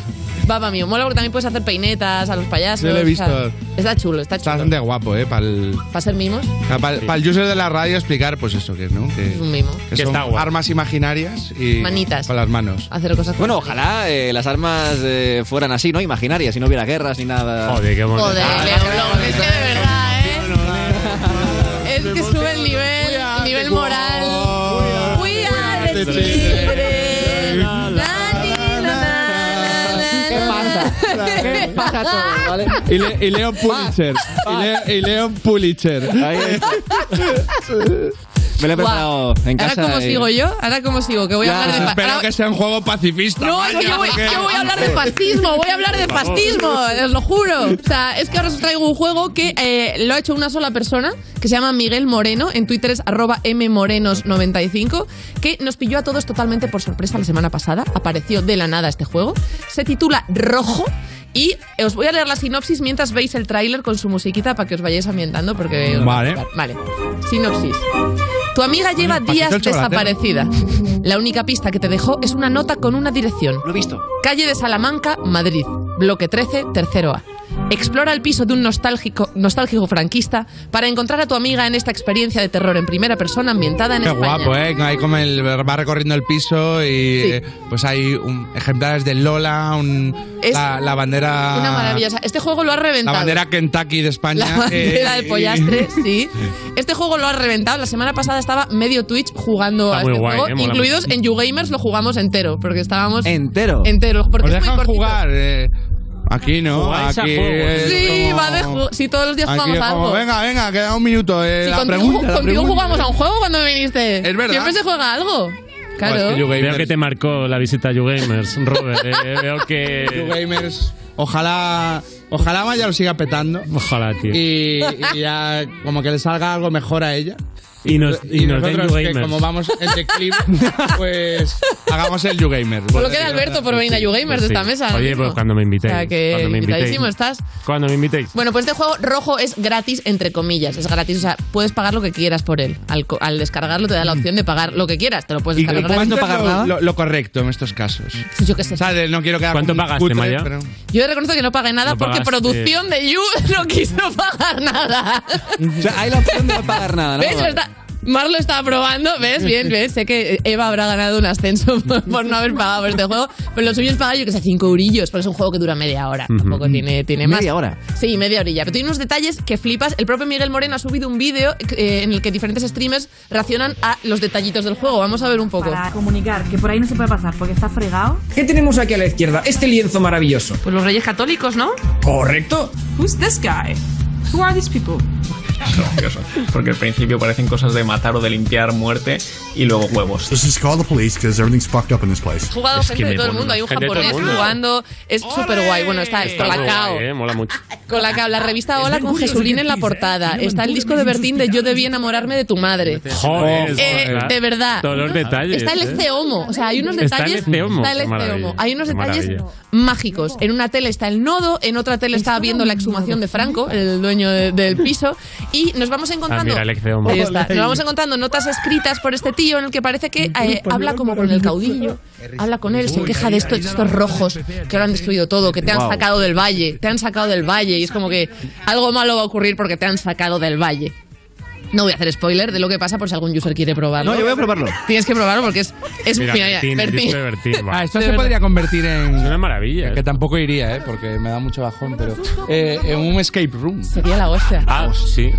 Speaker 17: Va para mimo. Mola porque también puedes hacer peinetas a los payasos.
Speaker 3: Yo lo he
Speaker 17: o sea,
Speaker 3: visto.
Speaker 17: está chulo, está
Speaker 3: Está
Speaker 17: chulo.
Speaker 3: bastante guapo, ¿eh? Para el,
Speaker 17: ¿Para ser mimos?
Speaker 3: para el user de la radio explicar, pues eso, que no. Que,
Speaker 17: Es un mimo.
Speaker 3: que son armas imaginarias y
Speaker 17: Manitas.
Speaker 3: con las manos.
Speaker 17: Hacer cosas
Speaker 15: Bueno, ojalá eh, las armas eh, fueran así, ¿no? Imaginarias, y no hubiera guerras ni nada. Ah,
Speaker 4: Joder, qué
Speaker 15: bonito.
Speaker 17: Joder, Leblon, es que de verdad, ¿eh? Es que sube el nivel, nivel moral. We are the children. Na, ni, na, na, na, na.
Speaker 3: Y, Le- y Leo Pulitzer. Y, Le- y Leo Pulitzer.
Speaker 15: Me lo he preparado en
Speaker 17: Ahora
Speaker 15: casa.
Speaker 17: cómo
Speaker 15: eh.
Speaker 17: sigo yo, ahora cómo sigo, que voy a hablar de fa-
Speaker 3: Espero que sea un juego pacifista.
Speaker 17: No, es que yo voy, yo voy a hablar de fascismo, voy a hablar de
Speaker 3: Por favor.
Speaker 17: fascismo, os lo juro. O sea, es que ahora os traigo un juego que eh, lo ha hecho una sola persona, que se llama Miguel Moreno, en Twitter es arroba mmorenos95, que nos pilló a todos totalmente por sorpresa la semana pasada, apareció de la nada este juego, se titula Rojo. Y os voy a leer la sinopsis mientras veis el tráiler con su musiquita para que os vayáis ambientando porque... os va a
Speaker 6: Vale.
Speaker 17: gustar. Vale. Sinopsis. Tu amiga lleva
Speaker 6: Pasito
Speaker 17: días
Speaker 6: el chocolatero.
Speaker 17: desaparecida. La única pista que te dejó es una nota con una dirección. Lo he
Speaker 15: visto.
Speaker 17: Calle de Salamanca, Madrid. Bloque 13, tercero A. Explora el piso de un nostálgico, nostálgico franquista para encontrar a tu amiga en esta experiencia de terror en primera persona ambientada en
Speaker 3: Qué
Speaker 17: España.
Speaker 3: guapo, ¿eh? Ahí como el, va recorriendo el piso y eh, pues hay un, ejemplares de Lola, un,
Speaker 17: Es
Speaker 3: la, la bandera...
Speaker 17: Una maravillosa. Este juego lo ha
Speaker 3: La
Speaker 17: reventado.
Speaker 3: bandera Kentucky de España.
Speaker 17: La bandera
Speaker 3: eh,
Speaker 17: del pollastre, sí. Este juego lo ha reventado. La semana pasada estaba medio Twitch jugando
Speaker 3: Está
Speaker 17: a
Speaker 3: muy
Speaker 17: este
Speaker 3: guay,
Speaker 17: juego.
Speaker 3: eh, mola
Speaker 17: Incluidos
Speaker 3: mucho.
Speaker 17: en YouGamers lo jugamos entero, porque estábamos
Speaker 15: Entero.
Speaker 17: enteros. Porque
Speaker 3: Os
Speaker 17: es muy
Speaker 3: dejan
Speaker 17: cortito.
Speaker 3: jugar. eh, aquí no,
Speaker 4: Jugáis a
Speaker 3: aquí...
Speaker 4: juegos.
Speaker 3: es
Speaker 17: Sí,
Speaker 3: como-
Speaker 17: va de ju- Sí, todos los días
Speaker 3: aquí
Speaker 17: jugamos
Speaker 3: es
Speaker 17: a
Speaker 3: como,
Speaker 17: algo.
Speaker 3: Venga, venga, queda un minuto. eh,
Speaker 17: Sí,
Speaker 3: la
Speaker 17: contigo,
Speaker 3: pregunta, la
Speaker 17: contigo
Speaker 3: pregunta.
Speaker 17: jugamos a un juego cuando me viniste. Es
Speaker 3: verdad.
Speaker 17: Siempre se juega a algo. Claro.
Speaker 4: Veo que te marcó la visita a YouGamers, Robert. eh, Veo que.
Speaker 3: YouGamers, ojalá... Ojalá Maya lo siga petando.
Speaker 4: Ojalá, tío.
Speaker 3: Y, y ya como que le salga algo mejor a ella.
Speaker 4: Y nos, y nos den
Speaker 3: nosotros, que
Speaker 4: YouGamers.
Speaker 3: como vamos en declive, pues hagamos el YouGamer.
Speaker 17: Por lo que da Alberto por venir a YouGamers de esta mesa.
Speaker 4: Oye, pues cuando me
Speaker 17: O
Speaker 4: invitéis.
Speaker 17: sea que
Speaker 4: cuando me invitéis.
Speaker 17: invitadísimo estás.
Speaker 4: Cuando me invitéis.
Speaker 17: Bueno, pues este juego rojo es gratis, entre comillas. Es gratis, o sea, puedes pagar lo que quieras por él. Al, co- al descargarlo te da la opción de pagar lo Pues que quieras. Te lo puedes
Speaker 3: ¿Y
Speaker 17: descargar
Speaker 3: cuánto
Speaker 17: gratis.
Speaker 3: es lo, lo, lo correcto en estos casos?
Speaker 17: Yo qué sé.
Speaker 3: no quiero quedar
Speaker 4: ¿Cuánto
Speaker 3: como un
Speaker 4: pagaste,
Speaker 3: cutre,
Speaker 4: Maya?
Speaker 3: pero-
Speaker 17: Yo reconozco que no pagué nada
Speaker 4: No
Speaker 17: porque
Speaker 4: pagaste.
Speaker 17: producción de You no quiso pagar nada.
Speaker 15: O sea, hay la opción de no pagar nada, Ah, ¿no?
Speaker 17: ¿Ves? Lo está- Marlo está probando, ¿ves? Bien, ¿ves? Sé que Eva habrá ganado un ascenso por, por no haber pagado por este juego, pero lo suyo es pagar, yo que sé, 5 eurillos, porque es un juego que dura media hora. Tampoco
Speaker 23: Eh,
Speaker 17: tiene, tiene más.
Speaker 15: Media hora.
Speaker 17: Sí, media orilla. Pero tiene unos detalles que flipas. El propio Miguel Moreno ha subido un vídeo eh, en el que diferentes streamers reaccionan a los detallitos del juego. Vamos a ver un poco.
Speaker 13: Para comunicar que por ahí no se puede pasar porque está fregado. ¿Qué tenemos aquí a la izquierda? Este lienzo maravilloso.
Speaker 17: Pues los reyes católicos, ¿no?
Speaker 13: Correcto. Who's this guy? Who are these people?
Speaker 18: Porque al principio parecen cosas de matar o de limpiar muerte y luego huevos.
Speaker 19: This is call the police because everything's fucked up in this place.
Speaker 17: Jugado
Speaker 18: Es que
Speaker 17: gente de
Speaker 18: me
Speaker 17: todo el
Speaker 18: pone-
Speaker 17: mundo, hay un
Speaker 18: gente de todo el
Speaker 17: japonés
Speaker 18: mundo.
Speaker 17: jugando, es súper guay. Bueno, está el
Speaker 4: Está muy
Speaker 17: Colacao,
Speaker 4: guay, eh, mola mucho.
Speaker 17: Colacao, la revista Hola con Jesulín en la portada. Está el disco de Bertín de Yo debí enamorarme de tu madre.
Speaker 4: Joder,
Speaker 17: Eh,
Speaker 4: joder.
Speaker 17: de verdad.
Speaker 4: Todos los detalles.
Speaker 17: Está el este-
Speaker 4: eh.
Speaker 17: esteomo. O sea, hay unos
Speaker 4: Está el
Speaker 17: detalles.
Speaker 4: esteomo.
Speaker 17: Está el
Speaker 4: Qué maravilla.
Speaker 17: esteomo. Hay unos
Speaker 4: Qué
Speaker 17: detalles
Speaker 4: maravilla.
Speaker 17: mágicos. En una tele está el nodo, en otra tele está viendo la exhumación de Franco, el dueño de- del piso. y nos vamos encontrando.
Speaker 4: Ah, mira, Alex de Homo.
Speaker 17: Ahí está.
Speaker 4: Ole.
Speaker 17: Nos vamos encontrando notas escritas por este tío en el que parece que eh, habla como con el caudillo, habla con él, se queja de esto- estos rojos que lo han destruido todo, que te han
Speaker 7: Wow.
Speaker 17: sacado del valle, te han sacado del valle y es como que algo malo va a ocurrir porque te han sacado del valle. No voy a hacer spoiler de lo que pasa por si algún user quiere probarlo.
Speaker 15: No, yo voy a probarlo.
Speaker 17: Tienes que probarlo porque es es
Speaker 3: Mira,
Speaker 17: mira, mira,
Speaker 3: Bertín, el
Speaker 17: Bertín.
Speaker 3: disco de Bertín, va.
Speaker 17: Ah,
Speaker 3: esto
Speaker 17: de
Speaker 3: se
Speaker 17: verdad.
Speaker 3: podría convertir en.
Speaker 4: Es una maravilla.
Speaker 3: Que tampoco iría, ¿eh? Porque me da mucho bajón, pero. eh, en un escape room.
Speaker 17: Sería la hostia.
Speaker 4: Ah, sí.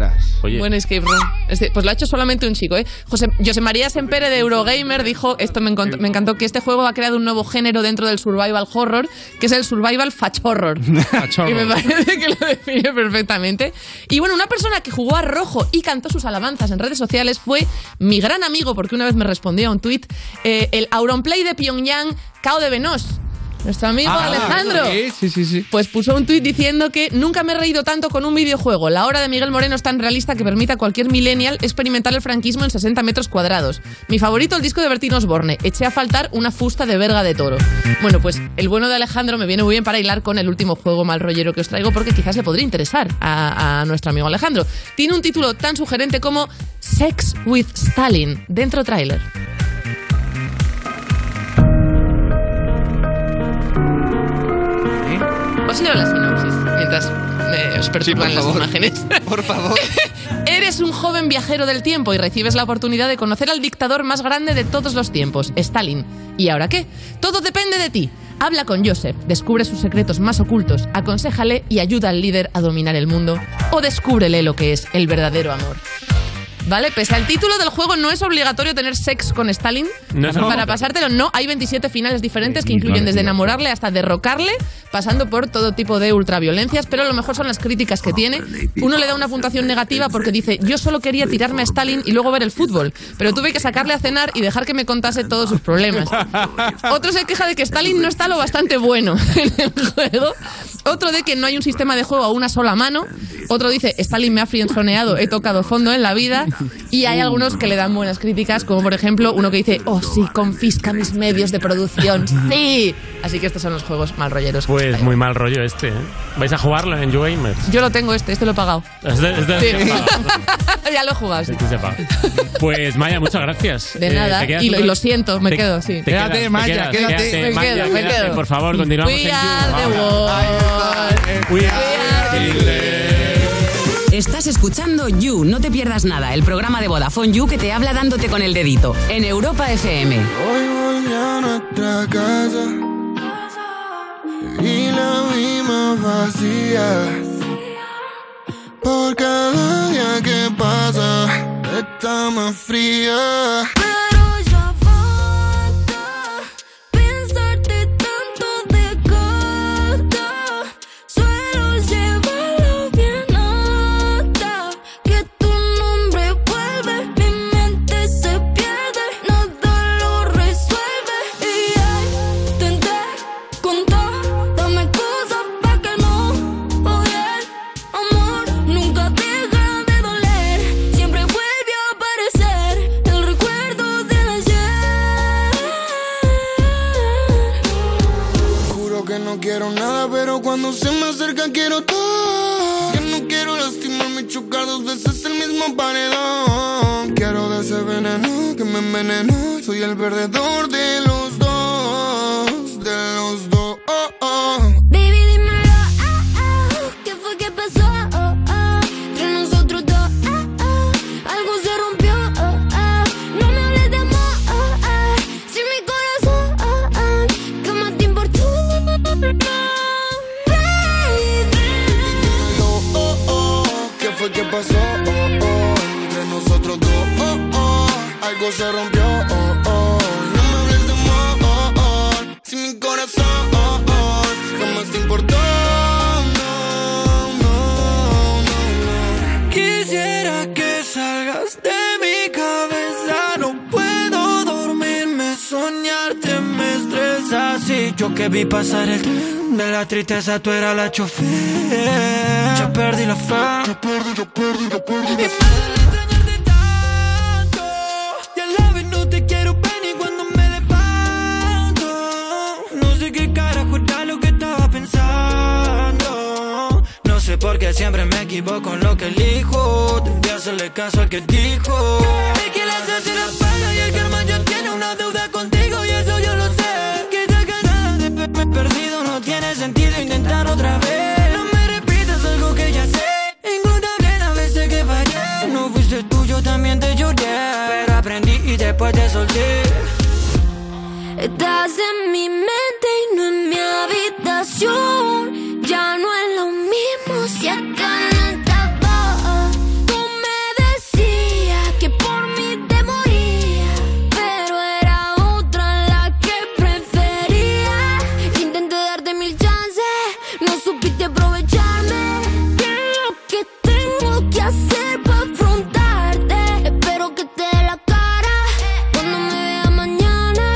Speaker 4: Oye.
Speaker 17: Buen escape room. Este- pues lo ha hecho solamente un chico, ¿eh? José, José María Sempere de Eurogamer dijo, esto me, encont- me encantó, que este juego ha creado un nuevo género dentro del survival horror, que es el survival fachorror.
Speaker 3: Cachorro.
Speaker 17: Y me parece que lo define perfectamente. Y bueno, una persona que jugó a rojo y cantó sus alabanzas en redes sociales fue mi gran amigo, porque una vez me respondió a un tuit, eh, el Auronplay de Pyongyang, Cao de Venos. Nuestro amigo
Speaker 3: Ah,
Speaker 17: Alejandro.
Speaker 3: Sí, sí, sí. sí.
Speaker 17: Pues puso un tuit diciendo que nunca me he reído tanto con un videojuego. La obra de Miguel Moreno es tan realista que permite a cualquier millennial experimentar el franquismo en 60 metros cuadrados. Mi favorito, el disco de Bertín Osborne. Eché a faltar una fusta de verga de toro. Bueno, pues el bueno de Alejandro me viene muy bien para hilar con el último juego mal rollero que os traigo porque quizás le podría interesar a, a nuestro amigo Alejandro. Tiene un título tan sugerente como Sex with Stalin. Dentro tráiler. Os leo la sinopsis mientras eh, os perturban las imágenes. Por favor. Eres un joven viajero del tiempo y recibes la oportunidad de conocer al dictador más grande de todos los tiempos, Stalin. ¿Y ahora qué? Todo depende de ti. Habla con Joseph, descubre sus secretos más ocultos, aconséjale y ayuda al líder a dominar el mundo o descúbrele lo que es el verdadero amor. ¿Vale? Pese al título del juego, no es obligatorio tener sex con Stalin
Speaker 4: No, no.
Speaker 17: para pasártelo. No, hay 27 finales diferentes que
Speaker 4: Sí,
Speaker 17: incluyen
Speaker 4: vale,
Speaker 17: desde
Speaker 4: tío.
Speaker 17: enamorarle hasta derrocarle, pasando por todo tipo de ultraviolencias, pero lo mejor son las críticas que tiene. Uno le da una puntuación negativa porque dice, yo solo quería tirarme a Stalin y luego ver el fútbol, pero tuve que sacarle a cenar y dejar que me contase todos sus problemas. Otro se queja de que Stalin no está lo bastante bueno en el juego. Otro de que no hay un sistema de juego a una sola mano. Otro dice, Stalin me ha friendzoneado, he tocado fondo en la vida. Y hay algunos que le dan buenas críticas, como por ejemplo uno que dice, oh sí, confisca mis medios de producción, sí. Así que estos son los juegos mal rolleros.
Speaker 4: Pues muy mal rollo este, ¿eh? ¿Vais a jugarlo en YouGamers?
Speaker 17: Yo lo tengo este, este lo he pagado.
Speaker 4: Es de- es de-
Speaker 17: Sí.
Speaker 4: ya está.
Speaker 17: ya lo he jugado, sí.
Speaker 4: Este se va. Pues Maya, muchas gracias.
Speaker 17: De
Speaker 4: Eh,
Speaker 17: nada,
Speaker 4: ¿te quedas
Speaker 17: y
Speaker 4: un
Speaker 17: lo, y
Speaker 4: rato?
Speaker 17: lo siento, me
Speaker 4: Te-
Speaker 17: quedo, sí.
Speaker 4: te Quédate, quedas, te Maya, quedas, quédate. quédate,
Speaker 17: Me
Speaker 4: Maya,
Speaker 17: quedo, me
Speaker 4: quédate,
Speaker 17: quedo.
Speaker 4: por favor, continuamos
Speaker 17: We
Speaker 4: en You.
Speaker 17: are the
Speaker 13: world.
Speaker 3: We
Speaker 13: are the
Speaker 7: Estás escuchando You, no te pierdas nada, el programa de Vodafone You que te habla dándote con el dedito en Europa FM.
Speaker 16: Hoy volví a nuestra casa y la vimos vacía. Por cada día que pasa está más fría.
Speaker 27: Pero ya basta pensarte tanto de gota. Suelo llevarlo bien hasta que tu nombre vuelve. Mi mente se pierde, nada lo resuelve. Y ahí tenté con dame cosas para que no poder. Amor, nunca deja de doler. Siempre vuelve a aparecer el recuerdo del ayer.
Speaker 16: Juro que no quiero nada, pero cuando se me acerca quiero todo. Que no quiero lastimarme y chocar dos veces el mismo paredón. Quiero de ese veneno que me envenenó. Soy el perdedor de los dos, de los dos.
Speaker 27: Baby, dímelo, ah, ah, ¿qué fue que pasó? Oh, ah, entre nosotros dos, ah, ah, algo se rompió, oh, ah, no me hables de amor, oh, ah, si mi corazón, oh, ah, ¿qué más te importó?
Speaker 16: Oh, oh, oh, ¿qué fue que pasó? Oh, oh, entre nosotros dos. Oh, oh, algo se rompió. Oh, oh, no me hables de amor. Oh, oh, si mi corazón, oh, oh, jamás te importó. Quisiera
Speaker 9: que salgas de mi cabeza. No puedo dormirme, soñarte me estresa. Si yo que vi pasar el tren de la tristeza, tú eras la chofer. Ya perdí la fe. Ya perdí, ya perdí, ya perdí la fe. Ya la ves, no te quiero ver ni cuando me levanto. No sé qué carajo era lo que estaba pensando. No sé por qué. que siempre me equivoco en lo que elijo. Debí hacerle caso al que dijo. Mickey le hace así la espalda y el karma ya tiene una deuda contigo y eso yo lo sé. Que ya ganaste, pe- pe- perdido no tiene sentido intentar otra vez. No me repitas algo que ya sé. Incontables las veces que fallé. No fuiste tuyo, también te lloré. Pero aprendí y después te solté.
Speaker 27: Estás en mi mente y no en mi habitación. Ya no es lo mismo si acá no estaba. Tú me decías que por mí te moría, pero era otra la que prefería. Intenté darte mil chances, no supiste aprovecharme. ¿Qué es lo que tengo que hacer para afrontarte? Espero que te dé la cara cuando me vea mañana.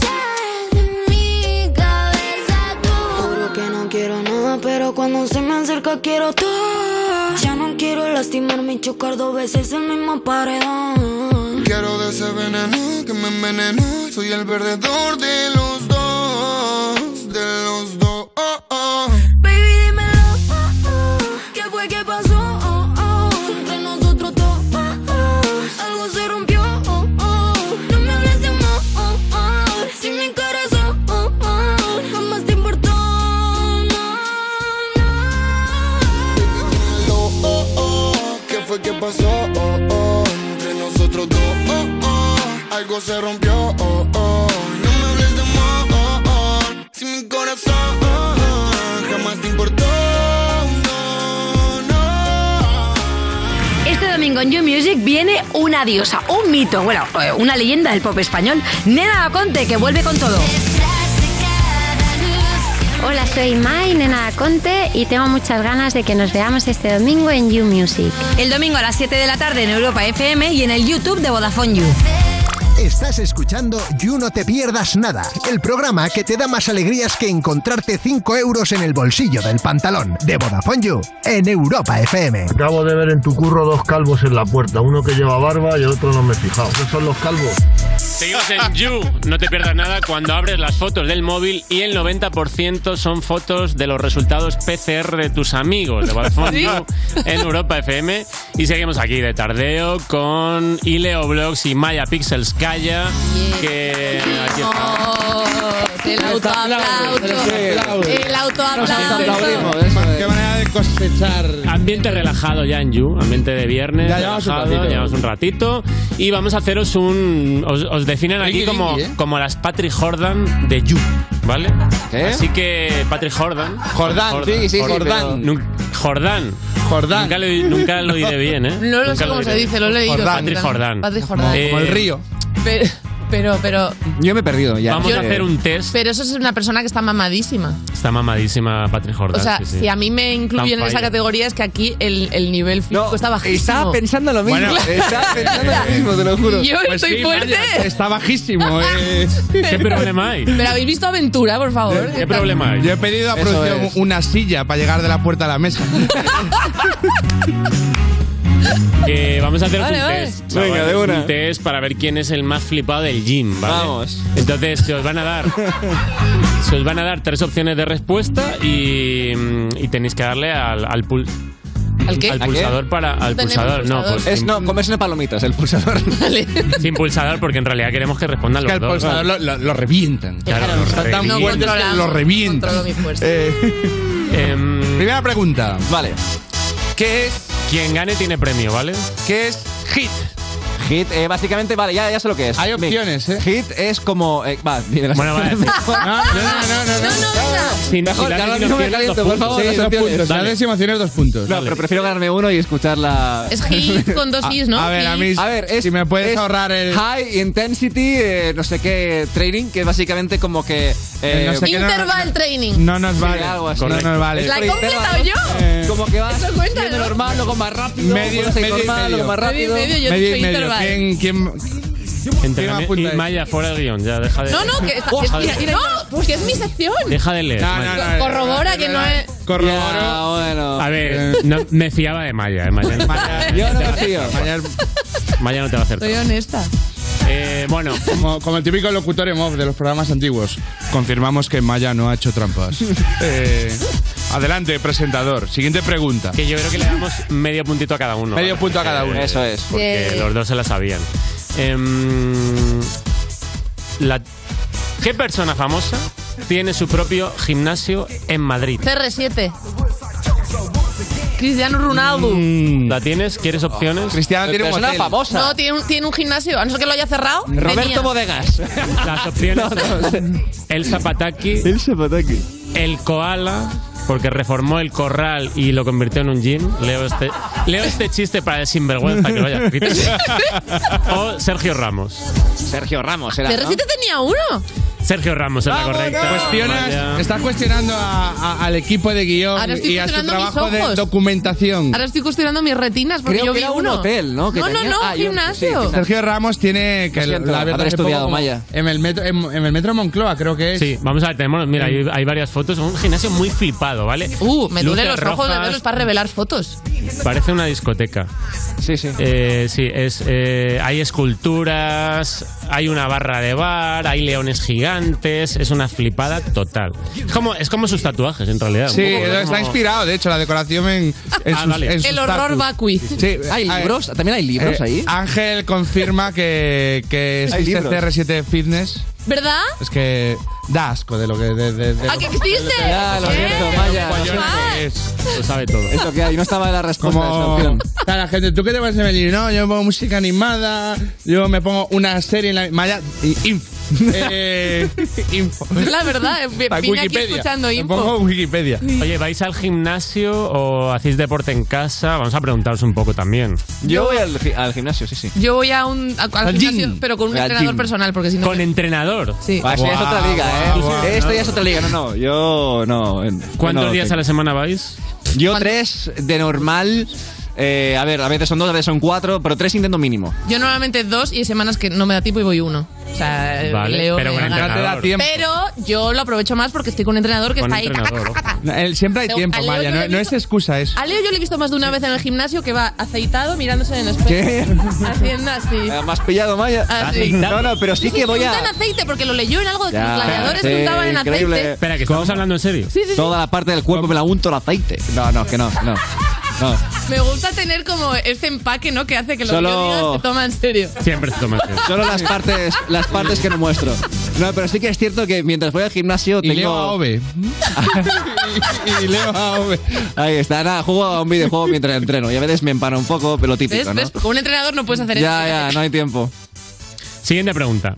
Speaker 27: Sal de mi cabeza
Speaker 10: Juro que no quiero nada, pero cuando se me acerca quiero todo. Ya no quiero lastimarme y chocar dos veces el mismo paredón.
Speaker 16: Quiero de ese veneno que me envenenó. Soy el perdedor de los dos, de los dos.
Speaker 27: Baby, dímelo, oh, oh. ¿qué fue que pasó? Oh, oh. Entre nosotros dos, oh,
Speaker 28: ah,
Speaker 27: oh. algo se rompió. Oh, oh. No me hables de amor, oh, oh. si mi corazón oh, oh. jamás te importó.
Speaker 16: Dímelo, oh, oh, ¿Qué fue que pasó? Oh, oh, Entre nosotros dos, oh, oh, Algo se rompió, oh, oh. No me hables de amor, oh, oh, Si mi corazón oh, oh, jamás te importó, no, no.
Speaker 14: Este domingo en You Music viene una diosa, un mito, bueno, eh, una leyenda del pop español, Nena Conte, que vuelve con todo.
Speaker 20: Hola, soy Mai, nena Conte, y tengo muchas ganas de que nos veamos este domingo en You Music.
Speaker 14: El domingo a las 7 de la tarde en Europa FM y en el YouTube de Vodafone You.
Speaker 5: Estás escuchando You No Te Pierdas Nada, el programa que te da más alegrías que encontrarte 5 euros en el bolsillo del pantalón de Vodafone You en Europa FM.
Speaker 21: Acabo de ver en tu curro dos calvos en la puerta, uno que lleva barba y otro no me he fijado. ¿Qué son los calvos?
Speaker 4: Seguimos en You. No te pierdas nada cuando abres las fotos del móvil y el 90% son fotos de los resultados PCR de tus amigos de Vodafone
Speaker 11: ¿Sí?
Speaker 4: You en Europa FM. Y seguimos aquí de tardeo con Ileo Blogs y Maya Pixels Calla. Que aquí está.
Speaker 17: El autoaplauso. El autoaplauso.
Speaker 4: Qué manera de cosechar. Ambiente relajado ya en You, ambiente de viernes.
Speaker 3: Ya llevamos un
Speaker 4: relajado,
Speaker 3: ratito.
Speaker 4: llevamos un ratito. Y vamos a haceros un. Os, os definen aquí
Speaker 3: Ringui,
Speaker 4: como,
Speaker 3: ringui, ¿eh?
Speaker 4: como las Patrick Jordan de You, ¿vale? Así que Patrick Jordan.
Speaker 3: Jordán, sí, sí, sí,
Speaker 4: Jordán.
Speaker 3: Jordán.
Speaker 4: Nun- Jordán. Nunca lo, nunca lo diré bien, ¿eh?
Speaker 17: No lo sé
Speaker 4: Nunca
Speaker 17: cómo se
Speaker 4: diré.
Speaker 17: dice, lo he leído.
Speaker 4: Patrick Jordán.
Speaker 17: Patrick Jordán.
Speaker 4: Eh,
Speaker 17: Pero, pero, pero,
Speaker 4: Yo me he perdido ya. Vamos
Speaker 17: Yo-
Speaker 4: a hacer un test.
Speaker 17: pero eso es una persona que está mamadísima.
Speaker 4: Está mamadísima Patrick
Speaker 17: O
Speaker 4: Jordan.
Speaker 17: sea,
Speaker 4: sí, sí.
Speaker 17: si a mí me incluyen en
Speaker 4: Tan
Speaker 17: esa
Speaker 4: fire.
Speaker 17: categoría es que aquí el, el nivel físico está bajísimo.
Speaker 3: estaba
Speaker 17: pensando lo
Speaker 3: Bueno, está pensando lo mismo, te lo juro.
Speaker 17: Yo estoy fuerte.
Speaker 3: Maya, está bajísimo. eh.
Speaker 17: ¿Qué
Speaker 4: problema hay?
Speaker 17: Pero habéis visto Aventura, por favor.
Speaker 4: ¿Qué problema hay?
Speaker 3: Yo he pedido a
Speaker 4: Eso
Speaker 3: producción
Speaker 4: es.
Speaker 3: una silla para llegar de la puerta a la mesa.
Speaker 4: Que Eh, vamos a hacer
Speaker 3: Vale,
Speaker 4: un
Speaker 3: vale.
Speaker 4: test.
Speaker 3: Venga,
Speaker 4: chavales,
Speaker 3: de una.
Speaker 4: Un test para ver quién es el más flipado del gym, ¿vale? Vamos. Entonces, se os van a dar. se os van a dar tres opciones de respuesta y, mm, y tenéis que darle al, al pul-
Speaker 17: ¿Al qué?
Speaker 4: al
Speaker 17: ¿A qué?
Speaker 4: pulsador para. Al
Speaker 17: No tenemos
Speaker 4: pulsador, no.
Speaker 17: pulsador.
Speaker 4: Pues,
Speaker 15: Es no, comerse palomitas, el pulsador.
Speaker 4: Sin pulsador, porque en realidad queremos que respondan los
Speaker 3: que al
Speaker 4: dos.
Speaker 3: pulsador lo-
Speaker 4: revientan. Claro, lo
Speaker 3: Está tan
Speaker 4: revientan.
Speaker 3: fuerte que lo revienta.
Speaker 17: Controlo mi fuerza.
Speaker 3: Eh, primera pregunta.
Speaker 15: Vale.
Speaker 4: ¿Qué es? Quien gane tiene premio, ¿vale?
Speaker 3: ¿Qué es hit?
Speaker 15: Hit, eh, básicamente, vale, ya, ya sé lo que es. Hay opciones, ¿eh? Hit es como. eh, va, dime las
Speaker 4: Bueno, vale.
Speaker 15: Sin, mejor,
Speaker 3: sin las
Speaker 15: Carlos, no me
Speaker 3: emociones,
Speaker 15: caliento,
Speaker 3: dos
Speaker 15: por
Speaker 3: puntos.
Speaker 15: favor.
Speaker 3: Sí,
Speaker 15: las
Speaker 3: dos
Speaker 15: opciones.
Speaker 3: puntos. Si
Speaker 15: Dale.
Speaker 3: haces emociones, dos puntos.
Speaker 15: No, pero prefiero ganarme uno y escuchar la.
Speaker 17: Es hit con dos is, ¿no?
Speaker 15: A, ver, a mí.
Speaker 17: Hit.
Speaker 15: A ver, es,
Speaker 17: si me puedes
Speaker 15: es
Speaker 17: ahorrar el-
Speaker 15: High intensity, eh, no sé qué, training, que es básicamente como que. eh,
Speaker 3: No sé qué, no, no,
Speaker 17: Interval training.
Speaker 3: No nos
Speaker 15: Sí,
Speaker 3: vale.
Speaker 15: algo así.
Speaker 3: No nos vale.
Speaker 17: ¿La he completado yo?
Speaker 15: Como que vas
Speaker 17: Eso cuenta,
Speaker 15: yendo
Speaker 17: ¿no?
Speaker 15: normal, luego más rápido,
Speaker 3: Medio,
Speaker 15: luego
Speaker 3: medio y
Speaker 15: normal,
Speaker 3: medio.
Speaker 15: luego más rápido.
Speaker 17: Medio y medio, yo he
Speaker 3: Medio
Speaker 17: dicho
Speaker 3: y medio.
Speaker 17: interval.
Speaker 3: ¿Quién- quién-
Speaker 4: Entre
Speaker 3: ¿Quién
Speaker 4: Maya-
Speaker 3: apunta
Speaker 4: y
Speaker 3: eso?
Speaker 4: Maya fuera de guión, ya, deja de.
Speaker 17: No, no, que
Speaker 4: Deja
Speaker 17: está,
Speaker 4: de-
Speaker 17: es, no, pues que es mi sección.
Speaker 4: Deja de leer.
Speaker 17: Co-
Speaker 4: Maya.
Speaker 17: Corrobora que no es.
Speaker 4: Corroboro. A ver, Eh, no, me fiaba de Maya. eh, Maya, no-
Speaker 15: Yo no me fío.
Speaker 4: Maya no te va a hacer.
Speaker 17: Soy honesta.
Speaker 4: Eh, bueno,
Speaker 3: como, como el típico locutor en off de los programas antiguos, confirmamos que Maya no ha hecho trampas. Eh, Adelante, presentador. Siguiente pregunta.
Speaker 4: Que yo creo que le damos medio puntito a cada uno.
Speaker 3: Medio
Speaker 4: ¿vale?
Speaker 3: punto a cada uno.
Speaker 4: Eso es. Porque
Speaker 3: Sí.
Speaker 4: los dos se la sabían. Em, la- ¿Qué persona famosa tiene su propio gimnasio en Madrid?
Speaker 17: CR7. Cristiano Ronaldo.
Speaker 4: ¿La tienes? ¿Quieres opciones?
Speaker 3: Cristiano
Speaker 17: tiene un hotel. No, tiene un, tiene un gimnasio, a no ser que lo haya cerrado. tenía.
Speaker 4: Bodegas. Las opciones son el Zapataki. El Zapataki. El Koala, porque reformó el corral y lo convirtió en un gym. Leo este, leo este chiste para el sinvergüenza que lo haya escrito. O Sergio Ramos. Sergio Ramos
Speaker 17: CR7 tenía uno.
Speaker 4: Sergio Ramos es la correcta.
Speaker 3: Cuestionas-
Speaker 4: Vaya.
Speaker 3: estás cuestionando a- a- al equipo de guión
Speaker 17: Ahora estoy
Speaker 3: y a su
Speaker 17: cuestionando mis
Speaker 3: trabajo de
Speaker 17: ojos.
Speaker 3: documentación.
Speaker 17: Ahora estoy cuestionando mis retinas porque
Speaker 3: Creo
Speaker 17: yo
Speaker 3: que
Speaker 17: vi
Speaker 3: era un
Speaker 17: uno.
Speaker 3: hotel, ¿no? Que
Speaker 17: No, no,
Speaker 3: tenía-
Speaker 17: no,
Speaker 3: Ah, yo-
Speaker 17: gimnasio.
Speaker 3: Sergio Ramos tiene que
Speaker 15: Lo siento,
Speaker 3: la verdad
Speaker 15: habrá estudiado, Maya.
Speaker 3: En el metro en, en el metro Moncloa creo que es.
Speaker 4: Sí, vamos a ver, tenemos, mira, hay, hay varias fotos, un gimnasio muy flipado, ¿vale?
Speaker 17: Uh, Me duelen los
Speaker 4: Luces
Speaker 17: ojos de
Speaker 4: rojas,
Speaker 17: verlos para revelar fotos.
Speaker 4: Parece una discoteca. Sí, sí. sí, es, eh, hay esculturas, hay una barra de bar, hay leones gigantes, es una flipada total. Es como, es como sus tatuajes, en realidad.
Speaker 3: Sí,
Speaker 4: Un poco,
Speaker 3: está
Speaker 4: es como-
Speaker 3: inspirado, de hecho, la decoración en, en
Speaker 4: Ah,
Speaker 3: sus-
Speaker 4: vale.
Speaker 3: en sus
Speaker 17: El horror
Speaker 3: tatu.
Speaker 17: vacui.
Speaker 3: Sí, eh,
Speaker 15: ¿También hay libros
Speaker 3: eh,
Speaker 15: ahí?
Speaker 3: Ángel confirma que, que
Speaker 15: Hay
Speaker 3: existe
Speaker 15: libros.
Speaker 3: CR7 Fitness.
Speaker 17: ¿Verdad?
Speaker 3: Es que da asco de lo que. De, de- de-
Speaker 17: ¿A que existe?
Speaker 15: Ya, lo
Speaker 17: ¿Qué?
Speaker 15: siento, Maya.
Speaker 3: Pues yo no
Speaker 17: Ah.
Speaker 3: sé qué es.
Speaker 4: Lo sabe todo.
Speaker 15: Es lo que hay, no estaba la respuesta de esa
Speaker 3: Como
Speaker 15: opción.
Speaker 3: Está la gente, ¿tú qué te vas a venir? No, yo me pongo música animada, yo me pongo una serie en la malla y- info. Eh, info.
Speaker 17: La verdad, eh, vi-
Speaker 3: La
Speaker 17: vine aquí
Speaker 3: Wikipedia.
Speaker 17: escuchando
Speaker 3: Me
Speaker 17: info.
Speaker 3: pongo Wikipedia.
Speaker 4: Oye, ¿vais al gimnasio o hacéis deporte en casa? Vamos a preguntaros un poco también.
Speaker 15: Yo voy al, gi- al gimnasio, sí, sí.
Speaker 17: Yo voy a un a- al
Speaker 4: Al
Speaker 17: gimnasio,
Speaker 4: gym.
Speaker 17: pero con un
Speaker 4: Al
Speaker 17: entrenador
Speaker 4: gym.
Speaker 17: personal, porque si no.
Speaker 4: ¿Con entrenador?
Speaker 17: Sí.
Speaker 15: Ah, esto ya es otra liga, ¿eh? esto ya es otra liga, no, no. Yo no. en-
Speaker 4: ¿Cuántos
Speaker 15: no lo
Speaker 4: días
Speaker 15: tengo.
Speaker 4: a la semana vais?
Speaker 15: Yo tres de normal. eh, a ver, a veces son dos, a veces son cuatro, pero tres intento mínimo.
Speaker 17: Yo normalmente dos y hay semanas que no me da tiempo y voy uno. O sea, eh,
Speaker 15: Vale,
Speaker 17: leo.
Speaker 15: pero
Speaker 17: me
Speaker 15: con
Speaker 17: gana.
Speaker 15: entrenador. No te da tiempo.
Speaker 17: Pero yo lo aprovecho más porque estoy con un entrenador que
Speaker 3: Con
Speaker 17: está ahí. taca,
Speaker 3: entrenador,
Speaker 17: taca, taca.
Speaker 3: No, él- Eh, siempre hay
Speaker 17: Pero
Speaker 3: tiempo,
Speaker 17: a Leo
Speaker 3: Maya,
Speaker 17: yo
Speaker 3: no,
Speaker 17: le
Speaker 3: no
Speaker 17: he
Speaker 3: es excusa eso.
Speaker 17: A Leo yo le he visto más de una vez en el gimnasio que va aceitado mirándose en el espejo. Haciendo así.
Speaker 15: Eh, ¿Me has pillado, Maya?
Speaker 17: Ah, sí.
Speaker 15: No, no, pero sí
Speaker 17: Es
Speaker 15: que voy
Speaker 17: untan
Speaker 15: a.
Speaker 17: aceite porque lo leyó en algo de que
Speaker 15: Ya, eh,
Speaker 17: los gladiadores
Speaker 15: sí,
Speaker 17: untaban en aceite.
Speaker 4: Espera, que estamos hablando en serio.
Speaker 17: Sí, sí, sí.
Speaker 15: Toda la parte del cuerpo me la unto el aceite. No, no, que no, no. no.
Speaker 17: Me gusta tener como este empaque, ¿no? Que hace que lo
Speaker 15: Solo-
Speaker 17: que yo diga se toma en serio.
Speaker 4: Siempre se toma en serio.
Speaker 15: Solo las partes, las partes que no muestro. No, pero sí que es cierto que mientras voy al gimnasio tengo.
Speaker 3: leo a Ove. y, leo a Ove.
Speaker 15: Ahí está, nada, juego a un videojuego mientras entreno. Y a veces me empano un poco, pero lo
Speaker 17: ¿Ves?
Speaker 15: típico, ¿no?
Speaker 17: ¿Ves? Con un entrenador no puedes hacer eso.
Speaker 15: Ya, ya, no hay tiempo.
Speaker 4: Siguiente pregunta.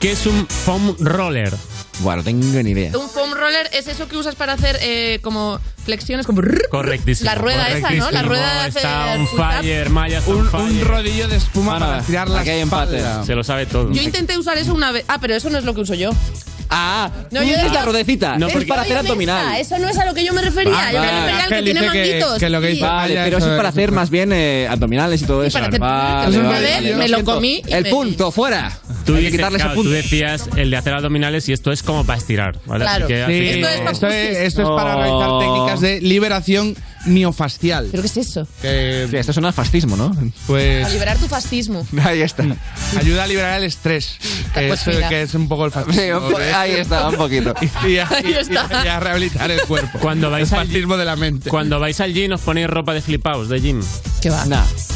Speaker 4: ¿Qué es un foam roller?
Speaker 15: Bueno, tengo ni idea.
Speaker 17: Un foam roller es eso que usas para hacer eh, como flexiones, como...
Speaker 4: Correctísimo.
Speaker 17: La rueda esa, ¿no? La rueda de hacer
Speaker 4: Está on
Speaker 17: push-up.
Speaker 4: fire, Maya está on
Speaker 3: Un,
Speaker 4: fire.
Speaker 3: un rodillo de espuma para tirar la
Speaker 4: aquí hay empate.
Speaker 3: espalda.
Speaker 4: Se lo sabe todo.
Speaker 17: Yo intenté usar eso una vez. Ah, pero eso no es lo que uso yo.
Speaker 15: Ah,
Speaker 17: No, yo
Speaker 15: es
Speaker 17: de-
Speaker 15: la rodecita.
Speaker 17: No,
Speaker 15: es
Speaker 17: porque-
Speaker 15: para hacer
Speaker 17: Soy honesta,
Speaker 15: abdominal.
Speaker 17: Eso no es a lo que yo me refería.
Speaker 15: Ah,
Speaker 17: Pues yo me
Speaker 15: vale.
Speaker 17: refería al que
Speaker 15: Ángel
Speaker 17: tiene
Speaker 15: dice que-
Speaker 17: manguitos.
Speaker 15: que lo
Speaker 3: que
Speaker 17: Sí.
Speaker 3: hizo-
Speaker 15: Vale,
Speaker 3: Vaya,
Speaker 15: pero
Speaker 3: eso
Speaker 15: eso es para
Speaker 3: es
Speaker 15: hacer más bien eh, abdominales y todo eso.
Speaker 17: para hacer-
Speaker 15: Vale,
Speaker 17: Una
Speaker 15: vale,
Speaker 17: vez
Speaker 15: vale,
Speaker 17: me lo
Speaker 15: siento.
Speaker 17: comí y
Speaker 15: El
Speaker 17: me-
Speaker 15: punto, fuera.
Speaker 4: Tú,
Speaker 15: Hay que
Speaker 4: dices-
Speaker 15: quitarle ese
Speaker 4: claro, tú
Speaker 15: punto.
Speaker 4: decías el de hacer abdominales y esto es como para estirar. ¿vale? Así
Speaker 3: Claro.
Speaker 4: que- así que
Speaker 3: esto,
Speaker 4: no-
Speaker 3: es, esto es- esto es para realizar técnicas de liberación miofascial.
Speaker 17: ¿Pero qué es eso?
Speaker 15: Sí, esto suena al fascismo, ¿no?
Speaker 17: A
Speaker 3: Pues
Speaker 17: liberar tu fascismo.
Speaker 15: ahí está.
Speaker 4: Mm.
Speaker 3: ayuda a liberar el estrés, que,
Speaker 4: eh,
Speaker 17: Pues
Speaker 3: es,
Speaker 17: mira.
Speaker 3: que es un poco el
Speaker 15: Sí, un
Speaker 3: fascismo.
Speaker 15: po- pues, ahí está, un poquito.
Speaker 3: Y a,
Speaker 17: Ahí
Speaker 3: y a-
Speaker 17: está.
Speaker 3: y a rehabilitar el cuerpo.
Speaker 4: Cuando vais
Speaker 3: el
Speaker 4: al
Speaker 3: fascismo de la mente.
Speaker 4: Cuando vais al gym os ponéis ropa de flipaos de gym.
Speaker 17: ¿Qué va?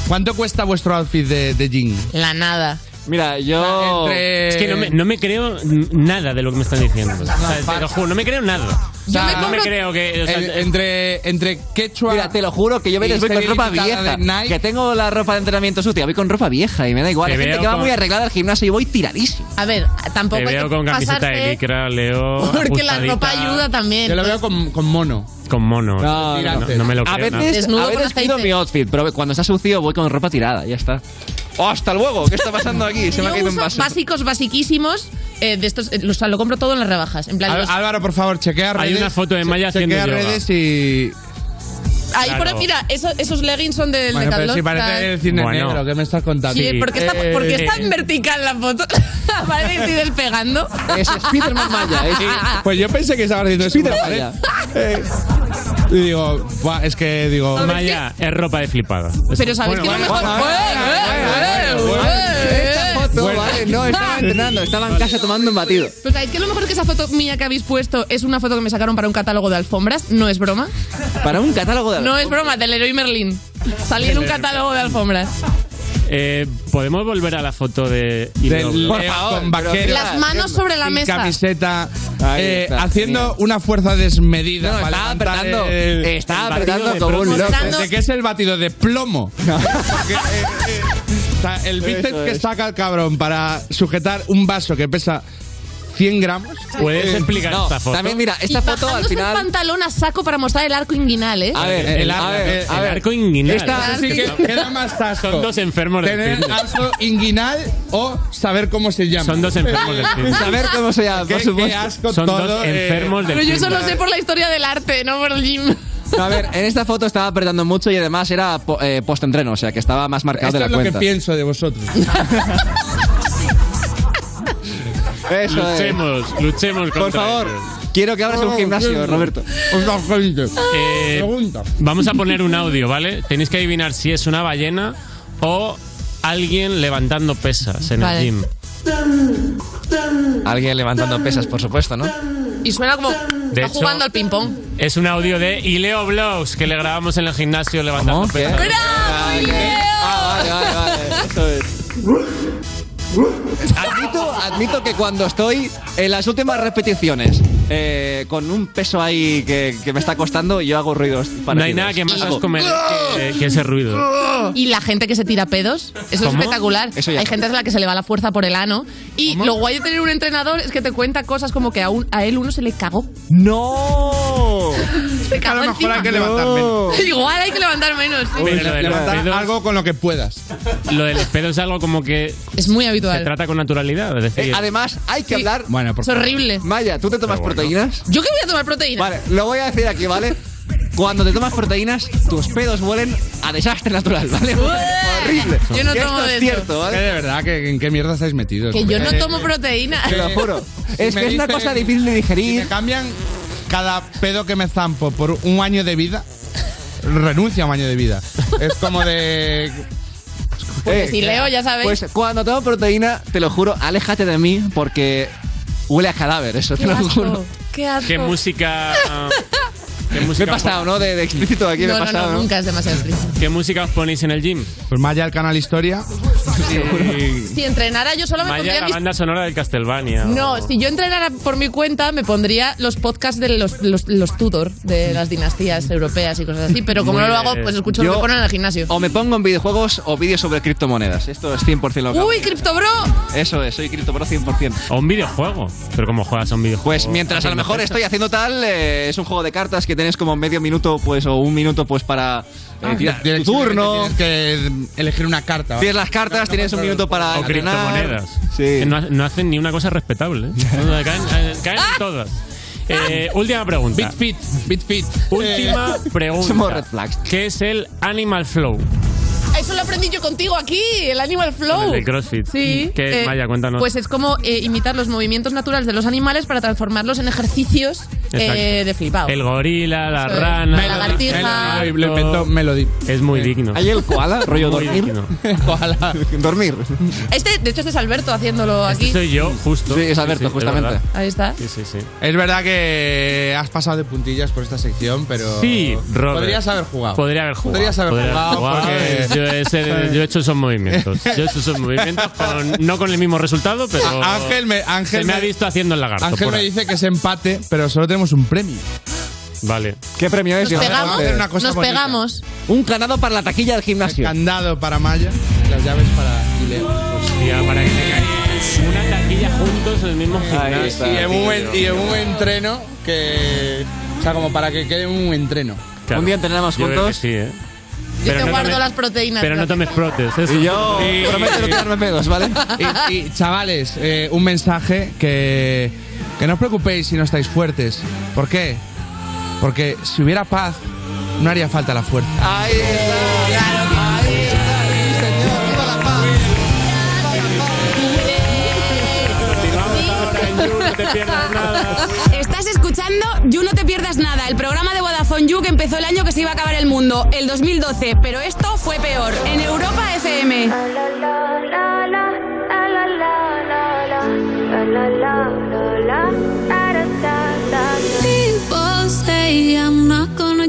Speaker 3: ¿Cuánto cuesta vuestro outfit de, de jean?
Speaker 17: La nada.
Speaker 15: Mira, yo.
Speaker 4: Es que no me, no me creo n- nada de lo que me están diciendo. O sea, te lo juro, no me creo nada. O sea, no me creo que. o sea,
Speaker 3: En- entre, entre quechua.
Speaker 15: Mira, te lo juro que yo voy
Speaker 3: y
Speaker 15: con
Speaker 3: serie
Speaker 15: ropa
Speaker 3: limitada de
Speaker 15: vieja.
Speaker 3: Nike,
Speaker 15: Que tengo la ropa de entrenamiento sucia, voy con ropa vieja y me da igual.
Speaker 4: Te
Speaker 15: Hay gente
Speaker 4: veo
Speaker 15: que va
Speaker 4: con-
Speaker 15: muy arreglada al gimnasio y voy tiradísimo.
Speaker 17: A ver, tampoco
Speaker 4: te
Speaker 17: hay
Speaker 4: veo
Speaker 17: que
Speaker 4: con camiseta de
Speaker 17: pasarse
Speaker 4: licra, Leo.
Speaker 17: Porque la
Speaker 15: Ah.
Speaker 17: ropa
Speaker 4: ajustadita,
Speaker 17: ayuda también.
Speaker 3: Yo lo veo con, con mono.
Speaker 4: Con mono.
Speaker 15: No,
Speaker 4: no, no me lo
Speaker 15: a
Speaker 4: creo. nada.
Speaker 15: veces,
Speaker 17: Desnudo
Speaker 15: a
Speaker 17: con
Speaker 15: veces pido mi outfit, pero cuando está sucio voy con ropa tirada, ya está. ¡Oh, hasta luego! ¿Qué está pasando aquí? Se me ha
Speaker 17: Yo
Speaker 15: caído un
Speaker 17: uso
Speaker 15: vaso.
Speaker 17: básicos, basiquísimos. eh, de estos, eh, lo- o sea, lo compro todo en las rebajas. En plan,
Speaker 3: Al-
Speaker 17: los-
Speaker 3: Álvaro, por favor, chequea redes.
Speaker 4: Hay una foto de
Speaker 3: che-
Speaker 4: Maya haciendo
Speaker 3: Chequea
Speaker 4: yoga.
Speaker 3: redes y.
Speaker 17: ahí por-
Speaker 4: claro.
Speaker 17: mira, eso- esos leggings son del
Speaker 3: Bueno, pero
Speaker 17: Decathlon.
Speaker 3: si
Speaker 17: o sea,
Speaker 3: parece el cine
Speaker 4: Bueno.
Speaker 3: negro, ¿qué me estás contando?
Speaker 17: sí, porque está,
Speaker 3: Eh,
Speaker 17: porque está en vertical la foto. parece que estoy despegando.
Speaker 15: Es Spiderman Maya, es-
Speaker 3: Pues yo pensé que estaba haciendo eso.
Speaker 15: Pide
Speaker 3: con
Speaker 15: Maya.
Speaker 3: pared. Eh, Y digo, "Buah, es que digo.
Speaker 4: Maya es ropa de flipada.
Speaker 17: Pero sabéis que lo mejor. ¡Eh, eh, eh, eh, eh!
Speaker 15: Esta foto foto,
Speaker 17: Bueno.
Speaker 15: ¿vale? No, estaba entrenando, estaba en casa tomando un batido.
Speaker 17: Pero ¿sabéis Ah. Pues, que lo mejor que esa foto mía que habéis puesto es una foto que me sacaron para un catálogo de alfombras? No es broma.
Speaker 15: Para un catálogo de...
Speaker 17: No es broma, del Leroy Merlin. Salí en un catálogo de alfombras.
Speaker 4: Eh, ¿Podemos volver a la foto de...
Speaker 3: Del Leo con vaqueros,
Speaker 17: Las manos sobre la
Speaker 3: sin
Speaker 17: mesa.
Speaker 3: camiseta,
Speaker 15: Ahí
Speaker 3: eh,
Speaker 15: está,
Speaker 3: haciendo
Speaker 15: genial.
Speaker 3: una fuerza desmedida.
Speaker 15: No, no,
Speaker 3: para
Speaker 15: estaba
Speaker 3: levantar
Speaker 15: apretando,
Speaker 3: el-
Speaker 15: estaba
Speaker 3: el batido
Speaker 15: apretando
Speaker 3: de
Speaker 15: como un
Speaker 3: plomo.
Speaker 15: loco.
Speaker 3: ¿De qué es el batido? ¿De plomo? Porque, eh, eh, o sea, el bíceps
Speaker 4: Eso
Speaker 3: que
Speaker 4: es.
Speaker 3: saca el cabrón para sujetar un vaso que pesa 100 gramos. Eh,
Speaker 4: ¿Puedes explicar
Speaker 3: no,
Speaker 4: esta foto?
Speaker 15: Eh,
Speaker 3: También, mira,
Speaker 17: y bajándose el pantalón a saco para mostrar el arco inguinal, ¿eh?
Speaker 3: el arco- eh, el arco inguinal. Esta sí que queda más asco.
Speaker 4: Son dos enfermos del
Speaker 3: Tener
Speaker 4: fitness.
Speaker 3: arco inguinal o saber cómo se llama.
Speaker 4: Son dos enfermos del fitness. Saber
Speaker 15: cómo se llama,
Speaker 3: Qué-
Speaker 15: por supuesto.
Speaker 3: qué asco
Speaker 4: Son
Speaker 3: todo,
Speaker 4: dos
Speaker 3: eh,
Speaker 4: enfermos
Speaker 17: Pero yo eso lo sé por la historia del arte, no por el gym.
Speaker 15: A ver, en esta foto estaba apretando mucho y además era po- eh, post-entreno, o sea que estaba más marcado
Speaker 3: Esto
Speaker 15: de la
Speaker 3: es lo
Speaker 15: cuenta.
Speaker 3: que pienso de vosotros.
Speaker 15: Eso es.
Speaker 4: luchemos, luchemos
Speaker 15: Por
Speaker 4: contra
Speaker 15: favor,
Speaker 4: ellos.
Speaker 15: quiero que abras un gimnasio, Roberto.
Speaker 4: Eh, Vamos a poner un audio, ¿vale? Tenéis que adivinar si es una ballena o alguien levantando pesas en
Speaker 17: Vale.
Speaker 4: el gym.
Speaker 15: Alguien levantando pesas, por supuesto, ¿no?
Speaker 17: Y suena como
Speaker 4: De
Speaker 17: está
Speaker 4: hecho-
Speaker 17: jugando al ping-pong.
Speaker 4: Es un audio de Ileo Blogs que le grabamos en el gimnasio levantando pesas.
Speaker 15: Ah, Admito, admito que cuando estoy en las últimas repeticiones, eh, con un peso ahí que, que me está costando, yo hago ruidos.
Speaker 4: No hay nada que más asco me dé que- que ese ruido.
Speaker 17: Y la gente que se tira pedos, eso
Speaker 4: ¿Cómo?
Speaker 17: es espectacular.
Speaker 4: Eso ya
Speaker 17: Hay
Speaker 4: no.
Speaker 17: gente a la que se le va la fuerza por el ano. Y lo guay de tener un entrenador es que te cuenta cosas como que a, un- a él uno se le cagó.
Speaker 15: ¡No!
Speaker 17: Se
Speaker 3: a
Speaker 17: cagó
Speaker 3: lo mejor
Speaker 17: encima.
Speaker 3: hay que levantar menos.
Speaker 17: Igual hay que levantar menos. sí.
Speaker 3: Levantar algo con lo que puedas.
Speaker 4: Lo del pedo es algo como que
Speaker 17: Es muy
Speaker 4: se
Speaker 17: habitual.
Speaker 4: trata con naturalidad. es decir-
Speaker 15: Eh, además, hay que hablar.
Speaker 3: Bueno,
Speaker 17: Es horrible.
Speaker 15: Maya, ¿tú te tomas proteínas?
Speaker 17: Yo que voy a tomar proteína.
Speaker 15: Vale, lo voy a decir aquí, ¿vale? Cuando te tomas proteínas, tus pedos huelen a desastre natural, ¿vale? Horrible.
Speaker 17: Yo no
Speaker 15: Que
Speaker 17: tomo
Speaker 15: esto
Speaker 17: de
Speaker 15: es
Speaker 17: eso.
Speaker 15: cierto, ¿vale?
Speaker 3: Que de verdad, que, ¿en qué mierda estáis metidos?
Speaker 17: Que yo no
Speaker 3: hombre?
Speaker 17: tomo proteína.
Speaker 3: Eh, Te lo
Speaker 15: juro.
Speaker 3: Si
Speaker 15: Es
Speaker 3: me
Speaker 15: que es una
Speaker 3: dicen-
Speaker 15: cosa difícil de digerir.
Speaker 3: Si me cambian cada pedo que me zampo por un año de vida, renuncia a un año de vida. Es como de.
Speaker 15: Eh,
Speaker 17: pues si leo, ya sabéis.
Speaker 15: Pues cuando tomo proteína, te lo juro, aléjate de mí porque huele a cadáver, eso te
Speaker 17: Qué
Speaker 15: lo
Speaker 17: asco.
Speaker 15: juro.
Speaker 17: Qué asco.
Speaker 4: ¿Qué música, qué
Speaker 15: Me he
Speaker 4: música,
Speaker 15: pasado, ¿no? De, de explícito aquí, me he
Speaker 17: no, no,
Speaker 15: pasado.
Speaker 17: no,
Speaker 15: ¿no?
Speaker 17: nunca es demasiado explícito.
Speaker 4: qué música os ponéis en el gym?
Speaker 3: Pues Maya el canal Historia.
Speaker 4: Sí.
Speaker 17: Si entrenara yo solo me
Speaker 4: Maya,
Speaker 17: pondría
Speaker 4: la
Speaker 17: mis
Speaker 4: banda sonora del Castlevania.
Speaker 17: No, si yo entrenara por mi cuenta, me pondría los podcasts de los, los- los Tudor, de las dinastías europeas y cosas así. Pero como
Speaker 15: Muy
Speaker 17: no lo hago,
Speaker 15: bien.
Speaker 17: pues escucho lo
Speaker 15: Yo-
Speaker 17: que ponen en el gimnasio.
Speaker 15: O me pongo en videojuegos o vídeos sobre criptomonedas. Esto es 100%
Speaker 4: Oh,
Speaker 15: lo que hago.
Speaker 17: ¡Uy, CryptoBro!
Speaker 15: Eso es, soy criptobro 100%.
Speaker 4: O un videojuego. Pero como juegas a un videojuego. Ah,
Speaker 15: Pues mientras a lo mejor estoy haciendo tal, eh, es un juego de cartas que tenés como medio minuto pues o un minuto pues para eh, tirar tu turno.
Speaker 3: Tienes que elegir una carta. ¿vale?
Speaker 15: Tienes las cartas, tienes un minuto para
Speaker 4: O
Speaker 15: entrenar.
Speaker 4: criptomonedas. Que No, ha- no hacen ni una cosa respetable. ¿eh? No, caen eh, caen en todas. Eh, última pregunta.
Speaker 3: Bitfit, Bitfit.
Speaker 4: Última
Speaker 3: Eh,
Speaker 15: Somos red
Speaker 4: pregunta.
Speaker 15: flags.
Speaker 4: ¿Qué es el Animal Flow?
Speaker 17: Eso lo aprendí yo contigo aquí, el Animal Flow.
Speaker 4: El de CrossFit.
Speaker 17: Sí.
Speaker 4: ¿Qué?
Speaker 17: eh,
Speaker 4: Maya, cuéntanos.
Speaker 17: Pues es como eh, imitar los movimientos naturales de los animales para transformarlos en ejercicios eh,
Speaker 4: Exacto.
Speaker 17: de flipado.
Speaker 4: El gorila, la
Speaker 17: Eso es.
Speaker 4: rana,
Speaker 17: La lagartija.
Speaker 3: Melody, lo inventó Melody.
Speaker 4: Es muy digno.
Speaker 15: Hay el koala, rollo
Speaker 4: Muy
Speaker 15: dormir.
Speaker 4: digno.
Speaker 3: Ojalá.
Speaker 15: Dormir.
Speaker 17: Este, de hecho, este es Alberto haciéndolo aquí.
Speaker 4: Soy yo, justo.
Speaker 15: Sí, es Alberto,
Speaker 4: Sí, sí,
Speaker 15: justamente.
Speaker 4: verdad.
Speaker 17: Ahí está.
Speaker 4: Sí, sí, sí.
Speaker 3: Es verdad que has pasado de puntillas por esta sección, pero.
Speaker 4: Sí, Robert.
Speaker 3: Podrías haber jugado.
Speaker 4: Podría haber jugado.
Speaker 3: Podrías haber jugado porque-
Speaker 4: Yo, he- ese- yo he hecho esos movimientos. Yo he hecho esos movimientos, con- no con el mismo resultado, pero.
Speaker 3: Ah, Ángel me- Ángel
Speaker 4: se me,
Speaker 3: me-
Speaker 4: ha visto haciendo el lagarto.
Speaker 3: Ángel
Speaker 4: por
Speaker 3: me
Speaker 4: ahí.
Speaker 3: dice que es empate, pero solo tenemos un premio.
Speaker 4: Vale.
Speaker 15: ¿Qué premio es?
Speaker 17: Nos
Speaker 15: Iván?
Speaker 17: pegamos,
Speaker 3: hacer una cosa
Speaker 17: nos
Speaker 3: bonita.
Speaker 17: pegamos.
Speaker 15: Un canado para la taquilla del gimnasio.
Speaker 3: Candado para Maya, las llaves para Ileo.
Speaker 4: Hostia, para que tengáis una taquilla juntos en el mismo gimnasio.
Speaker 3: Y en, un, en-
Speaker 4: tío.
Speaker 3: y en un entreno que. O sea, como para que quede un entreno.
Speaker 4: Claro.
Speaker 15: Un día entrenamos
Speaker 4: Yo creo que
Speaker 15: juntos.
Speaker 4: sí, ¿eh?
Speaker 17: Yo
Speaker 4: Pero
Speaker 17: te
Speaker 4: no
Speaker 17: guardo
Speaker 4: tomes-
Speaker 17: las proteínas.
Speaker 4: Pero no
Speaker 17: gracias.
Speaker 4: tomes protes. eso.
Speaker 15: Y yo prometo no tirarme pedos, ¿vale?
Speaker 3: Y, y, chavales, eh, un mensaje que. Que no os preocupéis si no estáis fuertes. ¿Por qué? Porque si hubiera paz, no haría falta la fuerza.
Speaker 15: Ahí está. Ahí está. Sí, señor. Viva la paz.
Speaker 22: Estás escuchando You No Te Pierdas Nada, el programa de Vodafone You que empezó el año que se iba a acabar el mundo, el 2012, pero esto fue peor, en Europa FM.
Speaker 27: la, la, la, la, People say I'm not gonna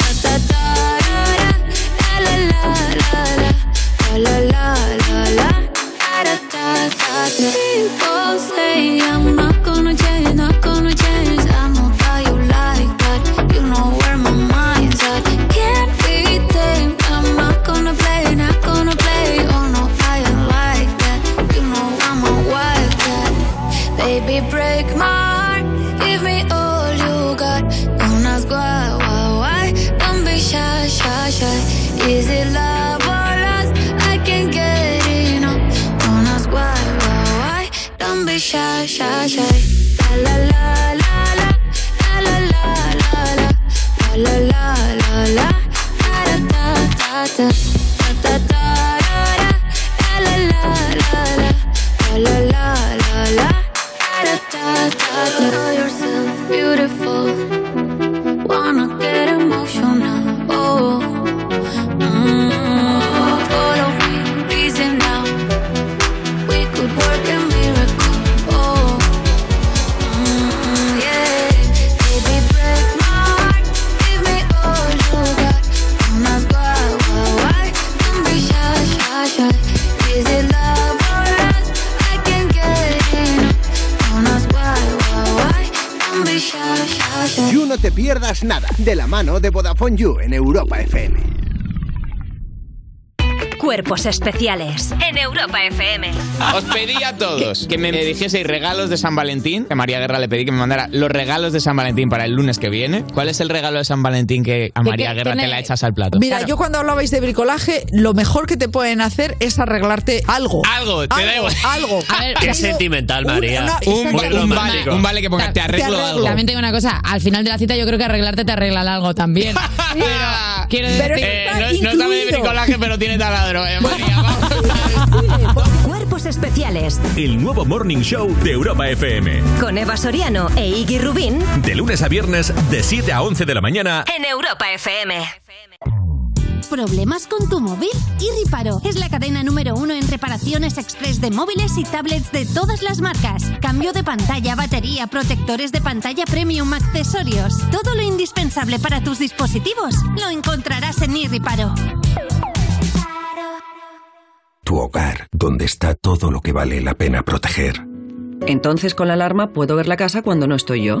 Speaker 27: Da da da da da. La la la la. La la la la la. People say I'm not gonna change, not gonna change. I know that you like that. You know where my mind's at. Can't be tamed. I'm not gonna play, not gonna play. Oh no, I ain't like that. You know I'm a wildcat. Baby, break my heart. Give me all you got. Don't ask why, why, why. Don't be shy, shy, shy. Is it love or lust? I can't get enough. Don't ask why, why, why. Don't be shy, shy, shy. La la la la la la la la la la la la la da da da da. Da, da, da, da, da. La, la, la, la. La, la, la, la, la. Da, da, da, da. Love yourself, beautiful. Wanna get emotional. Oh, mm. follow me, reason now. We could work a miracle. Oh, mm, yeah. Baby, break my heart. Give me all you got. Don't ask why, why, why. Don't be shy, shy, shy. Is it love or lust? I can't get enough. Don't ask why, why, why. Don't be shy, shy, shy.
Speaker 5: You no te pierdas nada de la mano de Vodafone You en Europa FM.
Speaker 29: Cuerpos especiales en Europa FM.
Speaker 10: Os pedí a todos que, me dijeseis regalos de San Valentín. Que María Guerra le pedí que me mandara los regalos de San Valentín para el lunes que viene. ¿Cuál es el regalo de San Valentín que a
Speaker 12: ¿De
Speaker 10: María
Speaker 12: qué-
Speaker 10: Guerra
Speaker 12: qué
Speaker 10: te
Speaker 12: ne-
Speaker 10: la echas al plato?
Speaker 12: Mira,
Speaker 10: Claro.
Speaker 12: yo cuando hablabais de bricolaje, lo mejor que te pueden hacer es arreglarte algo.
Speaker 10: Algo, te da igual.
Speaker 12: Algo.
Speaker 30: Qué sentimental, María.
Speaker 12: una- exacto.
Speaker 10: Un, un vale, un vale que ponga, te arreglo, algo.
Speaker 11: También tengo una cosa, al final de la cita yo creo que arreglarte te arreglan algo también. Pero, quiero decir,
Speaker 10: Eh, no, no sabe de bricolaje, pero tiene taladro. eh, María.
Speaker 29: Cuerpos especiales
Speaker 13: El nuevo Morning Show de Europa FM.
Speaker 29: con Eva Soriano e Iggy Rubín
Speaker 13: De lunes a viernes, de 7 a 11 de la mañana.
Speaker 29: en Europa FM.
Speaker 1: ¿Problemas con tu móvil? Irriparo es la cadena número uno en reparaciones express de móviles y tablets de todas las marcas. Cambio de pantalla, batería, protectores de pantalla premium, accesorios. Todo lo indispensable para tus dispositivos lo encontrarás en Irriparo.
Speaker 24: Tu hogar, donde está todo lo que vale la pena proteger.
Speaker 31: Entonces con la alarma puedo ver la casa cuando no estoy yo.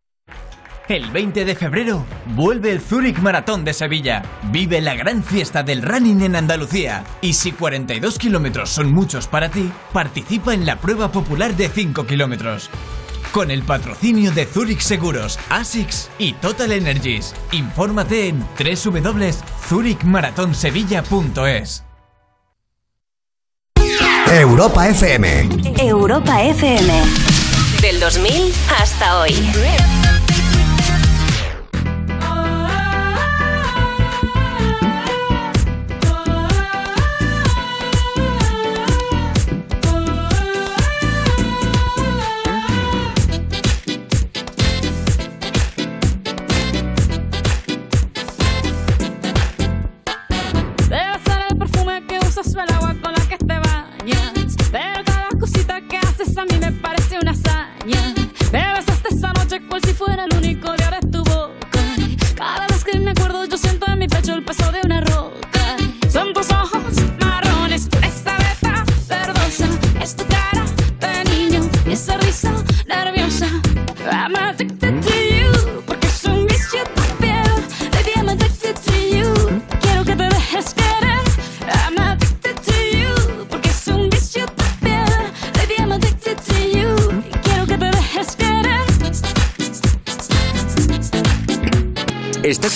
Speaker 32: El 20 de febrero vuelve el Zurich Maratón de Sevilla. Vive la gran fiesta del running en Andalucía. Y si 42 kilómetros son muchos para ti, participa en la prueba popular de 5 kilómetros. Con el patrocinio de Zurich Seguros, ASICS y Total Energies. Infórmate en www.zurichmaratonsevilla.es.
Speaker 5: Europa FM.
Speaker 29: Europa FM. Del 2000 hasta hoy.
Speaker 28: Debe ser el perfume que usas o el agua con la que te bañas. Pero cada cosita que haces a mí me parece una hazaña. Me besaste esa noche cual si fuera el único día de tu boca. Cada vez que me acuerdo yo siento en mi pecho el peso de una roca. Son tus ojos marrones, esa beta verdosa. Es tu cara de niño y esa risa de addicted to you, porque son mis yo te quiero. Baby, I'm addicted to you, quiero que te dejes querer. I'm addicted to you, porque son mis yo te quiero. Baby, I'm addicted to you, quiero que te dejes querer.
Speaker 2: Estás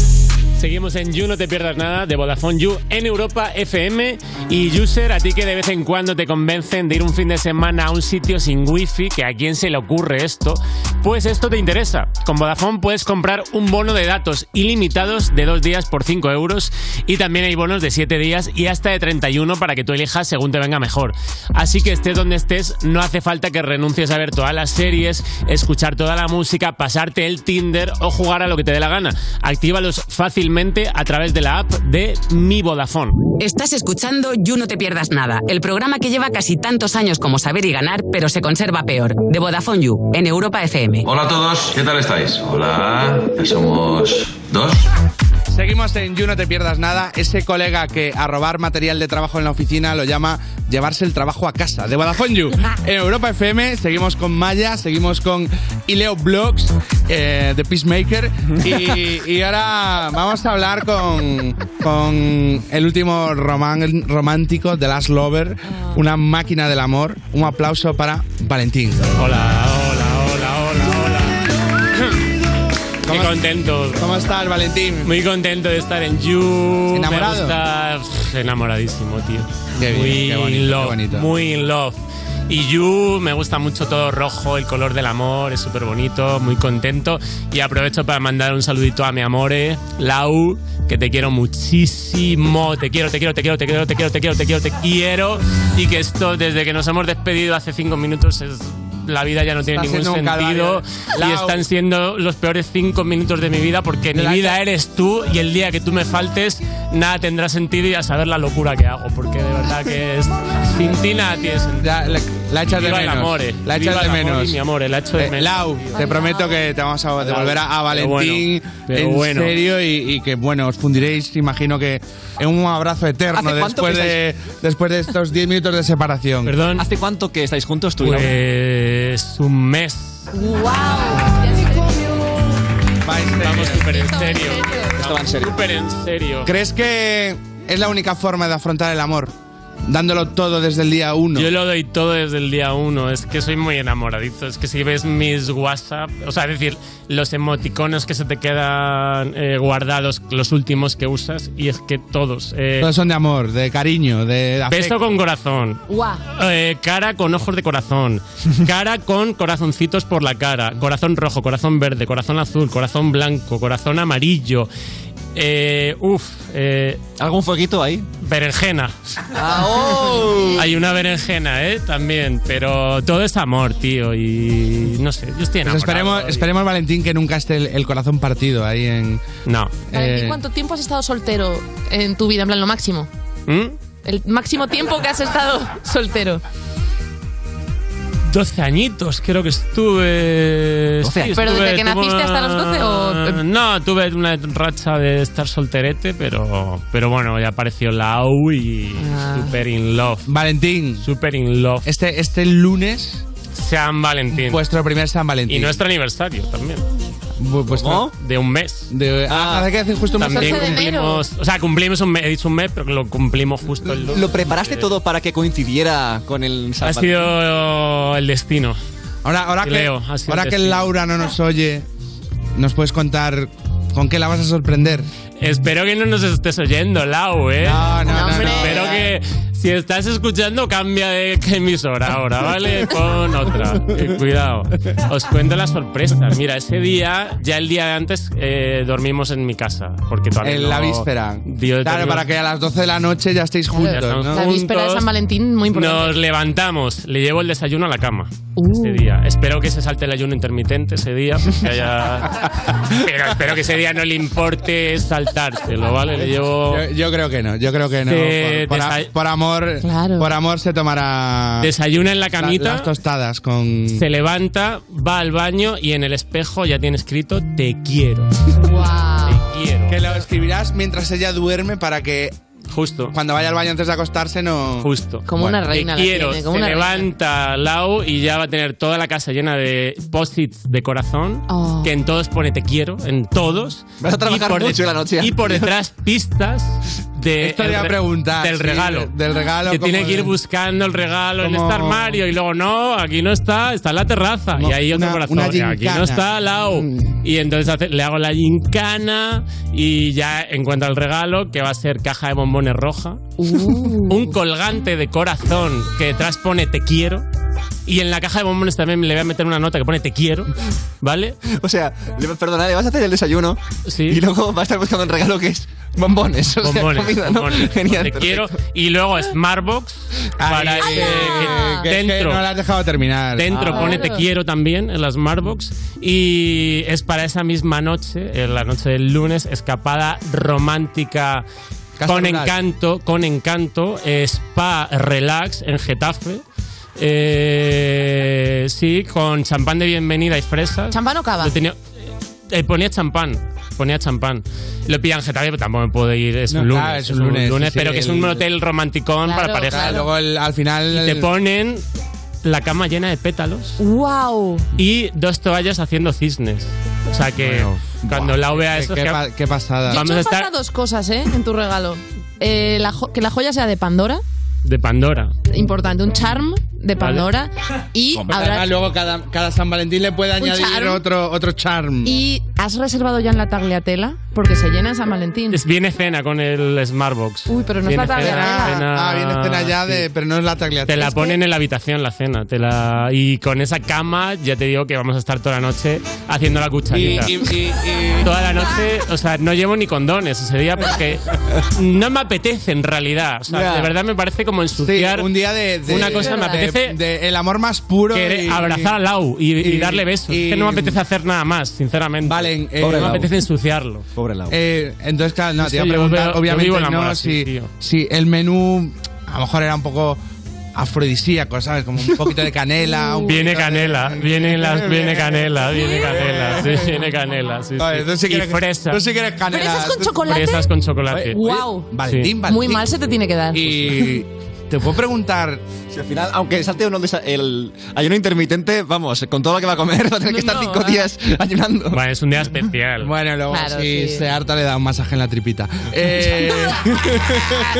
Speaker 4: Seguimos en You, no te pierdas nada, de Vodafone You en Europa FM. Y User, a ti que de vez en cuando te convencen de ir un fin de semana a un sitio sin wifi, que a quién se le ocurre esto, pues esto te interesa. Con Vodafone puedes comprar un bono de datos ilimitados de dos días por 5 euros y también hay bonos de 7 días y hasta de 31 para que tú elijas según te venga mejor. Así que estés donde estés, no hace falta que renuncies a ver todas las series, escuchar toda la música, pasarte el Tinder o jugar a lo que te dé la gana. Actívalos fácilmente a través de la app de Mi Vodafone.
Speaker 22: Estás escuchando You No Te Pierdas Nada, el programa que lleva casi tantos años como Saber y Ganar, pero se conserva peor. De Vodafone You, en Europa FM.
Speaker 7: Hola a todos, ¿qué tal estáis? Hola, somos dos.
Speaker 3: Seguimos en You, no te pierdas nada. Ese colega que a robar material de trabajo en la oficina lo llama llevarse el trabajo a casa. De Vodafone You. En Europa FM seguimos con Maya, seguimos con Ileo Blogs, eh, de Peacemaker. Y, y ahora vamos a hablar con, con el último román, romántico de Last Lover, una máquina del amor. Un aplauso para Valentín.
Speaker 4: Hola, hola, hola, hola, hola. Muy contento.
Speaker 3: ¿Cómo estás, Valentín?
Speaker 4: Muy contento de estar en You.
Speaker 3: ¿Enamorado?
Speaker 4: Me gusta- Pff, enamoradísimo, tío.
Speaker 3: Qué bien,
Speaker 4: muy
Speaker 3: qué bonito,
Speaker 4: in love,
Speaker 3: qué bonito.
Speaker 4: muy in love. Y You, me gusta mucho todo rojo, el color del amor, es súper bonito, muy contento. Y aprovecho para mandar un saludito a mi amore, Lau, que te quiero muchísimo. Te quiero, te quiero, te quiero, te quiero, te quiero, te quiero, te quiero, te quiero. Y que esto, desde que nos hemos despedido hace cinco minutos, es- la vida ya no tiene
Speaker 3: Está
Speaker 4: ningún
Speaker 3: siendo un
Speaker 4: sentido.
Speaker 3: calvario.
Speaker 4: Y
Speaker 3: Lau.
Speaker 4: están siendo los peores cinco minutos de mi vida porque mi
Speaker 3: la-
Speaker 4: vida eres tú y el día que tú me faltes nada tendrá sentido y a saber la locura que hago porque de verdad que es sin ti nada tiene sentido.
Speaker 3: la, echas de
Speaker 4: Viva
Speaker 3: menos.
Speaker 4: El amore,
Speaker 3: La echas
Speaker 4: Viva
Speaker 3: de
Speaker 4: el amor
Speaker 3: menos.
Speaker 4: y mi amor, la echo de
Speaker 3: Eh,
Speaker 4: menos.
Speaker 3: Lau, te prometo que te vamos a devolver a, a
Speaker 4: pero bueno,
Speaker 3: Valentín
Speaker 4: pero
Speaker 3: en
Speaker 4: bueno.
Speaker 3: serio y, y que bueno, os fundiréis, imagino que en un abrazo eterno
Speaker 15: ¿Hace cuánto
Speaker 3: después de, después de estos 10 minutos de separación.
Speaker 4: Perdón.
Speaker 3: ¿Hace cuánto que estáis juntos tú
Speaker 4: y Laura? Pues un mes. Vamos súper en serio. Esto va en serio. Súper en serio.
Speaker 3: ¿Crees que es la única forma de afrontar el amor? Dándolo todo desde el día uno.
Speaker 4: Yo lo doy todo desde el día uno. Es que soy muy enamoradizo. Es que si ves mis WhatsApp, o sea, es decir, los emoticonos que se te quedan eh, guardados, los últimos que usas, y es que todos. eh,
Speaker 3: Todos son de amor, de cariño, de
Speaker 4: beso
Speaker 3: afecto.
Speaker 4: con corazón. Eh, cara con ojos de corazón. Cara con corazoncitos por la cara. Corazón rojo, corazón verde, corazón azul, corazón blanco, corazón amarillo. Eh, uf. ¿Algún fueguito ahí? Berenjena.
Speaker 3: Ah, oh.
Speaker 4: Hay una berenjena, ¿eh? También. Pero todo es amor, tío. Y no sé, yo estoy
Speaker 3: Pues esperemos,
Speaker 4: enamorado.
Speaker 3: esperemos, Valentín, que nunca esté el, el corazón partido ahí en. eh,
Speaker 4: No. eh,
Speaker 17: Valentín, ¿cuánto tiempo has estado soltero en tu vida? En plan, lo máximo.
Speaker 4: ¿Mm?
Speaker 17: El máximo tiempo que has estado soltero.
Speaker 4: 12 añitos creo que estuve...
Speaker 17: ¿Doce años? ¿Pero desde que naciste hasta los 12 o-
Speaker 4: Ah, No, tuve una racha de estar solterete, pero, pero bueno, ya apareció la U y
Speaker 3: Ah.
Speaker 4: super in love.
Speaker 3: Valentín.
Speaker 4: Super in love.
Speaker 3: Este, este lunes...
Speaker 4: San Valentín.
Speaker 3: Vuestro primer San Valentín.
Speaker 4: Y nuestro aniversario también.
Speaker 3: Bu- vuestro-
Speaker 4: De un mes.
Speaker 3: De, ah, hace que hace justo un mes.
Speaker 4: También
Speaker 3: 14 de enero.
Speaker 4: cumplimos... O sea, cumplimos un mes, he dicho un mes, pero lo cumplimos justo el
Speaker 15: ¿Lo preparaste todo para que coincidiera con el San
Speaker 4: Ha
Speaker 15: Valentín?
Speaker 4: sido el destino.
Speaker 3: Ahora, ahora que,
Speaker 4: Leo, ha sido
Speaker 3: ahora
Speaker 4: el
Speaker 3: que
Speaker 4: destino.
Speaker 3: Laura no nos oye, ¿nos puedes contar con qué la vas a sorprender?
Speaker 4: Espero que no nos estés oyendo, Lau, ¿eh? No,
Speaker 3: no,
Speaker 4: no. Espero que si estás escuchando, cambia de emisora ahora, ¿vale? Con otra. Eh, Cuidado. Os cuento la sorpresa. Mira, ese día, ya el día de antes, eh, dormimos en mi casa. Porque todavía
Speaker 3: En
Speaker 4: no-
Speaker 3: la víspera.
Speaker 4: Dios,
Speaker 3: claro,
Speaker 4: dormimos-
Speaker 3: para que a las 12 de la noche ya estéis juntos,
Speaker 4: estamos
Speaker 3: ¿no?
Speaker 17: La víspera de San Valentín, muy importante.
Speaker 4: Nos levantamos, le llevo el desayuno a la cama
Speaker 3: Mm.
Speaker 4: ese este día. Espero que se salte el ayuno intermitente ese día. que haya- Pero espero que ese día no le importe saltárselo, ¿vale? Le llevo.
Speaker 3: Yo, yo creo que no, yo creo que no.
Speaker 4: Eh,
Speaker 3: por, por a-
Speaker 4: desa-
Speaker 3: por amor amor, por amor se tomará.
Speaker 4: Desayuna en la camita.
Speaker 3: las tostadas con.
Speaker 4: Se levanta, va al baño y en el espejo ya tiene escrito te quiero. Te quiero.
Speaker 3: Que lo escribirás mientras ella duerme para que.
Speaker 4: Justo.
Speaker 3: Cuando vaya al baño antes de acostarse, no.
Speaker 4: Justo.
Speaker 17: Como una reina
Speaker 4: Te
Speaker 17: la
Speaker 4: quiero.
Speaker 17: tiene, como
Speaker 4: se
Speaker 17: una reina.
Speaker 4: levanta Lau y ya va a tener toda la casa llena de post-its de corazón.
Speaker 17: Oh.
Speaker 4: Que en todos pone te quiero, en todos.
Speaker 15: Vas a trabajar
Speaker 4: Y por
Speaker 15: mucho
Speaker 4: det-
Speaker 15: la noche.
Speaker 4: Y por detrás pistas de
Speaker 3: Esto le
Speaker 4: el
Speaker 3: iba a
Speaker 4: re-
Speaker 3: preguntar,
Speaker 4: del
Speaker 3: sí,
Speaker 4: regalo.
Speaker 3: del regalo,
Speaker 4: Que tiene
Speaker 3: como
Speaker 4: que ir
Speaker 3: el-
Speaker 4: buscando el regalo en
Speaker 3: como-
Speaker 4: este armario y luego no, aquí no está, está en la terraza.
Speaker 3: Como
Speaker 4: y ahí otro
Speaker 3: una-
Speaker 4: corazón.
Speaker 3: una
Speaker 4: y aquí
Speaker 3: gincana. Mm.
Speaker 4: no está Lau. Y entonces hace- le hago la gincana y ya encuentra el regalo que va a ser caja de bombones roja.
Speaker 3: Uh.
Speaker 4: Un colgante de corazón que detrás pone te quiero. Y en la caja de bombones también le voy a meter una nota que pone te quiero. ¿Vale?
Speaker 15: O sea, le, perdona, le vas a hacer el desayuno y luego va a estar buscando un regalo que es bombones. O sea,
Speaker 4: Bombones,
Speaker 15: comida, ¿no?
Speaker 4: bombones.
Speaker 15: Genial.
Speaker 4: Te quiero. Y luego Smartbox para que- que,
Speaker 3: Ah, Que es que
Speaker 4: dentro.
Speaker 3: no la has dejado terminar.
Speaker 4: Dentro
Speaker 3: Ah.
Speaker 4: pone te quiero también en la Smartbox. Y es para esa misma noche, en la noche del lunes, escapada romántica.
Speaker 3: Casa
Speaker 4: con
Speaker 3: rural.
Speaker 4: encanto, con encanto, eh, spa relax en Getafe. Eh, sí, con champán de bienvenida y fresas.
Speaker 17: ¿Champán o cava?
Speaker 4: Lo tenía- eh, ponía champán. Ponía champán. Lo pillan Getafe, pero tampoco me puedo ir. Es
Speaker 3: No,
Speaker 4: un lunes.
Speaker 3: claro, es un lunes, sí, sí,
Speaker 4: pero que es un
Speaker 3: el-
Speaker 4: hotel romanticón para
Speaker 3: Claro,
Speaker 4: parejas.
Speaker 3: claro. Luego al final.
Speaker 4: Y te ponen la cama llena de pétalos
Speaker 17: ¡Wow!
Speaker 4: y dos toallas haciendo cisnes. O sea que cuando la vea eso.
Speaker 3: qué
Speaker 4: es que-
Speaker 3: pa- qué pasada.
Speaker 4: Vamos
Speaker 17: Yo
Speaker 4: a
Speaker 17: he hecho en
Speaker 4: estar
Speaker 17: falta dos cosas, ¿eh? En tu regalo. Eh, la jo- que la joya sea de Pandora,
Speaker 4: de Pandora.
Speaker 17: importante, un charm
Speaker 3: Vale.
Speaker 17: de Pandora y habrá-
Speaker 3: Además, luego cada, cada San Valentín le puede
Speaker 17: Un
Speaker 3: añadir
Speaker 17: charm.
Speaker 3: otro, otro charm.
Speaker 17: ¿Y has reservado ya en la tagliatela? Porque se llena en San Valentín.
Speaker 4: Es- Viene cena con el Smartbox.
Speaker 17: Uy, pero no es
Speaker 4: Viene
Speaker 17: la tagliatella.
Speaker 3: Ah, viene cena ya de- pero no es la tagliatella.
Speaker 4: Te la
Speaker 3: Es
Speaker 4: ponen en la habitación la cena. Te la, y con esa cama ya te digo que vamos a estar toda la noche haciendo la cucharita.
Speaker 3: Y- y-
Speaker 4: Toda la noche, o sea, no llevo ni condones ese día porque no me apetece en realidad. O sea,
Speaker 3: Ya.
Speaker 4: de verdad me parece como ensuciar.
Speaker 3: un día de, de-
Speaker 4: una cosa me
Speaker 3: de-
Speaker 4: apetece
Speaker 3: de el amor más puro
Speaker 4: que
Speaker 3: y-
Speaker 4: abrazar a Lau y, y darle besos. Es que no me apetece hacer nada más, sinceramente. Vale,
Speaker 3: Pobre
Speaker 4: no me
Speaker 3: Lau.
Speaker 4: apetece ensuciarlo.
Speaker 15: Pobre Lau.
Speaker 3: Eh, entonces, claro, no,
Speaker 4: Es
Speaker 3: te iba a
Speaker 4: que yo
Speaker 3: preguntar,
Speaker 4: veo- yo vivo
Speaker 3: obviamente,
Speaker 4: el amor
Speaker 3: no,
Speaker 4: así,
Speaker 3: si,
Speaker 4: tío.
Speaker 3: si el menú a lo mejor era un poco afrodisíaco, ¿sabes? Como un poquito de canela.
Speaker 17: Uh.
Speaker 3: un
Speaker 4: Viene
Speaker 3: poquito de-
Speaker 4: canela, viene, las, viene canela, viene canela, sí, viene canela, sí, sí.
Speaker 3: Oye, tú sí
Speaker 4: y
Speaker 3: quieres-
Speaker 4: fresa.
Speaker 3: tú sí quieres canela.
Speaker 17: ¿Fresas con chocolate?
Speaker 4: Fresas con chocolate.
Speaker 17: ¡Wow!
Speaker 4: Sí.
Speaker 17: Muy mal se te tiene que dar.
Speaker 3: Y te puedo preguntar.
Speaker 15: Si al final, aunque salte uno de esa- el ayuno intermitente, vamos, con todo lo que va a comer, va a tener que estar cinco días ayunando.
Speaker 4: Bueno, es un día especial.
Speaker 3: Bueno, luego
Speaker 15: Claro,
Speaker 3: si
Speaker 15: sí.
Speaker 3: se harta le da un masaje en la tripita. Eh,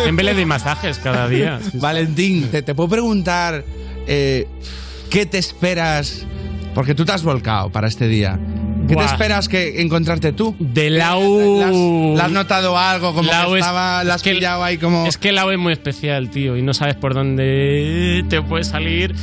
Speaker 4: en vez de masajes cada día.
Speaker 3: Valentín, te, te puedo preguntar eh, qué te esperas, porque tú te has volcado para este día. ¿Qué
Speaker 4: Buah.
Speaker 3: te esperas que encontrarte tú?
Speaker 4: De Lau.
Speaker 3: ¿La has notado algo? Como
Speaker 4: Lau
Speaker 3: que
Speaker 4: es-
Speaker 3: estaba, la has pillado ahí como.
Speaker 4: Es que la es muy especial, tío, y no sabes por dónde te puede salir.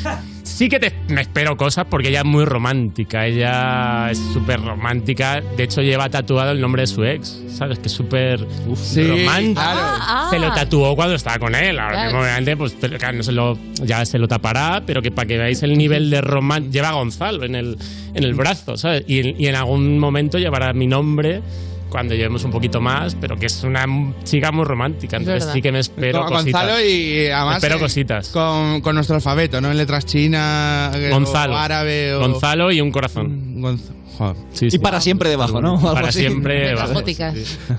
Speaker 4: Sí que te, me espero cosas porque ella es muy romántica, ella es súper romántica. De hecho, lleva tatuado el nombre de su ex, ¿sabes? Que es súper romántica.
Speaker 3: claro.
Speaker 17: Ah, ah.
Speaker 4: Se lo tatuó cuando estaba con él. Ahora
Speaker 17: Claro.
Speaker 4: mismo, obviamente, pues te- claro, no se lo, ya se lo tapará, pero que para que veáis el nivel de romántico. Lleva a Gonzalo en el, en el brazo, ¿sabes? Y, en- y en algún momento llevará mi nombre. Cuando llevemos un poquito más, pero que es una chica muy romántica. Entonces
Speaker 3: verdad.
Speaker 4: sí que me espero
Speaker 3: Con-
Speaker 4: cositas.
Speaker 3: Gonzalo y eh, además.
Speaker 4: Me espero
Speaker 3: eh,
Speaker 4: cositas.
Speaker 3: Con, con nuestro alfabeto, ¿no? En letras chinas, eh,
Speaker 4: Gonzalo.
Speaker 3: o árabe o.
Speaker 4: Gonzalo y un corazón.
Speaker 3: Mm,
Speaker 15: y para siempre debajo, ¿no? Algo
Speaker 4: Para
Speaker 15: así.
Speaker 4: siempre debajo.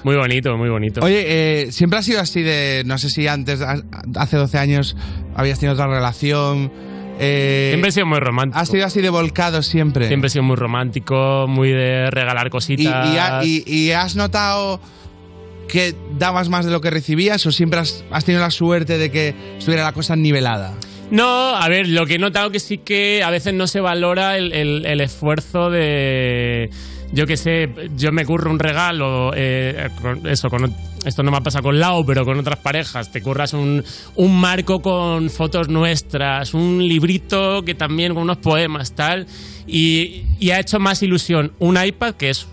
Speaker 4: Muy bonito, muy bonito.
Speaker 3: Oye, eh, siempre ha sido así de. No sé si antes, ha- hace 12 años, habías tenido otra relación. eh,
Speaker 4: siempre he sido muy romántico.
Speaker 3: Has sido así de volcado siempre.
Speaker 4: Siempre he sido muy romántico, muy de regalar
Speaker 3: Y, y
Speaker 4: cositas.
Speaker 3: ha- y- y has notado que dabas más de lo que recibías o siempre has, has tenido la suerte de que estuviera la cosa nivelada?
Speaker 4: No, a ver, lo que he notado que sí que a veces no se valora el, el- el esfuerzo de. Yo qué sé, yo me curro un regalo, eh, con- eso, con, esto no me ha pasado con Lau, pero con otras parejas. Te curras un, un marco con fotos nuestras, un librito que también con unos poemas, tal. Y, y ha hecho más ilusión un iPad que eso.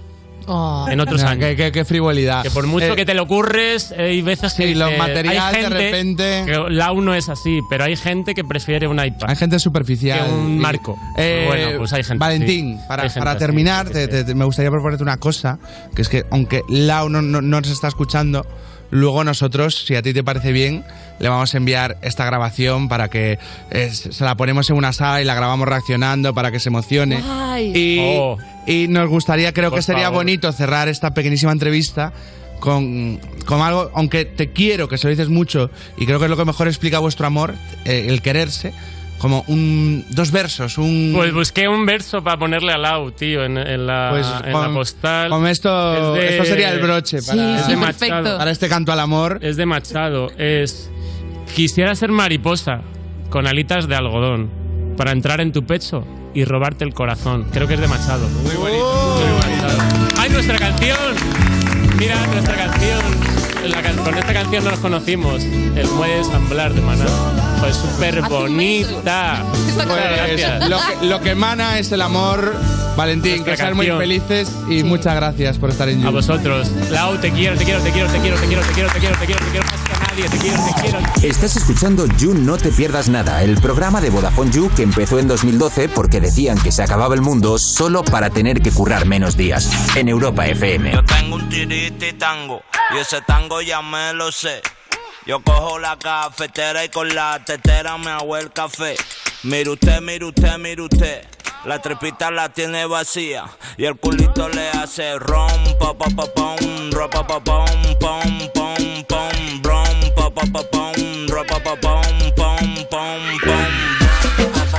Speaker 17: Oh.
Speaker 4: En otros
Speaker 3: Ah. Mira,
Speaker 4: años.
Speaker 3: Qué, qué- qué frivolidad.
Speaker 4: Que por mucho
Speaker 3: Eh,
Speaker 4: que te lo ocurres, hay veces que.
Speaker 3: sí, los
Speaker 4: dices, Eh,
Speaker 3: materiales
Speaker 4: hay
Speaker 3: de
Speaker 4: gente
Speaker 3: repente-
Speaker 4: que Lau no es así, pero hay gente que prefiere un iPad.
Speaker 3: Hay gente superficial.
Speaker 4: Que un
Speaker 3: Y- Eh,
Speaker 4: marco. Bueno, pues hay gente,
Speaker 3: Valentín,
Speaker 4: sí.
Speaker 3: para,
Speaker 4: Hay gente
Speaker 3: para
Speaker 4: así,
Speaker 3: terminar,
Speaker 4: yo
Speaker 3: te- te- me gustaría proponerte una cosa, que es que aunque Lau no, no- no nos está escuchando, Luego nosotros, si a ti te parece bien, le vamos a enviar esta grabación para que eh, se la ponemos en una sala y la grabamos reaccionando para que se emocione.
Speaker 6: Guay.
Speaker 3: Y,
Speaker 6: Oh.
Speaker 3: y nos gustaría, creo
Speaker 6: Por
Speaker 3: que sería
Speaker 6: favor.
Speaker 3: bonito cerrar esta pequeñísima entrevista con, con algo, aunque te quiero, que se lo dices mucho, y creo que es lo que mejor explica vuestro amor, eh, el quererse, como un dos versos, un...
Speaker 4: Pues busqué un verso para ponerle al out, tío, en, en la,
Speaker 3: Pues
Speaker 4: en
Speaker 3: con-
Speaker 4: la postal.
Speaker 3: con esto-
Speaker 4: Es
Speaker 3: esto sería el broche para- Sí,
Speaker 4: es
Speaker 3: sí,
Speaker 4: de
Speaker 3: perfecto.
Speaker 4: Machado.
Speaker 3: para este canto al amor.
Speaker 4: Es de Machado. Es. Quisiera ser mariposa con alitas de algodón para entrar en tu pecho y robarte el corazón. Creo que es de Machado. Muy bonito. ¡Ay, nuestra canción! Mira, nuestra canción. La can- con esta canción nos conocimos. El Muelle de San Blas de Maná. Fue súper bonita.
Speaker 3: Pues, lo, que, lo que emana es el amor, Valentín,
Speaker 4: Nuestra
Speaker 3: que sean muy
Speaker 4: canción.
Speaker 3: felices y muchas gracias por estar en You.
Speaker 4: A vosotros. Lau, te quiero, te quiero, te quiero, te quiero, te quiero, te quiero, te quiero, te quiero, te quiero más que a nadie, te quiero, te quiero.
Speaker 32: Estás escuchando You No Te Pierdas Nada, el programa de Vodafone You que empezó en 2012 porque decían que se acababa el mundo solo para tener que currar menos días. En Europa FM.
Speaker 21: Yo tengo un tiriti tango y ese tango ya me lo sé. Yo cojo la cafetera y con la tetera me hago el café. Mire usted, mire usted, mire usted. La tripita la tiene vacía y el culito le hace rom, pa pa pa pom, ro pa pa pom, pom, pom, pom, rom, pa pa pa pom, ro pa pa pom, pom, pom, pom.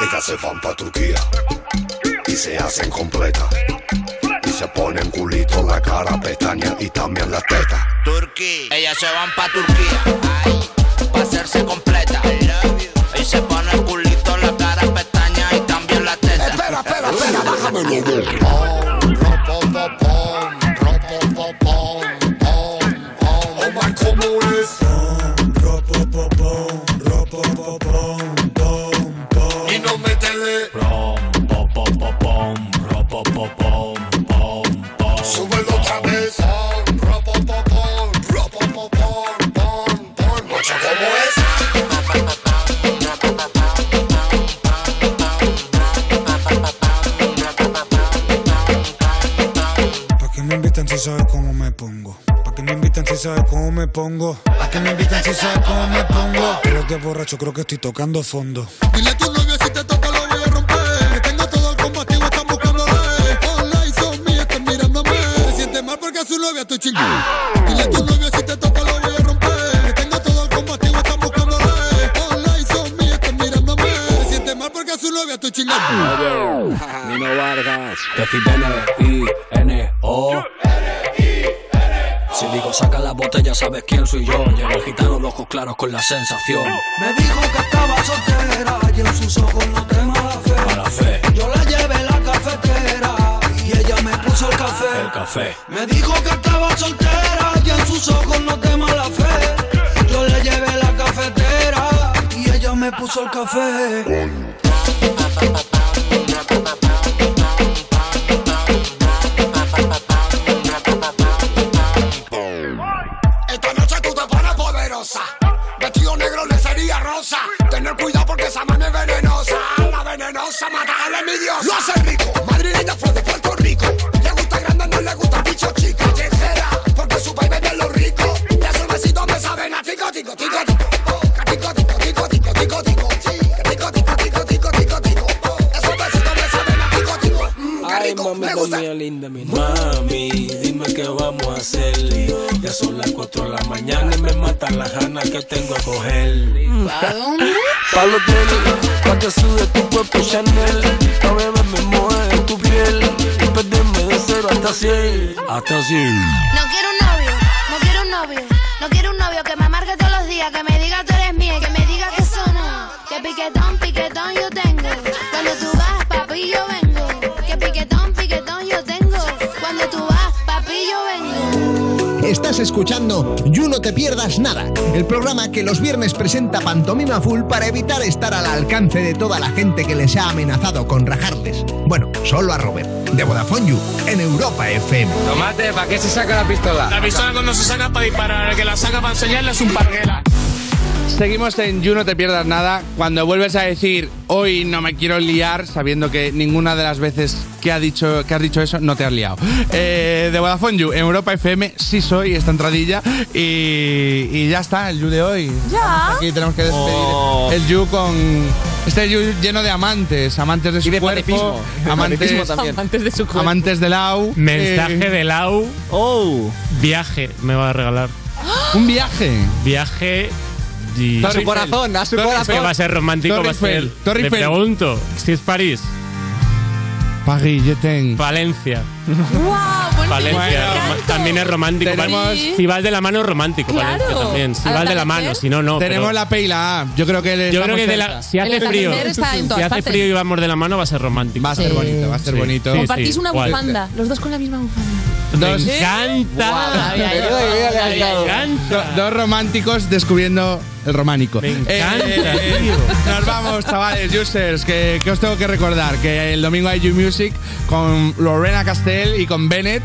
Speaker 33: Ellas se van pa' Turquía y se hacen completa. Y se ponen culito, la cara, pestaña y también la teta.
Speaker 21: Turquía. Ellas se van pa' Turquía. para hacerse completa. Y se pone el culito, la cara, pestañas y también la teta. Espera, espera, espera, bájame
Speaker 33: Omar, ¿cómo es? Y no me te de- Súbelo otra vez. Ocho, ¿cómo es?
Speaker 34: ¿Para qué me invitan si sabes cómo me pongo? ¿Para qué me invitan si sabes cómo me pongo? ¿Para qué me invitan si sabes cómo me pongo? Pero de borracho creo que estoy tocando fondo.
Speaker 16: Dile a tu novio si te toca lo voy a romper. Que tengo todo el combativo, están buscando Online son míos, están mirándome. Se siente mal porque a su novia estoy chingón. Dile a tu novio si te toca lo voy a romper. Que tengo todo el combativo, están buscando Online son míos, están mirándome. Se siente mal porque a su novia estoy chingón.
Speaker 18: Nino Vargas, te N-I-N-O. Si digo saca la botella, sabes quién soy yo. Llega el gitano, los ojos claros con la sensación.
Speaker 9: Me dijo que estaba soltera y en sus ojos no tengo
Speaker 18: A la fe,
Speaker 9: Yo la llevé a la cafetera y ella me puso el café.
Speaker 18: el café.
Speaker 9: Me dijo que estaba soltera y en sus ojos no temo la fe. Yo la llevé a la cafetera y ella me puso el café.
Speaker 33: Esta noche tú te pones poderosa. Vestido negro le sería rosa. Tener cuidado porque esa mano es venenosa. La venenosa mata a la envidiosa. Lo hace rico. Madrileña fue de Puerto Rico. Le gusta grande, no le gusta bicho chico. Callejera, porque su país vende lo rico. Y a su besito me saben a tico, tico, tico, tico. Oh, tico, tico, tico, tico, tico, tico. Sí, tico, tico, tico, tico, tico, tico. Oh, esos besitos me saben a tico, tico. Mm, qué
Speaker 18: Ay,
Speaker 33: rico,
Speaker 18: mami,
Speaker 33: me gusta.
Speaker 18: comida linda, mi Mami, dime qué vamos a hacer. Ya son las 4 de la mañana y me matan las ganas que tengo a coger.
Speaker 9: ¿Pa' dónde? Pa' los hoteles, pa' que sude tu cuerpo Chanel. Pa' beber me moje en tu piel. Y perderme de cero hasta cien.
Speaker 18: Hasta 100.
Speaker 27: No quiero un novio, no quiero un novio, no quiero un novio que me amargue todos los días, que me diga tú eres mía, que me diga que eso no, que piquetón, piquetón yo tengo. Cuando tú vas, papi, yo vengo. Que piquetón, piquetón yo tengo. Cuando tú vas, papi, yo vengo.
Speaker 5: Estás escuchando You No Te Pierdas Nada, el programa que los viernes presenta Pantomima Full para evitar estar al alcance de toda la gente que les ha amenazado con rajarles. Bueno, solo a Robert, de Vodafone You, en Europa FM.
Speaker 23: Tomate, ¿para qué se saca la pistola?
Speaker 4: La pistola cuando se saca para disparar, el que la saca para enseñarla es un parguela.
Speaker 3: Seguimos en You No Te Pierdas Nada. Cuando vuelves a decir hoy no me quiero liar, sabiendo que ninguna de las veces que, ha dicho, que has dicho eso no te has liado. Eh, de Vodafone You, en Europa FM, sí soy esta entradilla. Y, y ya está, el You de hoy.
Speaker 1: Ya.
Speaker 3: Aquí tenemos que despedir
Speaker 4: Oh.
Speaker 3: el You con. Este You lleno de amantes, amantes de su cuerpo,
Speaker 4: pacifismo. Y de pacifismo
Speaker 3: amantes,
Speaker 4: también.
Speaker 3: amantes de su cuerpo, amantes de Lau.
Speaker 4: Mensaje
Speaker 3: eh,
Speaker 4: de Lau. Oh. Viaje me va a regalar.
Speaker 3: Un viaje.
Speaker 4: Viaje. y-
Speaker 3: A su corazón, a su Torre corazón. Eiffel.
Speaker 4: Va a ser romántico,
Speaker 3: Torre
Speaker 4: va a ser.
Speaker 3: Eiffel, Torre
Speaker 4: Le
Speaker 3: Eiffel.
Speaker 4: pregunto, si es París.
Speaker 3: París, yo tengo.
Speaker 4: Valencia.
Speaker 17: ¡Guau! Ah, Bueno,
Speaker 4: Valencia
Speaker 17: me
Speaker 4: rom- también es romántico.
Speaker 3: Tenemos-
Speaker 4: Vale, Si vas de la mano, romántico.
Speaker 17: Claro.
Speaker 4: Valencia también. Si
Speaker 17: Al
Speaker 4: vas de la mano,
Speaker 17: atardecer.
Speaker 4: si no, no.
Speaker 3: Tenemos
Speaker 4: pero-
Speaker 3: la P y la A. Yo creo que le
Speaker 4: Yo creo
Speaker 3: estamos
Speaker 4: que de la-
Speaker 3: cerca.
Speaker 4: si hace
Speaker 17: El
Speaker 4: frío,
Speaker 17: atardecer está en
Speaker 4: si
Speaker 17: todas
Speaker 4: hace
Speaker 17: partes.
Speaker 4: frío y vamos de la mano, va a ser romántico. Va a
Speaker 3: ser bonito, va a ser bonito.
Speaker 17: Compartís una
Speaker 4: guay.
Speaker 17: bufanda, los dos con la misma bufanda.
Speaker 4: Me
Speaker 3: Dos-
Speaker 4: encanta.
Speaker 3: Do- Dos románticos descubriendo el románico. Eh,
Speaker 4: encanta,
Speaker 3: nos vamos, chavales, users, que, que os tengo que recordar que el domingo hay You Music con Lorena Castell y con Bennett,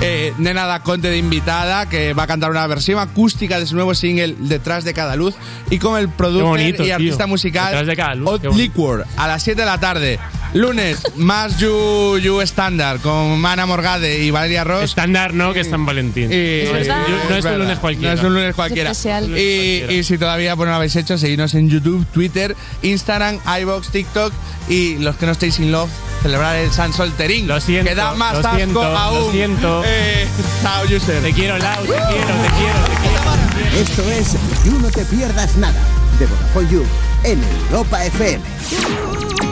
Speaker 3: eh, Nena da Conte de invitada, que va a cantar una versión acústica de su nuevo single Detrás de cada luz y con el productor
Speaker 4: bonito,
Speaker 3: y
Speaker 4: tío.
Speaker 3: artista musical
Speaker 4: Detrás de cada luz,
Speaker 3: Odd
Speaker 4: qué bonito.
Speaker 3: Liquor a las 7 de la tarde. Lunes, más You You Standard con Mana Morgade y Valeria Ross.
Speaker 4: Estándar, ¿no? Que es San Valentín.
Speaker 3: Y-
Speaker 4: no es,
Speaker 3: verdad.
Speaker 4: no es un lunes cualquiera.
Speaker 3: No es un lunes cualquiera. Eh,
Speaker 4: Especial.
Speaker 3: Y, y si todavía pues, no lo habéis hecho, seguidnos en YouTube, Twitter, Instagram, iBox, TikTok y los que no estéis sin love, celebrar el San Solterín. Lo siento. Que da más
Speaker 4: lo
Speaker 3: asco
Speaker 4: siento, lo
Speaker 3: aún.
Speaker 4: siento.
Speaker 3: Eh, chao, user. Te
Speaker 4: quiero, Lau, te quiero, te quiero.
Speaker 24: Esto es You No Te Pierdas Nada de Vodafone You en Europa FM.